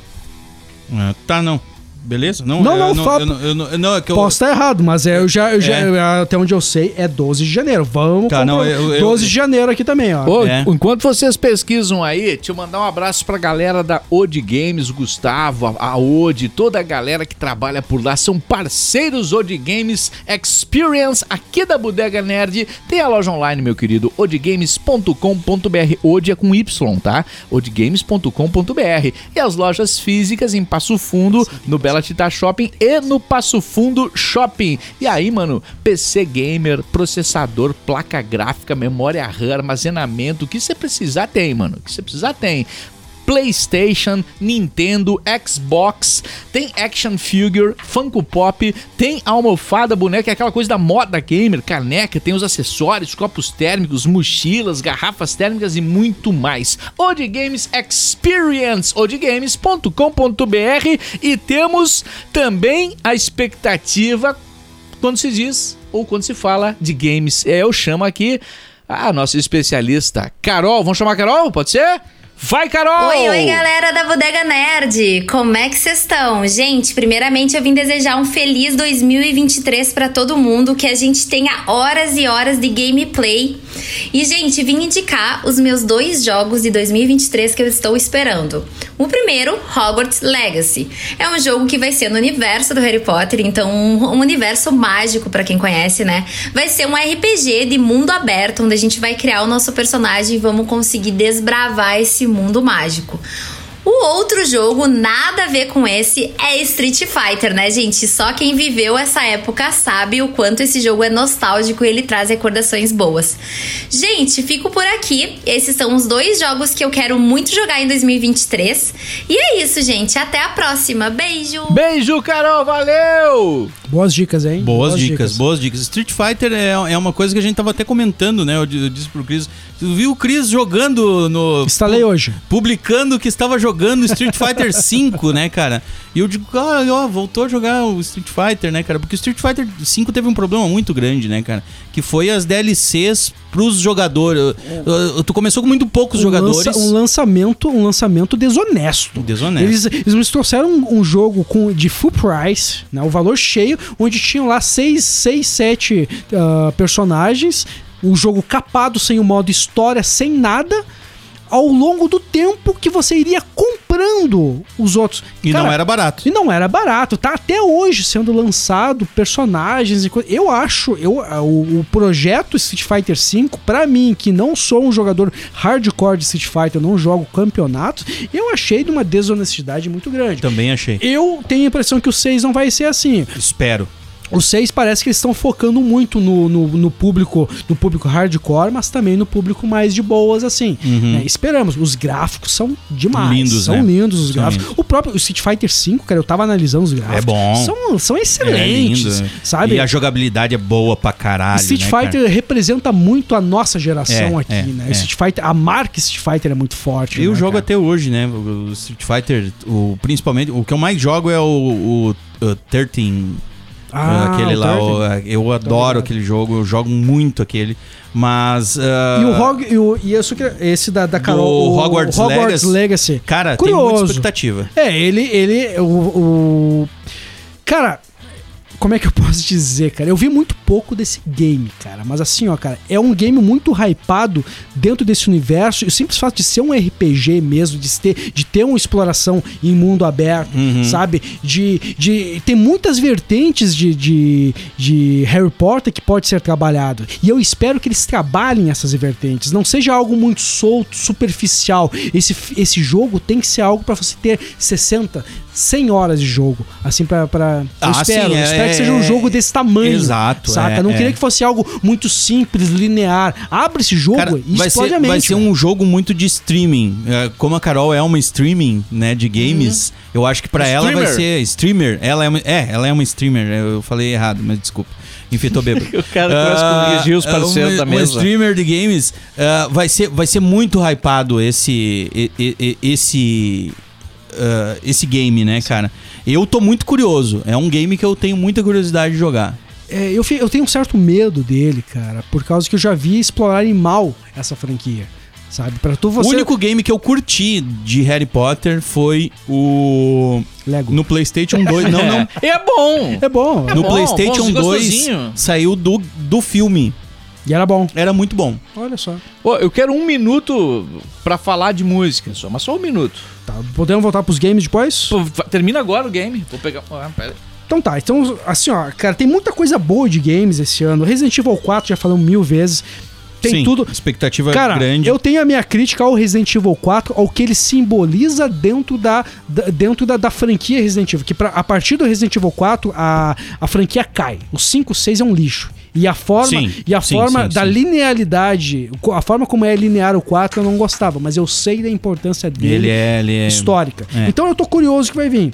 [SPEAKER 3] Ah, tá, não. Beleza?
[SPEAKER 4] Não,
[SPEAKER 3] eu
[SPEAKER 4] não, fala-
[SPEAKER 3] eu não, eu não- eu não, é que eu-
[SPEAKER 4] Posso estar errado, mas eu já, eu já-
[SPEAKER 3] É.
[SPEAKER 4] até onde eu sei, é 12 de janeiro. Vamos
[SPEAKER 3] Tá,
[SPEAKER 4] compro-
[SPEAKER 3] não, eu- eu-
[SPEAKER 4] 12 de janeiro aqui também, ó.
[SPEAKER 2] Ô,
[SPEAKER 3] É.
[SPEAKER 2] Enquanto vocês pesquisam aí, deixa eu mandar um abraço pra galera da Ode Games, o Gustavo, a- a Ode, toda a galera que trabalha por lá, são parceiros Ode Games Experience aqui da Bodega Nerd. Tem a loja online, meu querido, odegames.com.br, Ode é com Y, tá? odegames.com.br e as lojas físicas em Passo Fundo, no Bela Tita Shopping e no Passo Fundo Shopping. E aí, mano, PC gamer, processador, placa gráfica, memória RAM, armazenamento, o que você precisar tem, mano. O que você precisar tem. PlayStation, Nintendo, Xbox, tem action figure, Funko Pop, tem almofada, boneca, é aquela coisa da moda gamer, caneca, tem os acessórios, copos térmicos, mochilas, garrafas térmicas e muito mais. Ode Games Experience, odegames.com.br e temos também a expectativa quando se diz ou quando se fala de games. É, Eu chamo aqui a nossa especialista, Carol. Vamos chamar a Carol? Pode ser? Vai, Carol!
[SPEAKER 9] Oi, oi, galera da Bodega Nerd! Como é que vocês estão? Gente, primeiramente eu vim desejar um feliz 2023 pra todo mundo, que a gente tenha horas e horas de gameplay. E, gente, vim indicar os meus dois jogos de 2023 que eu estou esperando. O primeiro, Hogwarts Legacy. É um jogo que vai ser no universo do Harry Potter, então um, um universo mágico pra quem conhece, né? Vai ser um RPG de mundo aberto, onde a gente vai criar o nosso personagem e vamos conseguir desbravar esse mundo mágico. O outro jogo, nada a ver com esse, é Street Fighter, né, gente? Só quem viveu essa época sabe o quanto esse jogo é nostálgico e ele traz recordações boas. Gente, fico por aqui. Esses são os dois jogos que eu quero muito jogar em 2023. E é isso, gente. Até a próxima. Beijo!
[SPEAKER 2] Beijo, Carol, valeu!
[SPEAKER 4] Boas dicas, hein?
[SPEAKER 3] Boas dicas, boas dicas. Street Fighter é, é uma coisa que a gente tava até comentando, né? Eu, di- eu disse pro Cris. Tu viu o Cris jogando no.
[SPEAKER 4] Instalei hoje.
[SPEAKER 3] Publicando que estava jogando Street Fighter 5, né, cara? E eu digo, ah, ó, voltou a jogar o Street Fighter, né, cara? Porque o Street Fighter 5 teve um problema muito grande, né, cara? Que foi as DLCs pros jogadores. Uh, uh, Tu começou com muito poucos jogadores.
[SPEAKER 4] lança- um lançamento, um lançamento desonesto.
[SPEAKER 3] Desonesto.
[SPEAKER 4] Eles, eles nos trouxeram um, um jogo com, de full price, né, o valor cheio, onde tinham lá 6, 7 ah, um personagens, o jogo capado, sem o modo história, sem nada. ao longo do tempo que você iria comprando os outros.
[SPEAKER 3] E
[SPEAKER 4] Cara,
[SPEAKER 3] não era barato.
[SPEAKER 4] e não era barato, tá até hoje sendo lançado personagens e coisas. Eu acho, eu, a- o, o projeto Street Fighter V, pra mim, que não sou um jogador hardcore de Street Fighter, eu não jogo campeonatos, eu achei de uma desonestidade muito grande.
[SPEAKER 3] Também achei.
[SPEAKER 4] Eu tenho a impressão que o 6 não vai ser assim.
[SPEAKER 3] Espero.
[SPEAKER 4] Os seis parece que eles estão focando muito no, no, no público no público hardcore, mas também no público mais de boas, assim. né? Esperamos. Os gráficos são demais.
[SPEAKER 3] Uhum. Lindos,
[SPEAKER 4] são
[SPEAKER 3] né?
[SPEAKER 4] lindos os
[SPEAKER 3] São
[SPEAKER 4] gráficos. O próprio o Street Fighter V, cara, eu tava analisando os gráficos.
[SPEAKER 3] É bom.
[SPEAKER 4] São, são
[SPEAKER 3] É
[SPEAKER 4] excelentes,
[SPEAKER 3] lindo, né?
[SPEAKER 4] sabe?
[SPEAKER 3] E a jogabilidade é boa pra caralho.
[SPEAKER 4] Street
[SPEAKER 3] né,
[SPEAKER 4] Fighter
[SPEAKER 3] cara?
[SPEAKER 4] representa muito a nossa geração
[SPEAKER 3] É,
[SPEAKER 4] aqui,
[SPEAKER 3] é,
[SPEAKER 4] né? O
[SPEAKER 3] é.
[SPEAKER 4] Street Fighter, a marca Street Fighter é muito forte.
[SPEAKER 3] Eu
[SPEAKER 4] né,
[SPEAKER 3] jogo
[SPEAKER 4] cara?
[SPEAKER 3] até hoje, né? O Street Fighter, o, principalmente. O que eu mais jogo é o, o, o 13.
[SPEAKER 4] Ah,
[SPEAKER 3] é
[SPEAKER 4] Então
[SPEAKER 3] aquele
[SPEAKER 4] o
[SPEAKER 3] lá.
[SPEAKER 4] Turtle.
[SPEAKER 3] o- é, eu adoro
[SPEAKER 4] ligado.
[SPEAKER 3] aquele jogo, eu jogo muito aquele. Mas. ah,
[SPEAKER 4] E o Hog, e o, e esse, que- é, esse da, da Carol,
[SPEAKER 3] Do
[SPEAKER 4] o
[SPEAKER 3] Hogwarts Legacy. Cara, tem muita expectativa.
[SPEAKER 4] É, ele, ele, o, o- Cara, como é que eu posso dizer, cara? Eu vi muito pouco desse game, cara. Mas assim, ó, cara, é um game muito hypado dentro desse universo. E o simples fato de ser um RPG mesmo, de ter, de ter uma exploração em mundo aberto, sabe? De, de ter muitas vertentes de, de, de Harry Potter que pode ser trabalhado. E eu espero que eles trabalhem essas vertentes. Não seja algo muito solto, superficial. Esse, esse jogo tem que ser algo pra você ter 60, 100 horas de jogo. Assim, pra. pra eu
[SPEAKER 3] Ah,
[SPEAKER 4] espero.
[SPEAKER 3] sim,
[SPEAKER 4] eu
[SPEAKER 3] é-
[SPEAKER 4] espero que seja um
[SPEAKER 3] é-
[SPEAKER 4] jogo desse tamanho.
[SPEAKER 3] Exato,
[SPEAKER 4] Saca?
[SPEAKER 3] é,
[SPEAKER 4] não
[SPEAKER 3] é.
[SPEAKER 4] queria que fosse algo muito simples, linear. Abre esse jogo
[SPEAKER 3] Cara,
[SPEAKER 4] e
[SPEAKER 3] vai,
[SPEAKER 4] explode
[SPEAKER 3] ser,
[SPEAKER 4] a mente.
[SPEAKER 3] vai ser
[SPEAKER 4] velho.
[SPEAKER 3] um jogo muito de streaming. É, Como a Carol é uma streaming, né, de games,
[SPEAKER 4] Uhum.
[SPEAKER 3] eu acho que pra ela vai
[SPEAKER 2] Streamer.
[SPEAKER 3] ser streamer. Ela é, uma, é, ela é uma streamer. Eu falei errado, mas desculpa. Enfim, tô bêbado.
[SPEAKER 2] (laughs) O cara começa a corrigir os parceiros
[SPEAKER 3] um,
[SPEAKER 2] da
[SPEAKER 3] um
[SPEAKER 2] mesa.
[SPEAKER 3] streamer de games ah, vai, ser, vai ser muito hypado esse e- e- e- esse ah, esse game, né, cara? Eu tô muito curioso. É um game que eu tenho muita curiosidade de jogar.
[SPEAKER 4] É, eu, fi- eu tenho um certo medo dele, cara, por causa que eu já vi explorarem mal essa franquia. Sabe? Pra tu você.
[SPEAKER 3] O único game que eu curti de Harry Potter foi o.
[SPEAKER 4] Lego.
[SPEAKER 3] No PlayStation
[SPEAKER 4] (laughs)
[SPEAKER 3] 2. Não, não.
[SPEAKER 2] É bom.
[SPEAKER 4] É bom.
[SPEAKER 3] No
[SPEAKER 2] bom,
[SPEAKER 3] PlayStation
[SPEAKER 2] bom,
[SPEAKER 3] 2
[SPEAKER 2] gostosinho.
[SPEAKER 3] saiu do, do filme.
[SPEAKER 4] E era bom.
[SPEAKER 3] Era muito bom.
[SPEAKER 4] Olha só.
[SPEAKER 2] Ô, eu quero um minuto pra falar de música só, mas só um minuto.
[SPEAKER 4] Tá, podemos voltar pros games depois?
[SPEAKER 2] Pô, fa- termina agora o game. Vou pegar. Ah, pera.
[SPEAKER 4] Então tá, então assim, ó, cara, tem muita coisa boa de games esse ano. Resident Evil 4 já falamos mil vezes. Tem
[SPEAKER 3] Sim,
[SPEAKER 4] tudo.
[SPEAKER 3] Expectativa
[SPEAKER 4] Cara,
[SPEAKER 3] grande.
[SPEAKER 4] eu tenho a minha crítica ao Resident Evil 4, ao que ele simboliza dentro da, da- dentro da, da franquia Resident Evil. Que pra- a partir do Resident Evil 4, a, a franquia cai. O 5, 6 é um lixo. E a forma,
[SPEAKER 3] Sim,
[SPEAKER 4] e a
[SPEAKER 3] sim,
[SPEAKER 4] forma
[SPEAKER 3] sim,
[SPEAKER 4] da
[SPEAKER 3] sim.
[SPEAKER 4] linealidade, co- a forma como é linear o 4 eu não gostava, mas eu sei da importância dele
[SPEAKER 3] Ele é. Ele é...
[SPEAKER 4] histórica.
[SPEAKER 3] É.
[SPEAKER 4] Então eu tô curioso que vai vir.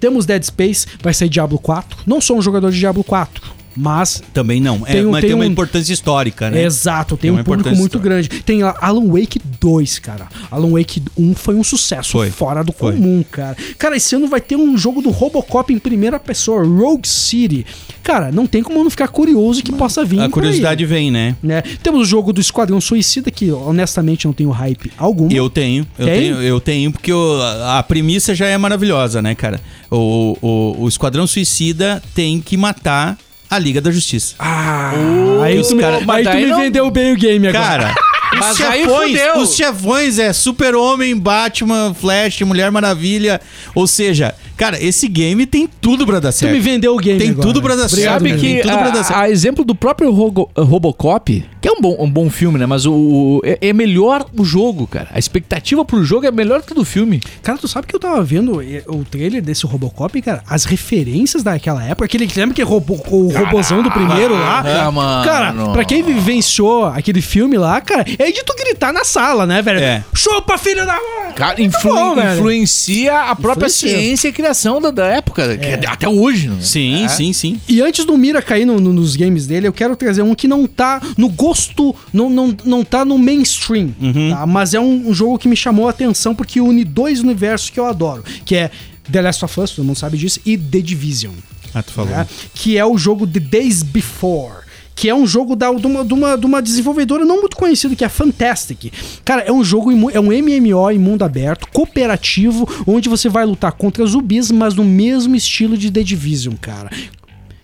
[SPEAKER 4] Temos Dead Space, vai sair Diablo 4. Não sou um jogador de Diablo 4, mas
[SPEAKER 3] Também não. É,
[SPEAKER 4] Tem um-
[SPEAKER 3] mas
[SPEAKER 4] tem
[SPEAKER 3] tem uma
[SPEAKER 4] um-
[SPEAKER 3] importância histórica, né?
[SPEAKER 4] Exato, tem,
[SPEAKER 3] Tem
[SPEAKER 4] um
[SPEAKER 3] uma
[SPEAKER 4] público
[SPEAKER 3] importância
[SPEAKER 4] muito grande. Tem a- Alan Wake 2, cara. Alan Wake 1 foi um sucesso
[SPEAKER 3] Foi.
[SPEAKER 4] fora do
[SPEAKER 3] Foi.
[SPEAKER 4] comum, cara. Cara, esse ano vai ter um jogo do Robocop em primeira pessoa, Rogue City. Cara, não tem como eu não ficar curioso que possa vir.
[SPEAKER 3] A
[SPEAKER 4] por aí,
[SPEAKER 3] curiosidade vem, né?
[SPEAKER 4] né? Temos o jogo do Esquadrão Suicida, que honestamente não tenho hype algum.
[SPEAKER 3] Eu tenho, eu
[SPEAKER 4] Tem?
[SPEAKER 3] tenho, eu tenho, porque o- a a premissa já é maravilhosa, né, cara? O, o, o Esquadrão Suicida tem que matar a Liga da Justiça.
[SPEAKER 4] Ah,
[SPEAKER 3] que
[SPEAKER 4] aí,
[SPEAKER 3] os
[SPEAKER 4] tu, me-
[SPEAKER 3] cara-
[SPEAKER 4] aí
[SPEAKER 2] mas
[SPEAKER 4] tu
[SPEAKER 2] daí
[SPEAKER 4] me
[SPEAKER 2] não-
[SPEAKER 4] vendeu bem o game agora.
[SPEAKER 2] (laughs)
[SPEAKER 3] Cara, os
[SPEAKER 2] Mas aí
[SPEAKER 3] chefões,
[SPEAKER 2] fudeu.
[SPEAKER 3] os chefões é Super-Homem, Batman, Flash, Mulher Maravilha. Ou seja, cara, esse game tem tudo pra dar
[SPEAKER 4] Tu
[SPEAKER 3] certo.
[SPEAKER 4] me vendeu o game
[SPEAKER 3] é. Tem
[SPEAKER 4] agora.
[SPEAKER 3] tudo pra dar
[SPEAKER 4] Obrigado,
[SPEAKER 3] certo.
[SPEAKER 2] Sabe
[SPEAKER 4] meu
[SPEAKER 2] que
[SPEAKER 3] Tem tudo pra dar
[SPEAKER 2] a,
[SPEAKER 3] certo.
[SPEAKER 2] a exemplo do próprio Rogo- eh, Robocop, que é um bom, um bom filme, né? Mas o, o- é, é melhor o jogo, cara. A expectativa pro jogo é melhor que do filme.
[SPEAKER 4] Cara, tu sabe que eu tava vendo eh, o trailer desse Robocop, cara? As referências daquela época. Aquele, lembra que robô, o robozão do primeiro lá?
[SPEAKER 2] Caraca, mano.
[SPEAKER 4] Cara, pra quem vivenciou aquele filme lá, cara, é de tu gritar na sala, né, velho?
[SPEAKER 3] É.
[SPEAKER 4] Chupa, filho da...
[SPEAKER 3] Tá
[SPEAKER 2] Cara,
[SPEAKER 4] Muito
[SPEAKER 2] influ-
[SPEAKER 4] bom, velho.
[SPEAKER 2] influencia a própria
[SPEAKER 4] Influencia.
[SPEAKER 2] ciência e criação da, da época, que é até hoje, né?
[SPEAKER 3] Sim, sim, sim.
[SPEAKER 4] E antes do Mira cair no- no- nos games dele, eu quero trazer um que não tá no gosto, não, não, não tá no mainstream, tá? mas é um, um jogo que me chamou a atenção porque une dois universos que eu adoro, que é The Last of Us, todo mundo sabe disso, e The Division,
[SPEAKER 3] Ah, tu falou.
[SPEAKER 4] né? que é o jogo The Days Before. Que é um jogo da, de, uma, de uma- de uma desenvolvedora não muito conhecida, que é a Fantastic. Cara, é um jogo, em mu- é um MMO em mundo aberto, cooperativo, onde você vai lutar contra zumbis, mas no mesmo estilo de The Division, cara.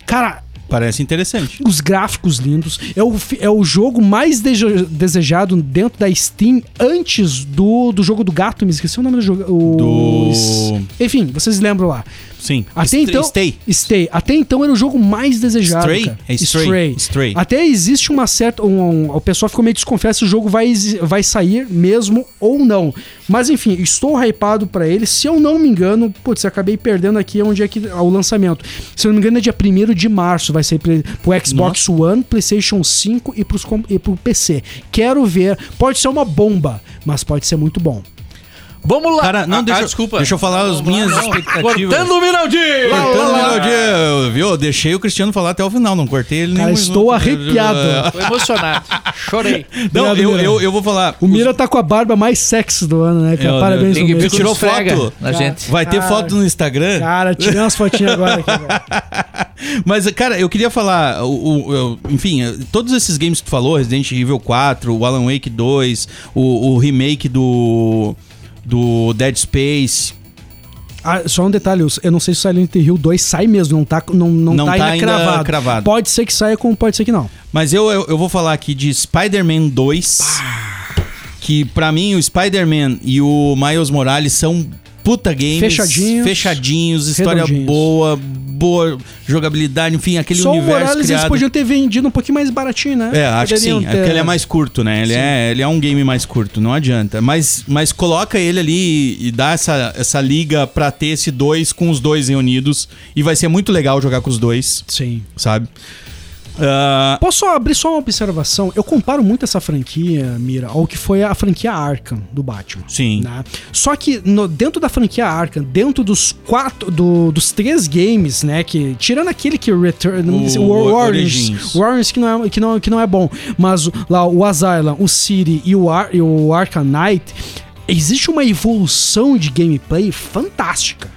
[SPEAKER 4] Cara,
[SPEAKER 3] Parece interessante.
[SPEAKER 4] Os gráficos lindos. É o, fi- é o jogo mais dejo- desejado dentro da Steam antes do, do jogo do gato. Me esqueci o nome do jogo. O-
[SPEAKER 3] Do-
[SPEAKER 4] Enfim, vocês lembram lá.
[SPEAKER 3] Sim.
[SPEAKER 4] Até
[SPEAKER 3] Stay-
[SPEAKER 4] então,
[SPEAKER 3] Stay.
[SPEAKER 4] Stay. Até então era o jogo mais desejado.
[SPEAKER 3] Stray?
[SPEAKER 4] cara.
[SPEAKER 3] É Stray. Stray.
[SPEAKER 4] Até existe uma certa. um- um- o pessoal ficou meio desconfiado se o jogo vai, exi- vai sair mesmo ou não. Mas enfim, estou hypado pra ele. Se eu não me engano, putz, acabei perdendo aqui onde é que é o lançamento. Se eu não me engano, é dia 1 de março. Vai sair pre- pro Xbox One, PlayStation 5 e, pros, com- e pro PC. Quero ver. Pode ser uma bomba, mas pode ser muito bom.
[SPEAKER 2] Vamos lá.
[SPEAKER 3] Cara, não,
[SPEAKER 2] Ah,
[SPEAKER 3] deixa,
[SPEAKER 2] ah, desculpa.
[SPEAKER 3] deixa eu falar as minhas expectativas.
[SPEAKER 2] Cortando o Minaldinho!
[SPEAKER 3] Cortando o meu dia, viu? Eu deixei o Cristiano falar até o final, não cortei ele
[SPEAKER 4] Cara,
[SPEAKER 3] nenhum
[SPEAKER 4] estou
[SPEAKER 3] minuto. né?
[SPEAKER 4] arrepiado.
[SPEAKER 2] Tô emocionado. Chorei.
[SPEAKER 3] Não,
[SPEAKER 4] Obrigado,
[SPEAKER 3] eu,
[SPEAKER 4] Mira.
[SPEAKER 3] eu, eu vou falar.
[SPEAKER 4] O Mira tá com a barba mais sexy do ano, né? cara?
[SPEAKER 3] Eu-
[SPEAKER 4] Parabéns,
[SPEAKER 3] É, tem
[SPEAKER 4] ao
[SPEAKER 3] que
[SPEAKER 4] Mira.
[SPEAKER 3] ver tirou
[SPEAKER 2] esfrega
[SPEAKER 3] foto?
[SPEAKER 2] Na gente.
[SPEAKER 3] Vai ter
[SPEAKER 4] Cara.
[SPEAKER 3] foto no Instagram?
[SPEAKER 4] Ah. Cara, tirei umas fotinhas agora
[SPEAKER 3] (laughs)
[SPEAKER 4] aqui. velho.
[SPEAKER 3] Mas, cara, eu queria falar, o, o- o- enfim, eh, todos esses games que tu falou, Resident Evil 4, o Alan Wake 2, o, o remake do, do Dead Space,
[SPEAKER 4] Ah, só um detalhe, eu não sei se o Silent Hill 2 sai mesmo, não tá, não, não
[SPEAKER 3] Não
[SPEAKER 4] tá,
[SPEAKER 3] tá
[SPEAKER 4] ainda,
[SPEAKER 3] ainda
[SPEAKER 4] cravado.
[SPEAKER 3] cravado.
[SPEAKER 4] Pode ser que saia como pode ser que não.
[SPEAKER 3] Mas eu, eu, eu vou falar aqui de Spider-Man 2. Que pra mim o Spider-Man e o Miles Morales são puta games.
[SPEAKER 4] Fechadinhos.
[SPEAKER 3] Fechadinhos, história
[SPEAKER 4] Redondinhos.
[SPEAKER 3] boa, boa jogabilidade, enfim, aquele
[SPEAKER 4] só o
[SPEAKER 3] universo.
[SPEAKER 4] Morales eles
[SPEAKER 3] criado.
[SPEAKER 4] podiam ter vendido um pouquinho mais baratinho, né?
[SPEAKER 3] É, acho que
[SPEAKER 4] Poderiam
[SPEAKER 3] sim. É
[SPEAKER 4] ter-
[SPEAKER 3] porque ele é mais curto, né? Ele
[SPEAKER 4] Sim.
[SPEAKER 3] é, ele é um game mais curto, não adianta. Mas, mas coloca ele ali e dá essa, essa liga pra ter esse dois com os dois reunidos. E vai ser muito legal jogar com os dois,
[SPEAKER 4] Sim.
[SPEAKER 3] sabe? Ah,
[SPEAKER 4] Posso só abrir só uma observação? Eu comparo muito essa franquia, Mira, ao que foi a franquia Arkham do Batman.
[SPEAKER 3] sim.
[SPEAKER 4] né? Só que no- dentro da franquia Arkham, dentro dos quatro, do- dos três games, né? Que tirando aquele que Return,
[SPEAKER 3] O-
[SPEAKER 4] o, o Origins,
[SPEAKER 3] Origins.
[SPEAKER 4] o Origins que não é que não, que não é bom, mas o- lá o Asylum, o City e o, Ar, e o Arkham Knight, existe uma evolução de gameplay fantástica.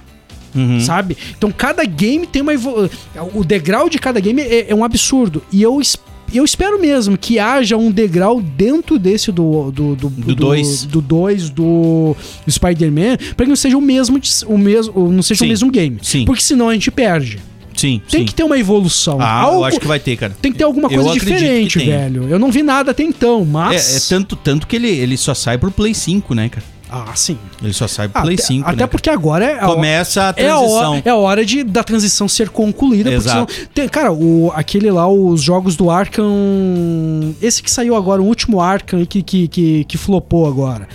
[SPEAKER 3] Hum.
[SPEAKER 4] Sabe? Então cada game tem uma evolu... O degrau de cada game é, é um absurdo. E eu, es- eu espero mesmo que haja um degrau dentro desse do. Do 2 do,
[SPEAKER 3] dois.
[SPEAKER 4] do, dois, do Spider-Man. Pra que não seja o mesmo. de- O mesmo não seja
[SPEAKER 3] Sim.
[SPEAKER 4] o mesmo game.
[SPEAKER 3] Sim.
[SPEAKER 4] Porque senão a gente perde.
[SPEAKER 3] Sim,
[SPEAKER 4] Tem
[SPEAKER 3] sim.
[SPEAKER 4] que ter uma evolução.
[SPEAKER 3] Ah,
[SPEAKER 4] Algo-
[SPEAKER 3] eu acho que vai ter, cara.
[SPEAKER 4] Tem que ter alguma
[SPEAKER 3] Eu
[SPEAKER 4] coisa
[SPEAKER 3] acredito que
[SPEAKER 4] diferente,
[SPEAKER 3] tenha.
[SPEAKER 4] velho. Eu não vi nada até então,
[SPEAKER 3] É,
[SPEAKER 4] mas.
[SPEAKER 3] é tanto, tanto que ele, ele só sai pro Play 5, né, cara?
[SPEAKER 4] Ah, sim.
[SPEAKER 3] Ele só sai pro
[SPEAKER 4] Ah, Até,
[SPEAKER 3] Play 5,
[SPEAKER 4] até
[SPEAKER 3] né? cara?
[SPEAKER 4] porque agora é. a-
[SPEAKER 3] Começa a
[SPEAKER 4] É a, hora,
[SPEAKER 3] transição.
[SPEAKER 4] é a hora de, da transição ser concluída.
[SPEAKER 3] Exato.
[SPEAKER 4] Porque senão, tem- cara, o, aquele lá, os jogos do Arkham. Esse que saiu agora, o último Arkham que, que, que, que flopou agora.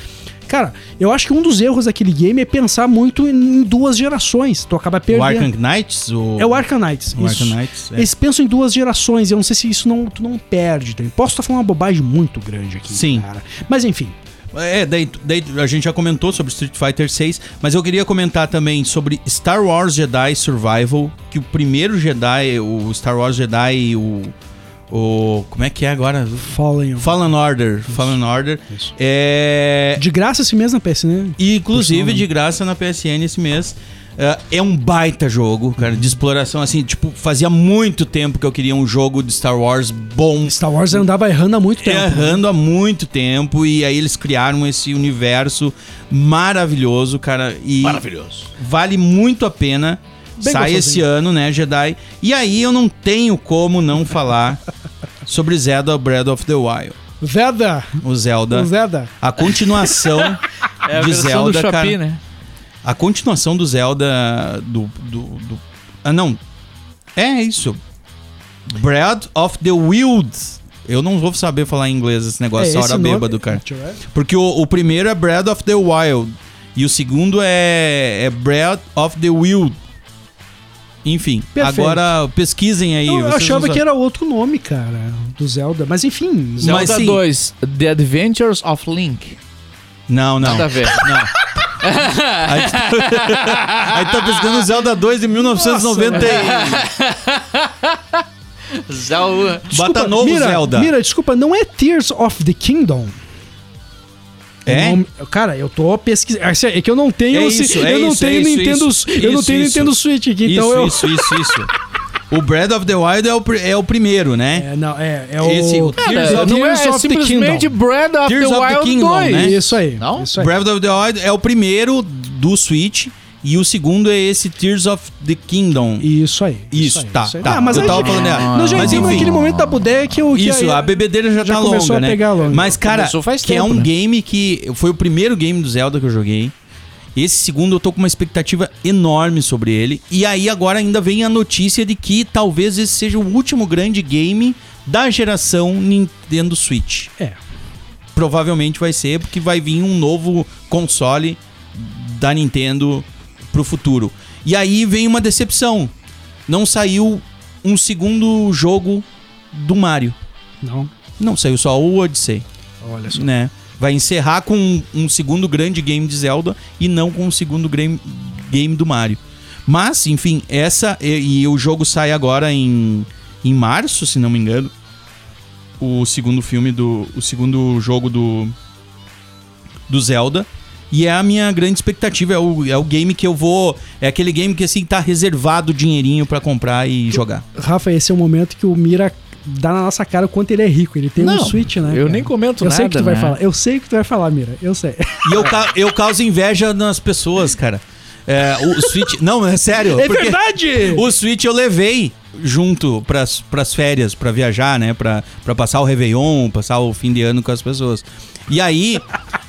[SPEAKER 4] Cara, eu acho que um dos erros daquele game é pensar muito em duas gerações. Tu acaba
[SPEAKER 3] O
[SPEAKER 4] perdendo.
[SPEAKER 3] Arkham Knights? O...
[SPEAKER 4] É o Arkham Knights.
[SPEAKER 3] O
[SPEAKER 4] isso.
[SPEAKER 3] Arkham Knights, é.
[SPEAKER 4] Eles pensam em duas gerações. Eu não sei se isso não, tu não perde. tá? Posso estar falando uma bobagem muito grande aqui,
[SPEAKER 3] Sim.
[SPEAKER 4] cara. Mas enfim.
[SPEAKER 3] É, daí, daí a gente já comentou sobre Street Fighter 6, mas eu queria comentar também sobre Star Wars Jedi Survival, que o primeiro Jedi, o Star Wars Jedi, o... o como é que é agora?
[SPEAKER 4] Fallen.
[SPEAKER 3] Fallen Order. Fallen Order.
[SPEAKER 4] Isso.
[SPEAKER 3] É...
[SPEAKER 4] De graça esse mesmo na PS, né?
[SPEAKER 3] E, inclusive, de graça na PSN esse mês. Ah, é um baita jogo, cara, de exploração. Assim, tipo, fazia muito tempo que eu queria um jogo de Star Wars bom.
[SPEAKER 4] Star Wars andava errando há muito tempo. né?
[SPEAKER 3] Errando há muito tempo. E aí eles criaram esse universo maravilhoso, cara. E
[SPEAKER 6] Maravilhoso.
[SPEAKER 3] Vale muito a pena.
[SPEAKER 4] Bem
[SPEAKER 3] Sai
[SPEAKER 4] gostosinho.
[SPEAKER 3] esse ano, né, Jedi? E aí eu não tenho como não falar sobre Zelda Breath of the Wild.
[SPEAKER 4] Veda!
[SPEAKER 3] O Zelda.
[SPEAKER 4] O Zelda.
[SPEAKER 3] A continuação
[SPEAKER 2] É a
[SPEAKER 3] de
[SPEAKER 2] versão
[SPEAKER 3] Zelda,
[SPEAKER 2] do Shopee,
[SPEAKER 3] cara.
[SPEAKER 2] né?
[SPEAKER 3] A continuação do Zelda do, do, do- Ah, não. É isso. Breath of the Wild. Eu não vou saber falar em inglês esse negócio, essa hora
[SPEAKER 4] É, esse nome-
[SPEAKER 3] bêbado, cara.
[SPEAKER 4] Deixa eu ver.
[SPEAKER 3] Porque o, o primeiro é Breath of the Wild. E o segundo é, é Breath of the Wild. Enfim,
[SPEAKER 4] Perfeito.
[SPEAKER 3] agora pesquisem aí.
[SPEAKER 4] Eu, eu
[SPEAKER 3] vocês
[SPEAKER 4] achava
[SPEAKER 3] vão
[SPEAKER 4] que
[SPEAKER 3] saber.
[SPEAKER 4] era outro nome, cara, do Zelda. Mas enfim.
[SPEAKER 3] Zelda Mas
[SPEAKER 2] Zelda
[SPEAKER 3] sim.
[SPEAKER 2] 2, The Adventures of Link.
[SPEAKER 3] Não, não.
[SPEAKER 4] Tá,
[SPEAKER 2] Nada a ver.
[SPEAKER 3] Aí tá, (laughs) aí tá pesquisando Zelda 2 de 1990.
[SPEAKER 2] Zelda.
[SPEAKER 3] Bota novo
[SPEAKER 4] Mira,
[SPEAKER 3] Zelda.
[SPEAKER 4] Mira, desculpa, não é Tears of the Kingdom?
[SPEAKER 3] É?
[SPEAKER 4] O nome- cara, eu tô pesquisando. Assim, É que eu não tenho.
[SPEAKER 3] É
[SPEAKER 4] esse-
[SPEAKER 3] isso,
[SPEAKER 4] eu
[SPEAKER 3] é
[SPEAKER 4] não
[SPEAKER 3] isso,
[SPEAKER 4] tenho
[SPEAKER 3] é isso,
[SPEAKER 4] Nintendo.
[SPEAKER 3] isso,
[SPEAKER 4] eu não
[SPEAKER 3] isso,
[SPEAKER 4] tenho
[SPEAKER 3] isso.
[SPEAKER 4] Nintendo Switch aqui, então
[SPEAKER 3] isso,
[SPEAKER 4] eu.
[SPEAKER 3] isso, isso, isso. O Breath of the Wild é o, pri- é o primeiro, né?
[SPEAKER 4] É, não, é, é o.
[SPEAKER 3] Esse- o
[SPEAKER 4] Tears
[SPEAKER 3] Tears
[SPEAKER 4] of-
[SPEAKER 2] Cara, não é,
[SPEAKER 4] Tears
[SPEAKER 2] é
[SPEAKER 4] of the
[SPEAKER 2] simplesmente
[SPEAKER 4] Kingdom.
[SPEAKER 2] Breath of the
[SPEAKER 3] Tears of the
[SPEAKER 2] Wild
[SPEAKER 3] Kingdom,
[SPEAKER 2] 2.
[SPEAKER 3] né?
[SPEAKER 4] Isso aí.
[SPEAKER 2] Não?
[SPEAKER 4] Isso aí.
[SPEAKER 3] Breath of the Wild é o primeiro do Switch E o segundo é esse Tears of the Kingdom.
[SPEAKER 4] Isso aí.
[SPEAKER 3] Isso,
[SPEAKER 4] aí,
[SPEAKER 3] tá,
[SPEAKER 4] aí.
[SPEAKER 3] tá.
[SPEAKER 4] Ah, mas
[SPEAKER 3] eu
[SPEAKER 4] aí,
[SPEAKER 3] tava falando errado.
[SPEAKER 4] Nós já
[SPEAKER 3] mas
[SPEAKER 4] entramos
[SPEAKER 3] enfim.
[SPEAKER 4] naquele momento da bodega que o que
[SPEAKER 3] Isso, a bebedeira já,
[SPEAKER 4] já
[SPEAKER 3] tá
[SPEAKER 4] começou
[SPEAKER 3] longa,
[SPEAKER 4] a
[SPEAKER 3] né?
[SPEAKER 4] pegar longa.
[SPEAKER 3] Mas, cara,
[SPEAKER 2] Começou faz
[SPEAKER 3] que é
[SPEAKER 2] tempo,
[SPEAKER 3] um
[SPEAKER 2] né?
[SPEAKER 3] game que foi o primeiro game do Zelda que eu joguei. Esse segundo eu tô com uma expectativa enorme sobre ele. E aí agora ainda vem a notícia de que talvez esse seja o último grande game da geração Nintendo Switch.
[SPEAKER 4] É.
[SPEAKER 3] Provavelmente vai ser, porque vai vir um novo console da Nintendo pro futuro. E aí vem uma decepção. Não saiu um segundo jogo do Mario.
[SPEAKER 4] Não.
[SPEAKER 3] Não, saiu só o Odyssey,
[SPEAKER 4] Olha só.
[SPEAKER 3] né? Vai encerrar com um, um segundo grande game de Zelda e não com um segundo game, game do Mario. Mas, enfim, essa. E, e o jogo sai agora em, em março, se não me engano. O segundo filme do. O segundo jogo do. Do Zelda. E é a minha grande expectativa. É o, é o game que eu vou. É aquele game que assim tá reservado o dinheirinho pra comprar e jogar.
[SPEAKER 4] Rafa, esse é o momento que o Mira dá na nossa cara o quanto ele é rico. Ele tem um
[SPEAKER 2] Não,
[SPEAKER 4] Switch, né?
[SPEAKER 2] Eu
[SPEAKER 4] cara?
[SPEAKER 2] nem comento
[SPEAKER 4] Eu
[SPEAKER 2] nada.
[SPEAKER 4] sei o que tu vai
[SPEAKER 2] né?
[SPEAKER 4] falar. Eu sei o que tu vai falar, Mira. Eu sei.
[SPEAKER 3] E eu, ca- eu causo inveja nas pessoas, cara. É, o Switch. Não, é
[SPEAKER 4] (laughs)
[SPEAKER 3] sério.
[SPEAKER 4] É
[SPEAKER 3] porque
[SPEAKER 4] verdade!
[SPEAKER 3] O Switch eu levei junto pras, pras férias, pra viajar, né? Pra, pra passar o Réveillon, passar o fim de ano com as pessoas. E aí.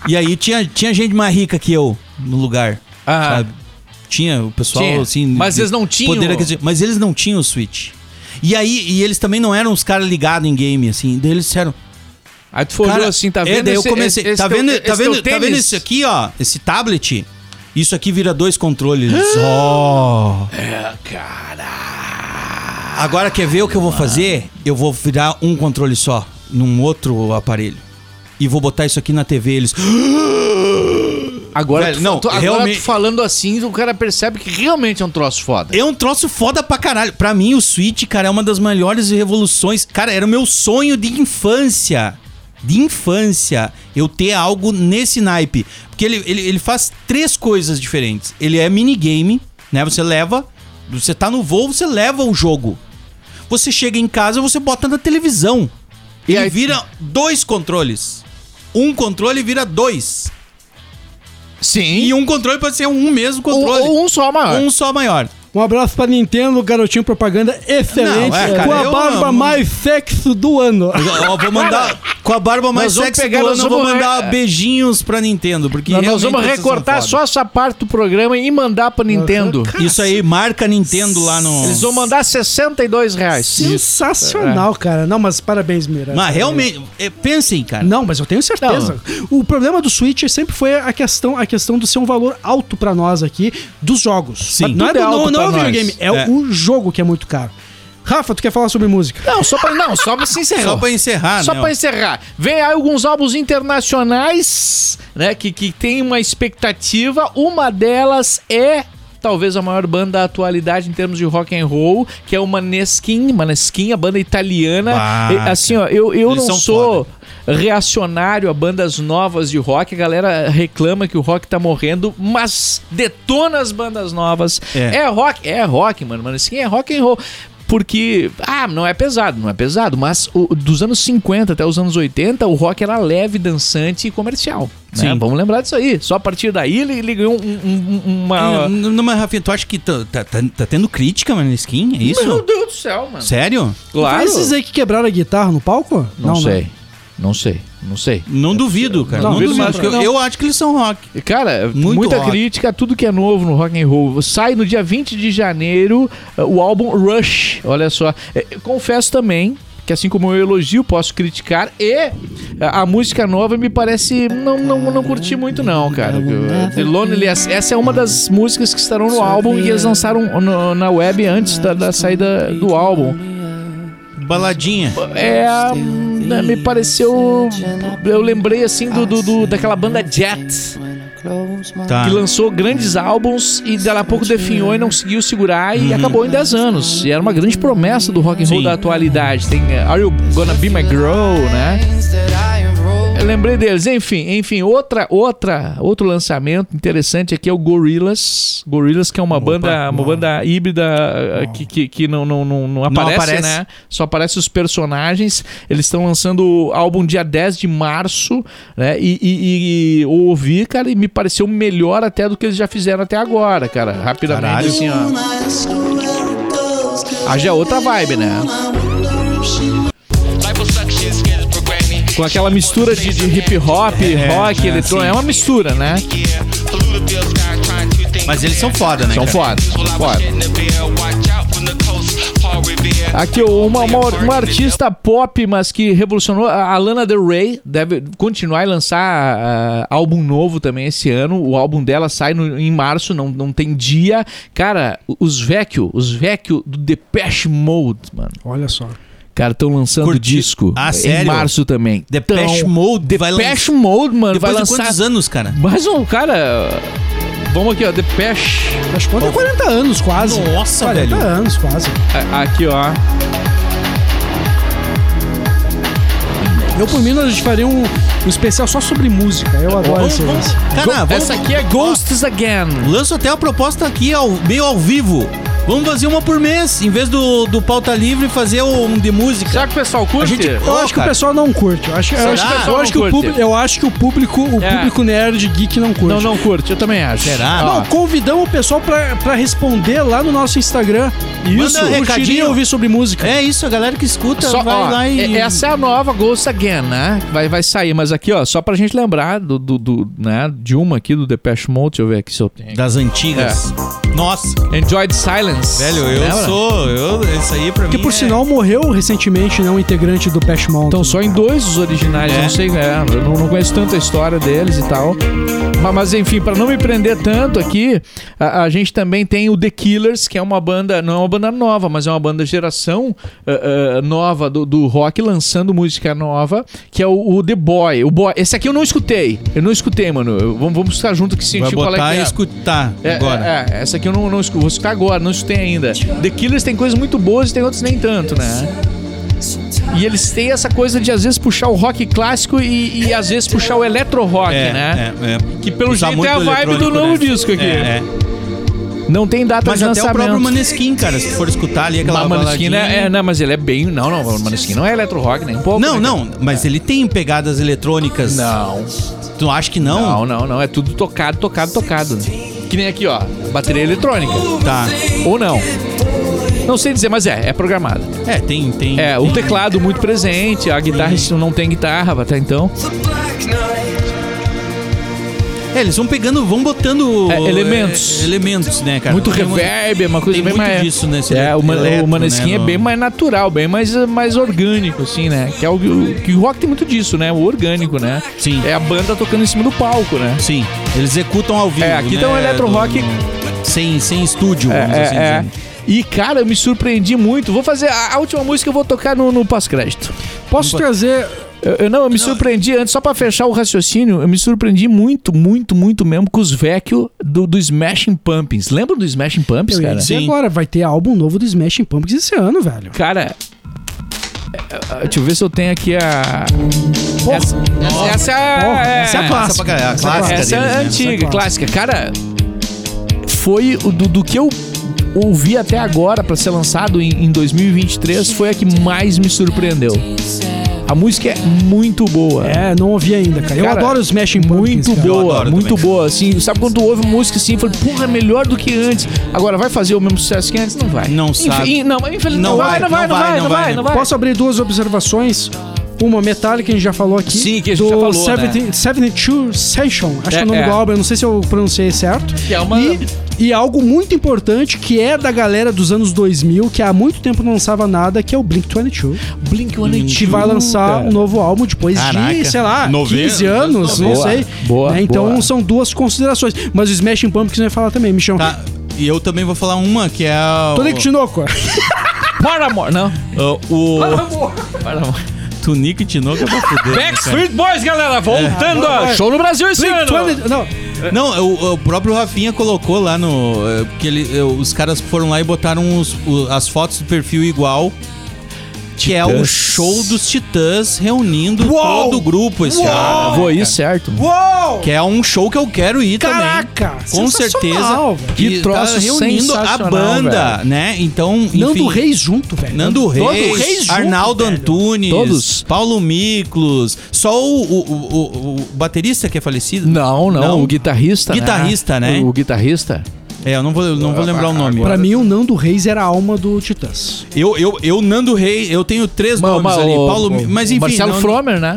[SPEAKER 3] e aí tinha, tinha gente mais rica que eu no lugar.
[SPEAKER 2] Ah.
[SPEAKER 3] sabe? Tinha o pessoal
[SPEAKER 2] Tinha.
[SPEAKER 3] assim.
[SPEAKER 2] Mas
[SPEAKER 3] de-
[SPEAKER 2] eles não tinham.
[SPEAKER 3] poder aquisitivo. mas eles não tinham o Switch. E aí, e eles também não eram os caras ligados em game, assim. Daí eles disseram,
[SPEAKER 2] Aí tu foi
[SPEAKER 3] Cara,
[SPEAKER 2] olhou assim, tá
[SPEAKER 3] é,
[SPEAKER 2] vendo?
[SPEAKER 3] daí eu
[SPEAKER 2] esse-
[SPEAKER 3] comecei.
[SPEAKER 2] esse-
[SPEAKER 3] tá,
[SPEAKER 2] esse teu-
[SPEAKER 3] vendo, tá,
[SPEAKER 2] esse teu
[SPEAKER 3] vendo, tá vendo
[SPEAKER 2] tênis?
[SPEAKER 3] isso aqui, ó? Esse tablet? Isso aqui vira dois
[SPEAKER 2] (gasps)
[SPEAKER 3] controles. Ó. É, cara. Agora quer ver o que eu vou fazer? Eu vou virar um controle só, num outro aparelho. E vou botar isso aqui na TV. Eles.
[SPEAKER 2] Agora,
[SPEAKER 3] Velho,
[SPEAKER 2] tu,
[SPEAKER 3] não,
[SPEAKER 2] tu- agora
[SPEAKER 3] realmente-
[SPEAKER 2] tu falando assim, o cara percebe que realmente é um troço foda.
[SPEAKER 3] É um troço foda pra caralho. Pra mim, o Switch, cara, é uma das melhores revoluções. Cara, era o meu sonho de infância. De infância, eu ter algo nesse naipe. Porque ele, ele, ele faz três coisas diferentes. Ele é minigame, né? Você leva. Você tá no voo, você leva o jogo. Você chega em casa, você bota na televisão.
[SPEAKER 2] E
[SPEAKER 3] ele
[SPEAKER 2] aí-
[SPEAKER 3] vira dois controles. Um controle vira dois.
[SPEAKER 2] Sim.
[SPEAKER 3] E um controle pode ser um mesmo
[SPEAKER 2] ou,
[SPEAKER 3] controle.
[SPEAKER 2] ou um só maior.
[SPEAKER 3] um só maior.
[SPEAKER 4] Um abraço pra Nintendo, garotinho propaganda excelente,
[SPEAKER 3] Não, é, cara,
[SPEAKER 4] com a
[SPEAKER 3] eu
[SPEAKER 4] barba
[SPEAKER 3] amo.
[SPEAKER 4] mais sexo do ano.
[SPEAKER 3] Ó, ó, vou mandar com a barba mais
[SPEAKER 2] nós vamos
[SPEAKER 3] sexy
[SPEAKER 2] pegar,
[SPEAKER 3] do
[SPEAKER 2] nós
[SPEAKER 3] ano, eu vou
[SPEAKER 2] vamos re-
[SPEAKER 3] mandar beijinhos pra Nintendo, porque
[SPEAKER 2] Nós, nós
[SPEAKER 3] realmente
[SPEAKER 2] vamos
[SPEAKER 3] vocês são
[SPEAKER 2] recortar
[SPEAKER 3] foda.
[SPEAKER 2] só essa parte do programa e mandar pra Nintendo.
[SPEAKER 3] Isso aí, marca Nintendo lá no
[SPEAKER 2] Eles vão mandar 62 reais.
[SPEAKER 4] Sensacional, cara. Não, mas parabéns, Mira.
[SPEAKER 3] Mas
[SPEAKER 4] Parabéns.
[SPEAKER 3] realmente, é, pensem, cara.
[SPEAKER 4] Não, mas eu tenho certeza. O problema do Switch sempre foi a questão, a questão do ser um valor alto pra nós aqui dos jogos.
[SPEAKER 3] Sim.
[SPEAKER 4] Não
[SPEAKER 2] Tudo
[SPEAKER 4] é,
[SPEAKER 2] é
[SPEAKER 4] do- não,
[SPEAKER 2] alto
[SPEAKER 4] não é
[SPEAKER 2] pra
[SPEAKER 4] o
[SPEAKER 2] nós.
[SPEAKER 4] videogame, é,
[SPEAKER 3] É.
[SPEAKER 4] o jogo que é muito caro. Rafa, tu quer falar sobre música?
[SPEAKER 2] Não, só pra, não, só pra se encerrar.
[SPEAKER 3] Só pra encerrar,
[SPEAKER 2] Só
[SPEAKER 3] né?
[SPEAKER 2] pra encerrar, vem aí alguns álbuns internacionais, né, que, que tem uma expectativa. Uma delas é talvez a maior banda da atualidade em termos de rock and roll, que é o Maneskin, Maneskin, a banda italiana.
[SPEAKER 3] Bah,
[SPEAKER 2] E, assim, ó, eu, eu
[SPEAKER 3] eles
[SPEAKER 2] não
[SPEAKER 3] são
[SPEAKER 2] sou reacionário a bandas novas de rock, a galera reclama que o rock tá morrendo, mas detona as bandas novas.
[SPEAKER 3] É.
[SPEAKER 2] É, rock, é rock, mano, Maneskin é rock and roll. Porque, ah, não é pesado, não é pesado, mas o- dos anos 50 até os anos 80, o rock era leve, dançante e comercial. né?
[SPEAKER 3] Sim.
[SPEAKER 2] Vamos lembrar disso aí. Só a partir daí ele, ele ganhou um- um- um-
[SPEAKER 3] É,
[SPEAKER 2] uma.
[SPEAKER 3] n- não, mas Rafinha, tu acha que tá, tá, tá- tá tendo crítica, mano, na skin? É isso?
[SPEAKER 2] Meu Deus do céu, mano.
[SPEAKER 3] Sério?
[SPEAKER 2] Claro.
[SPEAKER 4] Esses aí que quebraram a guitarra no palco? né?
[SPEAKER 2] Não, sei. Não sei. Não sei.
[SPEAKER 3] Não duvido, cara.
[SPEAKER 4] Não
[SPEAKER 3] Não,
[SPEAKER 4] duvido
[SPEAKER 3] duvido,
[SPEAKER 4] mesmo,
[SPEAKER 3] porque
[SPEAKER 4] não.
[SPEAKER 3] eu, eu acho que eles são rock.
[SPEAKER 2] E, Cara,
[SPEAKER 3] Muito
[SPEAKER 2] muita
[SPEAKER 3] rock.
[SPEAKER 2] crítica a tudo que é novo no rock and roll. Sai no dia 20 de janeiro eh, o álbum Rush. Olha só. Eh, eu Confesso também que assim como eu elogio, posso criticar e eh, a música nova me parece não não, não curti muito não, cara. Eu- The Lonely Ass- essa é uma das músicas que estarão no álbum e eles lançaram no- na web antes da, da saída do álbum.
[SPEAKER 3] Baladinha.
[SPEAKER 2] É, né, me pareceu eu lembrei assim do, do- do- daquela banda Jet
[SPEAKER 3] Tá.
[SPEAKER 2] que lançou grandes álbuns e dali a pouco definhou e não conseguiu segurar e acabou em 10 anos. E era uma grande promessa do rock and roll
[SPEAKER 3] Uhum. Sim.
[SPEAKER 2] da atualidade. Tem eh, Are You Gonna Be My Girl, né? lembrei deles. Enfim, enfim, outra, outra, outro lançamento interessante aqui é o Gorillaz. Gorillaz que é uma banda, uma banda híbrida eh, que, que, que não, não, não, não aparece,
[SPEAKER 3] aparece.
[SPEAKER 2] né? Só aparece os personagens. Eles estão lançando o álbum dia 10 de março, né? E, e, e eu ouvi, cara, e me pareceu melhor até do que eles já fizeram até agora, cara. Rapidamente,
[SPEAKER 3] Caralho.
[SPEAKER 2] assim, ó. Haja outra vibe, né? com aquela mistura de, de hip hop, rock,
[SPEAKER 3] é,
[SPEAKER 2] eletrônico.
[SPEAKER 3] sim.
[SPEAKER 2] É uma mistura, né?
[SPEAKER 3] Mas eles são foda, né?
[SPEAKER 2] São
[SPEAKER 3] cara?
[SPEAKER 2] foda. foda. Aqui, uma, uma,
[SPEAKER 3] um
[SPEAKER 2] uma artista pop, mas que revolucionou, a Lana Del Rey, deve continuar e lançar ah, álbum novo também esse ano. O álbum dela sai no- em março, não, não tem dia. Cara, os Vecchio, os Vecchio do Depeche Mode, mano.
[SPEAKER 4] Olha só.
[SPEAKER 2] Cara, estão lançando
[SPEAKER 3] Curti.
[SPEAKER 2] disco
[SPEAKER 3] Ah,
[SPEAKER 2] em
[SPEAKER 3] sério?
[SPEAKER 2] março também.
[SPEAKER 3] Depeche
[SPEAKER 2] Tão-
[SPEAKER 3] Mode vai
[SPEAKER 2] Depeche Mode, mano, vai
[SPEAKER 3] Depois de
[SPEAKER 2] lançar
[SPEAKER 3] quantos anos, cara?
[SPEAKER 2] mais um, cara. Vamos aqui, ó. Depeche.
[SPEAKER 4] Acho que 40 é anos quase.
[SPEAKER 3] Nossa,
[SPEAKER 4] 40
[SPEAKER 3] velho.
[SPEAKER 4] anos quase.
[SPEAKER 2] A- Aqui, ó.
[SPEAKER 4] Eu, por mim, a gente faria um, um especial só sobre música.
[SPEAKER 2] Tá
[SPEAKER 4] Eu adoro esse lance.
[SPEAKER 3] Cara, vamos-
[SPEAKER 2] Essa aqui é Ghosts Again.
[SPEAKER 3] Lanço até a proposta aqui, ao, meio ao vivo. Vamos fazer uma por mês, em vez do, do pauta livre, fazer um de música.
[SPEAKER 2] Será que o pessoal curte?
[SPEAKER 3] gente-
[SPEAKER 4] Eu
[SPEAKER 3] Ô,
[SPEAKER 4] acho que o
[SPEAKER 3] cara.
[SPEAKER 4] pessoal não curte. Eu acho, eu
[SPEAKER 2] Será?
[SPEAKER 4] acho que, eu
[SPEAKER 2] Não
[SPEAKER 4] acho que o
[SPEAKER 2] curte.
[SPEAKER 4] público, eu acho que o público, o
[SPEAKER 2] É.
[SPEAKER 4] público nerd geek não curte.
[SPEAKER 2] Não, Ah. não curte, eu também acho.
[SPEAKER 3] Será?
[SPEAKER 2] Ó,
[SPEAKER 4] Não, convidamos o pessoal pra, pra responder lá no nosso Instagram.
[SPEAKER 2] um
[SPEAKER 4] Isso,
[SPEAKER 3] Manda
[SPEAKER 4] curtiria
[SPEAKER 3] recadinho.
[SPEAKER 4] ouvir sobre música.
[SPEAKER 3] É isso, a galera que escuta
[SPEAKER 2] só,
[SPEAKER 3] vai
[SPEAKER 2] ó,
[SPEAKER 3] lá e.
[SPEAKER 2] então e- Essa é a nova Ghosts Again, né? Vai, vai sair, mas aqui, ó, só pra gente lembrar do, do, do, né, de uma aqui do Depeche Mode, deixa eu ver aqui se eu tenho.
[SPEAKER 3] Das antigas. Nossa,
[SPEAKER 2] Enjoy the Silence.
[SPEAKER 3] velho, eu
[SPEAKER 2] É. Lembra?
[SPEAKER 3] sou. Eu, isso aí pra
[SPEAKER 4] Que
[SPEAKER 3] mim.
[SPEAKER 4] por
[SPEAKER 3] é-
[SPEAKER 4] sinal morreu recentemente, né? Um integrante do Pest Mountain.
[SPEAKER 2] Então só em dois os originais, eu não sei, é, eu não, não conheço tanto a história deles e tal. Ma- Mas, enfim, pra não me prender tanto aqui, a, a gente também tem o The Killers, que é uma banda, não é uma banda nova, mas é uma banda geração ah, ah, nova do, do rock, lançando música nova, que é o, o The Boy. O Boy. Esse aqui eu não escutei. Eu não escutei, mano. Eu- vamos, vamos buscar junto que
[SPEAKER 3] Vai
[SPEAKER 2] sentir qual é
[SPEAKER 3] botar
[SPEAKER 2] que
[SPEAKER 3] e
[SPEAKER 2] é.
[SPEAKER 3] escutar
[SPEAKER 2] É,
[SPEAKER 3] agora.
[SPEAKER 2] é, é, essa aqui eu não, não escu- vou escutar agora, não escutei ainda. The Killers tem coisas muito boas e tem outras nem tanto, né? E eles têm essa coisa de às vezes puxar o rock clássico e, e às vezes puxar o eletro rock, né?
[SPEAKER 3] é, é.
[SPEAKER 2] Que pelo
[SPEAKER 3] Usar
[SPEAKER 2] jeito
[SPEAKER 3] muito
[SPEAKER 2] é a vibe do
[SPEAKER 3] eletrônico,
[SPEAKER 2] novo
[SPEAKER 3] né?
[SPEAKER 2] disco aqui.
[SPEAKER 3] É, é.
[SPEAKER 2] Não tem data
[SPEAKER 3] Mas
[SPEAKER 2] Tá de
[SPEAKER 3] até o próprio
[SPEAKER 2] lançamento.
[SPEAKER 3] Maneskin, cara, se tu for escutar ali aquela
[SPEAKER 2] Mas Maneskin
[SPEAKER 3] baladinha-
[SPEAKER 2] é, é, não, mas ele é bem. Não, não, o Maneskin não é eletro rock nem um pouco.
[SPEAKER 3] Não,
[SPEAKER 2] né,
[SPEAKER 3] não, mas ele tem pegadas eletrônicas.
[SPEAKER 2] Não.
[SPEAKER 3] Tu acha que não?
[SPEAKER 2] Não, não, não. É tudo tocado, tocado, tocado. né? Que nem aqui, ó. Bateria eletrônica.
[SPEAKER 3] Tá.
[SPEAKER 2] Ou não. Não sei dizer, mas é, é programada.
[SPEAKER 3] É, tem, tem.
[SPEAKER 2] É,
[SPEAKER 3] tem.
[SPEAKER 2] o teclado muito presente, a guitarra isso não tem guitarra até então.
[SPEAKER 3] É, eles vão pegando, vão botando
[SPEAKER 2] É, elementos.
[SPEAKER 3] é, elementos, né, cara?
[SPEAKER 2] muito
[SPEAKER 3] Tem um-
[SPEAKER 2] reverb, é uma coisa
[SPEAKER 3] tem
[SPEAKER 2] bem
[SPEAKER 3] muito
[SPEAKER 2] mais.
[SPEAKER 3] disso né, nesse
[SPEAKER 2] é, o, man,
[SPEAKER 3] eletro,
[SPEAKER 2] o Maneskin
[SPEAKER 3] né,
[SPEAKER 2] é
[SPEAKER 3] no-
[SPEAKER 2] bem mais natural, bem mais, mais orgânico, assim, né? Que é o o- que o rock tem muito disso, né? O orgânico, né?
[SPEAKER 3] Sim.
[SPEAKER 2] É a banda tocando em cima do palco, né?
[SPEAKER 3] Sim, eles executam ao vivo.
[SPEAKER 2] É, aqui tá um
[SPEAKER 3] né,
[SPEAKER 2] eletro
[SPEAKER 3] do-
[SPEAKER 2] rock.
[SPEAKER 3] Sem, sem estúdio,
[SPEAKER 2] É,
[SPEAKER 3] vamos assim
[SPEAKER 2] é, é.
[SPEAKER 3] dizer.
[SPEAKER 2] E, cara, eu me surpreendi muito. Vou fazer a, a última música, eu vou tocar no, no pós-crédito.
[SPEAKER 4] Posso trazer
[SPEAKER 2] Eu, eu não, eu me surpreendi antes, só pra fechar o raciocínio, eu me surpreendi muito, muito, muito mesmo com os vecchio do, do Smashing Pumpkins. Lembra do Smashing Pumpkins,
[SPEAKER 4] Eu ia
[SPEAKER 2] cara?
[SPEAKER 4] dizer
[SPEAKER 3] Sim.
[SPEAKER 4] agora, vai ter álbum novo do Smashing Pumpkins esse ano, velho.
[SPEAKER 2] Cara. é, é, Deixa eu ver se eu tenho aqui a. Essa, essa, essa é,
[SPEAKER 4] Porra,
[SPEAKER 2] é,
[SPEAKER 4] essa é a
[SPEAKER 3] Essa
[SPEAKER 4] clássica.
[SPEAKER 3] pra cá- a clássica
[SPEAKER 2] essa é
[SPEAKER 3] deles, né?
[SPEAKER 2] antiga,
[SPEAKER 4] Essa é
[SPEAKER 2] clássica. Cara, foi o do, do que eu ouvi até agora pra ser lançado em, em 2023, foi a que mais me surpreendeu. A música é muito boa.
[SPEAKER 4] É, não ouvi ainda, cara. Eu
[SPEAKER 2] Cara,
[SPEAKER 4] adoro os Smashing Pumpkins.
[SPEAKER 2] Muito
[SPEAKER 4] cara.
[SPEAKER 3] Eu
[SPEAKER 2] boa,
[SPEAKER 3] adoro
[SPEAKER 2] muito
[SPEAKER 3] também.
[SPEAKER 2] boa. Assim, sabe quando tu ouve música assim, fala, porra, é melhor do que antes. Agora, vai fazer o mesmo sucesso que antes? Não vai.
[SPEAKER 3] Não
[SPEAKER 2] Enfim,
[SPEAKER 3] sabe.
[SPEAKER 2] Não, mas infelizmente
[SPEAKER 3] Não
[SPEAKER 2] não vai,
[SPEAKER 3] vai,
[SPEAKER 2] não vai, não vai, não vai, não vai.
[SPEAKER 4] Posso abrir duas observações? Uma Metallica, a gente já falou aqui.
[SPEAKER 2] Sim, que a gente
[SPEAKER 4] do
[SPEAKER 2] já falou, né?
[SPEAKER 4] 70 72 Session, acho que é o nome
[SPEAKER 2] É, é.
[SPEAKER 4] do álbum, eu não sei se eu pronunciei certo.
[SPEAKER 2] Que é uma-
[SPEAKER 4] E, e algo muito importante que é da galera dos anos 2000, que há muito tempo não lançava nada, que é o Blink-22.
[SPEAKER 2] Blink-182.
[SPEAKER 4] que
[SPEAKER 3] Hum,
[SPEAKER 4] vai lançar
[SPEAKER 3] é.
[SPEAKER 4] um novo álbum depois
[SPEAKER 3] Caraca.
[SPEAKER 4] de, sei lá,
[SPEAKER 3] Noventa,
[SPEAKER 4] 15 anos, não
[SPEAKER 2] boa,
[SPEAKER 4] sei.
[SPEAKER 2] boa,
[SPEAKER 4] Né, Então
[SPEAKER 2] boa.
[SPEAKER 4] são duas considerações. Mas o Smashing Pumpkins vai falar também, Michão.
[SPEAKER 3] Tá, e eu também vou falar uma que é a.
[SPEAKER 4] Tonico Tinoco.
[SPEAKER 2] Paramore, não.
[SPEAKER 3] o, o,
[SPEAKER 2] Ah.
[SPEAKER 3] o
[SPEAKER 2] Paramore.
[SPEAKER 3] Tunico Tinoco é pra fuder. né, cara?
[SPEAKER 2] Backstreet Boys, galera,
[SPEAKER 4] É.
[SPEAKER 2] voltando. ó. Show no Brasil esse ano.
[SPEAKER 4] Blink-22, Não,
[SPEAKER 3] Não, o, o próprio Rafinha colocou lá no. é, Que ele, é, os caras foram lá e botaram os- o- as fotos do perfil igual. que é o
[SPEAKER 2] Titãs.
[SPEAKER 3] show dos Titãs reunindo
[SPEAKER 4] Uou!
[SPEAKER 3] todo o grupo esse ano.
[SPEAKER 2] Vou ir certo.
[SPEAKER 4] Uou!
[SPEAKER 3] Que é um show que eu quero ir
[SPEAKER 4] Caraca!
[SPEAKER 3] também. Com certeza.
[SPEAKER 4] sensacional, velho.
[SPEAKER 2] Que troço
[SPEAKER 3] tá reunindo a
[SPEAKER 2] sensacional,
[SPEAKER 3] banda, né? Então, enfim.
[SPEAKER 4] Nando Reis junto, velho.
[SPEAKER 3] Nando Reis,
[SPEAKER 4] Nando Reis junto,
[SPEAKER 3] Arnaldo
[SPEAKER 4] velho.
[SPEAKER 3] Antunes,
[SPEAKER 2] Todos.
[SPEAKER 3] Paulo Miklos, só o, o- o- o- o baterista que é falecido?
[SPEAKER 2] Não, não,
[SPEAKER 3] Não.
[SPEAKER 2] o guitarrista.
[SPEAKER 3] Guitarrista, né?
[SPEAKER 2] O, o guitarrista.
[SPEAKER 3] É, eu não vou, eu não vou
[SPEAKER 2] Ah,
[SPEAKER 3] lembrar o nome.
[SPEAKER 4] Pra mim, o Nando Reis era a alma do Titãs.
[SPEAKER 3] Eu, eu, eu, Nando Reis, eu tenho três
[SPEAKER 2] Ma-
[SPEAKER 3] nomes
[SPEAKER 2] ma-
[SPEAKER 3] ali.
[SPEAKER 2] o-
[SPEAKER 3] Paulo, Mi-
[SPEAKER 2] o
[SPEAKER 3] mas enfim.
[SPEAKER 2] Marcelo
[SPEAKER 3] não-
[SPEAKER 2] Fromer, né?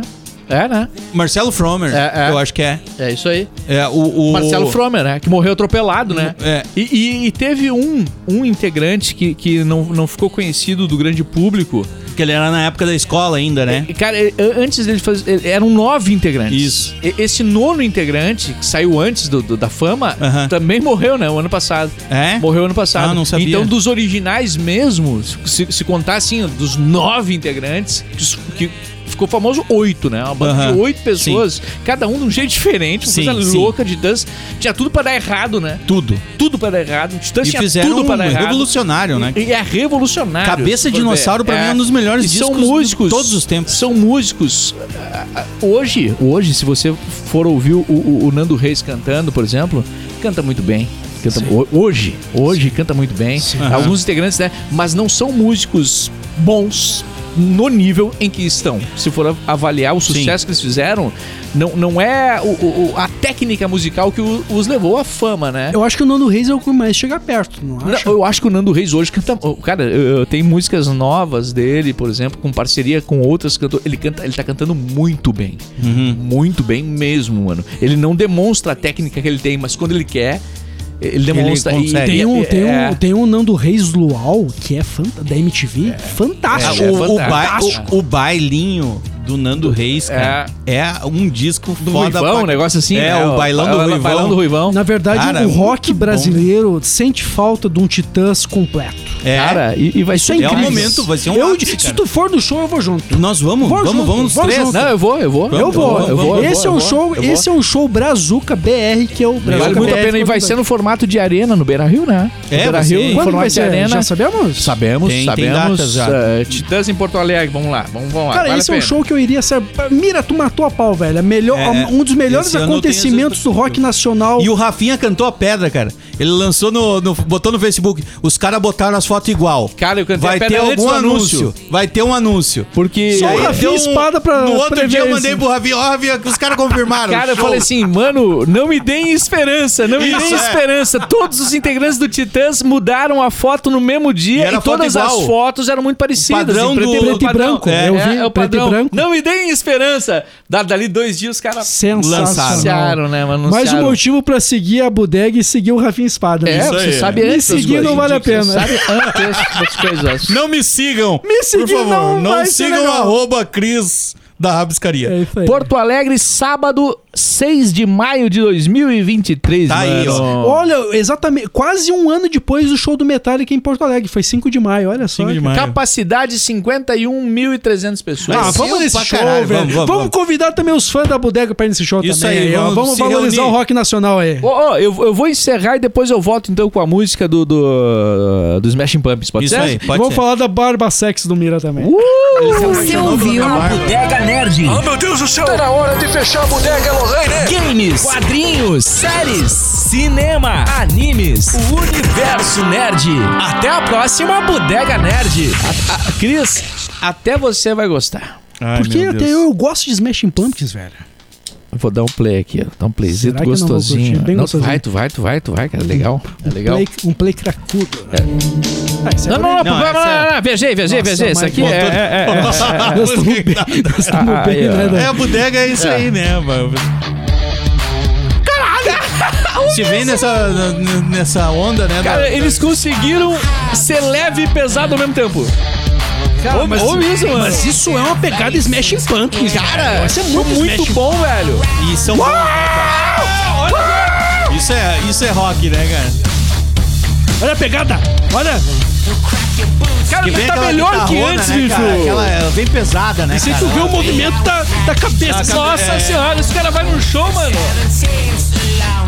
[SPEAKER 2] É, né?
[SPEAKER 3] Marcelo Fromer,
[SPEAKER 2] É, é.
[SPEAKER 3] eu acho que é.
[SPEAKER 2] É isso aí.
[SPEAKER 3] É, o, o-
[SPEAKER 2] Marcelo Fromer, né? Que morreu atropelado, né?
[SPEAKER 3] É.
[SPEAKER 2] E, e- e teve um, um integrante que, que não, não ficou conhecido do grande público.
[SPEAKER 3] Que ele era na época da escola ainda, né?
[SPEAKER 2] E, Cara, e- antes dele fazer. e- Eram nove integrantes.
[SPEAKER 3] Isso.
[SPEAKER 2] E- Esse nono integrante, que saiu antes do- do- da fama,
[SPEAKER 3] Aham.
[SPEAKER 2] também morreu, né? O ano passado.
[SPEAKER 3] É?
[SPEAKER 2] Morreu ano passado.
[SPEAKER 3] Ah, não sabia.
[SPEAKER 2] Então, dos originais mesmo, se, se contar assim, dos nove integrantes, que s- que ficou famoso oito, né? Uma banda
[SPEAKER 3] Aham.
[SPEAKER 2] de oito pessoas, cada um de um jeito diferente, uma
[SPEAKER 3] Sim,
[SPEAKER 2] coisa
[SPEAKER 3] sim.
[SPEAKER 2] louca de dança. Tinha tudo pra dar errado, né?
[SPEAKER 3] É? Tudo.
[SPEAKER 2] Tudo pra dar errado. Titãs
[SPEAKER 3] E
[SPEAKER 2] tinha
[SPEAKER 3] fizeram
[SPEAKER 2] tudo pra
[SPEAKER 3] um
[SPEAKER 2] dar errado.
[SPEAKER 3] revolucionário, né?
[SPEAKER 2] E é revolucionário.
[SPEAKER 3] Cabeça
[SPEAKER 2] se for
[SPEAKER 3] de
[SPEAKER 2] ver.
[SPEAKER 3] Dinossauro, pra mim, é um dos melhores
[SPEAKER 2] E São
[SPEAKER 3] discos de
[SPEAKER 2] músicos.
[SPEAKER 3] todos os tempos.
[SPEAKER 2] São músicos. Ah, ah, Hoje, hoje, se você for ouvir o, o- o Nando Reis cantando, por exemplo, canta muito bem. Canta, ho- hoje, hoje canta muito bem.
[SPEAKER 3] Aham.
[SPEAKER 2] Alguns integrantes, né? Mas não são músicos bons no nível em que estão. Se for a- avaliar o sucesso que eles fizeram, não, não é o- o- o- a técnica musical que o- os levou à fama, né?
[SPEAKER 4] Eu acho que o Nando Reis é o que mais chega perto, não
[SPEAKER 2] Não,
[SPEAKER 4] acho?
[SPEAKER 2] eu acho que o Nando Reis hoje canta. oh, Cara, eu, eu tenho músicas novas dele, por exemplo, com parceria com outras cantoras. Ele, canta, ele tá cantando muito bem.
[SPEAKER 3] Uhum.
[SPEAKER 2] Muito bem mesmo, mano. Ele não demonstra a técnica que ele tem, mas quando ele quer, ele demonstra. e-
[SPEAKER 3] consegue.
[SPEAKER 2] e-
[SPEAKER 4] Tem um,
[SPEAKER 2] e-
[SPEAKER 4] tem,
[SPEAKER 2] é.
[SPEAKER 4] um, tem um Nando Reis Luau, que é fanta, da MTV,
[SPEAKER 3] Ah,
[SPEAKER 4] fantástico.
[SPEAKER 2] É,
[SPEAKER 3] o, o, ba-
[SPEAKER 2] fantástico.
[SPEAKER 3] o- o bailinho do Nando Reis, cara, é, um disco
[SPEAKER 2] Do
[SPEAKER 3] foda
[SPEAKER 2] Ruivão,
[SPEAKER 3] pra-
[SPEAKER 2] um negócio assim.
[SPEAKER 3] É,
[SPEAKER 2] né?
[SPEAKER 3] o bailão do Ruivão.
[SPEAKER 2] Bailão do Ruivão.
[SPEAKER 4] Na verdade,
[SPEAKER 3] Cara, é
[SPEAKER 4] o
[SPEAKER 3] muito
[SPEAKER 4] rock
[SPEAKER 3] bom.
[SPEAKER 4] brasileiro sente falta de um Titãs completo.
[SPEAKER 3] É,
[SPEAKER 2] Cara, e, e vai
[SPEAKER 4] Isso
[SPEAKER 2] ser
[SPEAKER 4] é
[SPEAKER 3] é um
[SPEAKER 4] incrível.
[SPEAKER 3] momento, vai ser um
[SPEAKER 4] Eu,
[SPEAKER 3] ápice,
[SPEAKER 4] se
[SPEAKER 3] cara.
[SPEAKER 4] tu for no show, eu vou junto.
[SPEAKER 3] Nós vamos,
[SPEAKER 4] Vou
[SPEAKER 3] vamos,
[SPEAKER 4] junto,
[SPEAKER 3] vamos os
[SPEAKER 4] vou
[SPEAKER 3] três.
[SPEAKER 4] junto.
[SPEAKER 2] Não, eu vou, eu vou.
[SPEAKER 4] Eu vou,
[SPEAKER 3] eu vou,
[SPEAKER 4] Esse é um show, esse é um show Brazuca BR que é o Brazuca
[SPEAKER 2] um Vale muito a pena e vai ser no formato de arena no Beira Rio, né?
[SPEAKER 3] É,
[SPEAKER 2] Beira
[SPEAKER 3] vai
[SPEAKER 2] Rio,
[SPEAKER 3] ser.
[SPEAKER 2] em
[SPEAKER 4] Quando
[SPEAKER 2] formato
[SPEAKER 4] vai
[SPEAKER 2] de
[SPEAKER 4] ser?
[SPEAKER 2] arena.
[SPEAKER 4] Já sabemos?
[SPEAKER 2] Sabemos,
[SPEAKER 3] Tem- tem
[SPEAKER 2] sabemos.
[SPEAKER 3] datas já.
[SPEAKER 2] eh, Titãs em Porto Alegre, vamos lá, vamos, vamos lá.
[SPEAKER 4] Cara,
[SPEAKER 2] vale
[SPEAKER 4] esse
[SPEAKER 2] a
[SPEAKER 4] é um
[SPEAKER 2] pena.
[SPEAKER 4] show que eu iria ser. Mira, tu matou a pau, velho. É melhor,
[SPEAKER 3] É,
[SPEAKER 4] um dos melhores
[SPEAKER 3] esse ano eu tenho essas
[SPEAKER 4] acontecimentos do rock nacional.
[SPEAKER 3] E o Rafinha cantou a pedra, cara. Ele lançou no. no- botou no Facebook. Os caras botaram as fotos igual.
[SPEAKER 2] Cara, eu cantei
[SPEAKER 3] Vai
[SPEAKER 2] a pedra
[SPEAKER 3] ter
[SPEAKER 2] antes
[SPEAKER 3] algum
[SPEAKER 2] do
[SPEAKER 3] anúncio. Vai ter um anúncio.
[SPEAKER 2] Porque.
[SPEAKER 3] E
[SPEAKER 4] Só o
[SPEAKER 3] aí,
[SPEAKER 4] Rafinha
[SPEAKER 3] deu
[SPEAKER 4] Espada pra-
[SPEAKER 3] No outro
[SPEAKER 4] prever
[SPEAKER 3] dia eu
[SPEAKER 4] isso.
[SPEAKER 3] mandei pro Rafinha. Ó, Rafinha, que os caras confirmaram.
[SPEAKER 2] Cara, eu
[SPEAKER 3] Show.
[SPEAKER 2] falei assim, mano, não me deem esperança, não me
[SPEAKER 3] Isso,
[SPEAKER 2] deem
[SPEAKER 3] é.
[SPEAKER 2] esperança. Todos os integrantes do Titãs mudaram a foto no mesmo
[SPEAKER 3] E
[SPEAKER 2] dia e,
[SPEAKER 3] era foto
[SPEAKER 2] todas as
[SPEAKER 3] igual.
[SPEAKER 2] fotos eram muito parecidas.
[SPEAKER 3] Padrão
[SPEAKER 2] em preto
[SPEAKER 3] do-
[SPEAKER 2] e
[SPEAKER 3] Preto
[SPEAKER 4] e
[SPEAKER 2] padrão.
[SPEAKER 4] branco,
[SPEAKER 2] É,
[SPEAKER 4] eu vi,
[SPEAKER 2] é o
[SPEAKER 4] preto e
[SPEAKER 2] padrão.
[SPEAKER 4] branco.
[SPEAKER 2] Não me deem esperança. Da- Dali dois dias os caras
[SPEAKER 4] Sensacional.
[SPEAKER 2] anunciaram, né, mano?
[SPEAKER 4] Mais um
[SPEAKER 2] anunciaram.
[SPEAKER 4] motivo pra seguir a bodega e seguir o Rafinha Espada.
[SPEAKER 2] É,
[SPEAKER 4] né?
[SPEAKER 2] você sabe
[SPEAKER 4] Me
[SPEAKER 2] antes. das
[SPEAKER 4] seguir não
[SPEAKER 2] coisas,
[SPEAKER 4] vale a
[SPEAKER 2] Dixon,
[SPEAKER 4] pena.
[SPEAKER 2] Sabe antes das coisas.
[SPEAKER 3] assim, Não me sigam.
[SPEAKER 4] Me seguir
[SPEAKER 3] Por favor,
[SPEAKER 4] não
[SPEAKER 3] não,
[SPEAKER 4] vai ser
[SPEAKER 3] sigam
[SPEAKER 4] legal.
[SPEAKER 3] arroba Cris da Rabiscaria.
[SPEAKER 4] É isso aí.
[SPEAKER 2] Porto Alegre, sábado, 6 de maio de 2023,
[SPEAKER 3] Tá aí,
[SPEAKER 2] mano.
[SPEAKER 4] Olha, exatamente, quase um ano depois do show do Metallica em Porto Alegre. Foi 5 de maio, olha só. cara.
[SPEAKER 2] Capacidade 51.300 pessoas.
[SPEAKER 4] Ah,
[SPEAKER 3] Mas
[SPEAKER 4] vamos
[SPEAKER 3] eu
[SPEAKER 4] nesse
[SPEAKER 3] pra
[SPEAKER 4] show,
[SPEAKER 3] caralho,
[SPEAKER 4] velho. Vamos,
[SPEAKER 3] vamos, vamos, vamos.
[SPEAKER 4] convidar também os fãs da bodega pra ir nesse show
[SPEAKER 3] Isso
[SPEAKER 4] também.
[SPEAKER 3] aí,
[SPEAKER 4] ó.
[SPEAKER 3] vamos se
[SPEAKER 4] valorizar
[SPEAKER 3] reunir.
[SPEAKER 4] o rock nacional aí.
[SPEAKER 2] Ô, ô, eu, eu vou encerrar e depois eu volto então com a música do, do, do Smashing Pumps, pode
[SPEAKER 3] Isso
[SPEAKER 2] ser?
[SPEAKER 3] aí, pode
[SPEAKER 4] Vamos
[SPEAKER 3] ser.
[SPEAKER 4] falar da barba sex do Mira também.
[SPEAKER 3] é
[SPEAKER 2] Uh!
[SPEAKER 9] Você ouviu?
[SPEAKER 3] né?
[SPEAKER 1] Bodega Nerd. Oh, meu Deus do céu! Tá na hora de fechar a bodega, Lorraine! Games, quadrinhos, séries, cinema, animes, o universo nerd. Até a próxima Bodega Nerd.
[SPEAKER 2] Ah, Cris, até você vai gostar.
[SPEAKER 3] Ai,
[SPEAKER 4] Porque
[SPEAKER 3] meu
[SPEAKER 4] até
[SPEAKER 3] Deus.
[SPEAKER 4] eu, eu gosto de Smashing Pumpkins, velho.
[SPEAKER 2] Eu Vou dar um play aqui, ó. Dá um playzito
[SPEAKER 4] Será que eu não vou
[SPEAKER 2] gostosinho.
[SPEAKER 4] curtir? Bem
[SPEAKER 2] Não,
[SPEAKER 4] gostosinho.
[SPEAKER 2] Vai, tu vai, tu vai, tu vai, cara. Legal. É legal.
[SPEAKER 4] Play- um play cracudo. Ah, isso é
[SPEAKER 2] Não, não, não,
[SPEAKER 4] bonito.
[SPEAKER 2] não, não,
[SPEAKER 3] Não,
[SPEAKER 2] não,
[SPEAKER 3] essa é-
[SPEAKER 2] não, não, viajei, viajei,
[SPEAKER 4] Nossa,
[SPEAKER 2] viajei. Isso
[SPEAKER 4] mas
[SPEAKER 2] aqui é,
[SPEAKER 3] botou-
[SPEAKER 2] é, é, é.
[SPEAKER 3] (laughs)
[SPEAKER 4] Nós estamos bem, nós estamos
[SPEAKER 2] Ah,
[SPEAKER 4] bem,
[SPEAKER 2] aí, ó.
[SPEAKER 4] né,
[SPEAKER 3] tá- É,
[SPEAKER 4] Dan?
[SPEAKER 3] a bodega é isso aí, né? mano? Se vem nessa, n- nessa onda, né? da-
[SPEAKER 2] Cara, eles conseguiram ser leve e pesado ao mesmo tempo. Cara,
[SPEAKER 4] mas-
[SPEAKER 2] isso, mano.
[SPEAKER 4] Mas isso é uma pegada Smashing Pumpkins.
[SPEAKER 2] Cara,
[SPEAKER 4] isso é
[SPEAKER 2] ficou
[SPEAKER 4] muito, Ah!
[SPEAKER 2] muito
[SPEAKER 4] Smashing
[SPEAKER 2] bom, velho.
[SPEAKER 3] E são bons, né, cara? Isso é, isso é rock, né, cara?
[SPEAKER 4] Olha a pegada, olha.
[SPEAKER 2] Cara,
[SPEAKER 3] Que
[SPEAKER 2] tá
[SPEAKER 3] aquela
[SPEAKER 2] melhor que
[SPEAKER 3] guitarrona,
[SPEAKER 2] antes,
[SPEAKER 3] né,
[SPEAKER 2] bicho.
[SPEAKER 3] cara? Aquela é bem pesada, né,
[SPEAKER 4] Se
[SPEAKER 3] cara?
[SPEAKER 4] tu vê o movimento da, da cabeça.
[SPEAKER 2] Nossa senhora, esse cara vai num show, mano.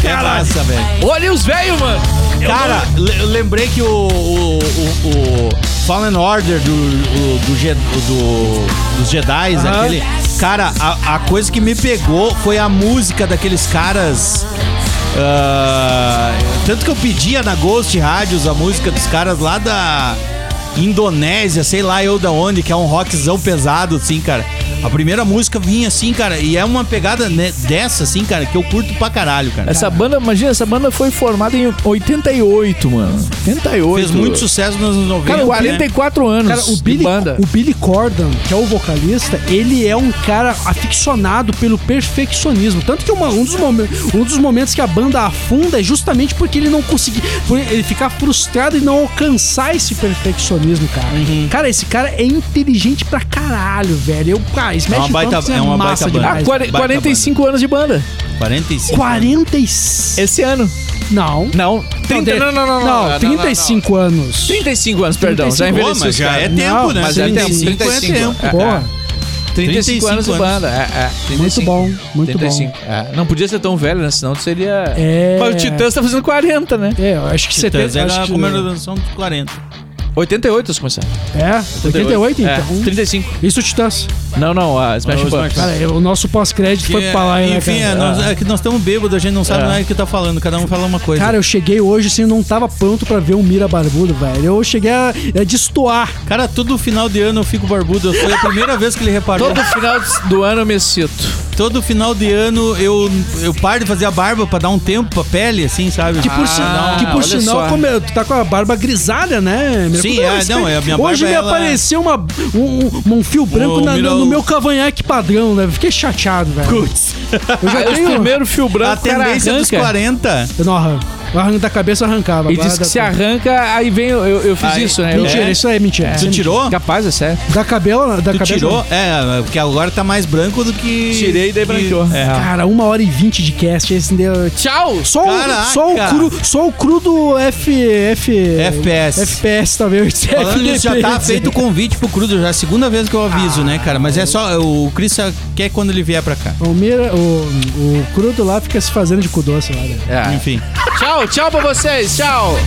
[SPEAKER 3] É massa, velho.
[SPEAKER 2] Olha os velhos, mano.
[SPEAKER 3] Cara, le- eu lembrei que o, o, o, o Fallen Order do, do, do, Je- do- dos Jedi, aquele. Cara, a, a coisa que me pegou foi a música daqueles caras. ah, tanto que eu pedia na Ghost Rádios a música dos caras lá da Indonésia, sei lá eu da onde, que é um rockzão pesado, assim, cara. A primeira música vinha assim, cara, e é uma pegada né, dessa, assim, cara, que eu curto pra caralho, cara.
[SPEAKER 2] Essa é banda, imagina, essa banda foi formada em 88, mano. 88.
[SPEAKER 3] Fez muito sucesso nos anos 90.
[SPEAKER 2] Cara,
[SPEAKER 3] né?
[SPEAKER 2] 44 anos
[SPEAKER 4] Cara, o
[SPEAKER 2] de
[SPEAKER 4] Billy,
[SPEAKER 2] banda.
[SPEAKER 4] o Billy Corgan, que é o vocalista, ele é um cara aficionado pelo perfeccionismo. Tanto que uma- um, dos momen- um dos momentos que a banda afunda é justamente porque ele não conseguir. por Ele ficar frustrado e não alcançar esse perfeccionismo, cara. Cara, esse cara é inteligente pra caralho, velho. Eu, cara, Smash
[SPEAKER 3] É uma baita-
[SPEAKER 4] Pumpkins
[SPEAKER 3] é uma
[SPEAKER 4] massa
[SPEAKER 3] baita
[SPEAKER 2] Ah,
[SPEAKER 4] demais.
[SPEAKER 3] banda.
[SPEAKER 2] quare- 45 anos de banda.
[SPEAKER 3] 45.
[SPEAKER 4] 45.
[SPEAKER 2] Esse ano.
[SPEAKER 4] Não.
[SPEAKER 2] Não, 30. Não, não, não. não,
[SPEAKER 4] Não, 35 anos.
[SPEAKER 2] 35 anos, perdão. já
[SPEAKER 4] 35.
[SPEAKER 3] Pô,
[SPEAKER 2] envelheceu.
[SPEAKER 3] mas
[SPEAKER 2] os
[SPEAKER 3] já
[SPEAKER 2] caras.
[SPEAKER 3] é tempo,
[SPEAKER 4] Não,
[SPEAKER 3] né?
[SPEAKER 2] mas é tempo.
[SPEAKER 3] 35 é
[SPEAKER 2] 35.
[SPEAKER 3] tempo.
[SPEAKER 2] É,
[SPEAKER 4] Porra,
[SPEAKER 2] é. 35 anos de
[SPEAKER 3] 35 anos.
[SPEAKER 2] banda. É, é.
[SPEAKER 4] muito
[SPEAKER 2] 35.
[SPEAKER 4] bom, muito bom.
[SPEAKER 2] 35. É, Não podia ser tão velho, né? Senão seria.
[SPEAKER 4] É.
[SPEAKER 2] Mas o Titãs tá fazendo 40, né?
[SPEAKER 4] É, eu acho que você tem.
[SPEAKER 3] Titãs era Então, a
[SPEAKER 4] que...
[SPEAKER 3] comemoração dos 40.
[SPEAKER 2] 88 eles começaram.
[SPEAKER 4] É, 88,
[SPEAKER 2] É,
[SPEAKER 4] então.
[SPEAKER 2] 35.
[SPEAKER 4] Isso Titãs.
[SPEAKER 2] Não, não, a Smash
[SPEAKER 3] Ah, o
[SPEAKER 2] Pumpkins.
[SPEAKER 3] Smash
[SPEAKER 4] Cara, eu- o nosso pós-crédito foi
[SPEAKER 3] Que,
[SPEAKER 4] pra lá, né,
[SPEAKER 3] Enfim, é,
[SPEAKER 4] cara? É.
[SPEAKER 3] nós, é que nós estamos bêbados, a gente não sabe nada do que tá falando, cada um fala uma coisa.
[SPEAKER 4] Cara, eu cheguei hoje assim, não tava pronto pra ver o Mira Barbudo, velho. Eu cheguei a, é a destoar.
[SPEAKER 3] Cara, todo final de ano eu fico barbudo. Foi a primeira vez que ele reparou.
[SPEAKER 2] Todo
[SPEAKER 3] Todo,
[SPEAKER 2] final do ano eu me cito.
[SPEAKER 3] final de ano eu, eu paro de fazer a barba pra dar um tempo pra pele, assim, sabe?
[SPEAKER 4] Que por, si- que por
[SPEAKER 2] olha
[SPEAKER 4] sinal,
[SPEAKER 2] só.
[SPEAKER 4] como eu- tu tá com a barba grisalha, né? Mira?
[SPEAKER 3] Sim,
[SPEAKER 4] Com todo
[SPEAKER 3] é,
[SPEAKER 4] respeito.
[SPEAKER 3] não, é, a minha
[SPEAKER 4] Hoje
[SPEAKER 3] barba,
[SPEAKER 4] me
[SPEAKER 3] ela-
[SPEAKER 4] apareceu uma, um, um- um fio branco na-
[SPEAKER 3] Mira,
[SPEAKER 4] no
[SPEAKER 3] o-
[SPEAKER 4] meu cavanhaque padrão, né? Fiquei chateado, (laughs) velho.
[SPEAKER 3] Putz.
[SPEAKER 4] Eu já
[SPEAKER 2] Aí o
[SPEAKER 4] tenho...
[SPEAKER 2] primeiro fio
[SPEAKER 3] um- A
[SPEAKER 2] branco, o cara
[SPEAKER 3] tendência dos
[SPEAKER 2] arranca.
[SPEAKER 3] 40.
[SPEAKER 4] Eu não arranco. Eu arranco da cabeça, eu arrancava.
[SPEAKER 2] E
[SPEAKER 4] Agora
[SPEAKER 2] diz que
[SPEAKER 4] da-
[SPEAKER 2] se arranca, aí vem. Eu, eu fiz
[SPEAKER 3] Aí-
[SPEAKER 2] isso, né? Eu-
[SPEAKER 4] Mentira,
[SPEAKER 3] É?
[SPEAKER 4] isso aí é mentira.
[SPEAKER 3] Tu tirou?
[SPEAKER 2] Capaz, é sério.
[SPEAKER 4] Da cabelo, da
[SPEAKER 3] Tu
[SPEAKER 4] cabeça...
[SPEAKER 3] tirou? É, porque agora tá mais branco do que.
[SPEAKER 2] Tirei e daí
[SPEAKER 3] que-
[SPEAKER 2] branqueou.
[SPEAKER 3] É.
[SPEAKER 4] Cara, uma hora e vinte de cast, esse deu...
[SPEAKER 2] Tchau!
[SPEAKER 4] Só, o,
[SPEAKER 3] Caraca!
[SPEAKER 4] só, o cru, só o cru do F, F,
[SPEAKER 3] FPS.
[SPEAKER 4] FPS, talvez.
[SPEAKER 3] Falando nisso,
[SPEAKER 4] (laughs)
[SPEAKER 3] já tá feito o convite pro Crudo, já é a segunda vez que eu aviso, né, cara? Mas é só. O Cris só quer quando ele vier pra cá.
[SPEAKER 4] O, Mira, o, o crudo lá fica se fazendo de cu doce lá, né?
[SPEAKER 2] É.
[SPEAKER 3] Enfim.
[SPEAKER 2] Tchau, tchau pra vocês, tchau!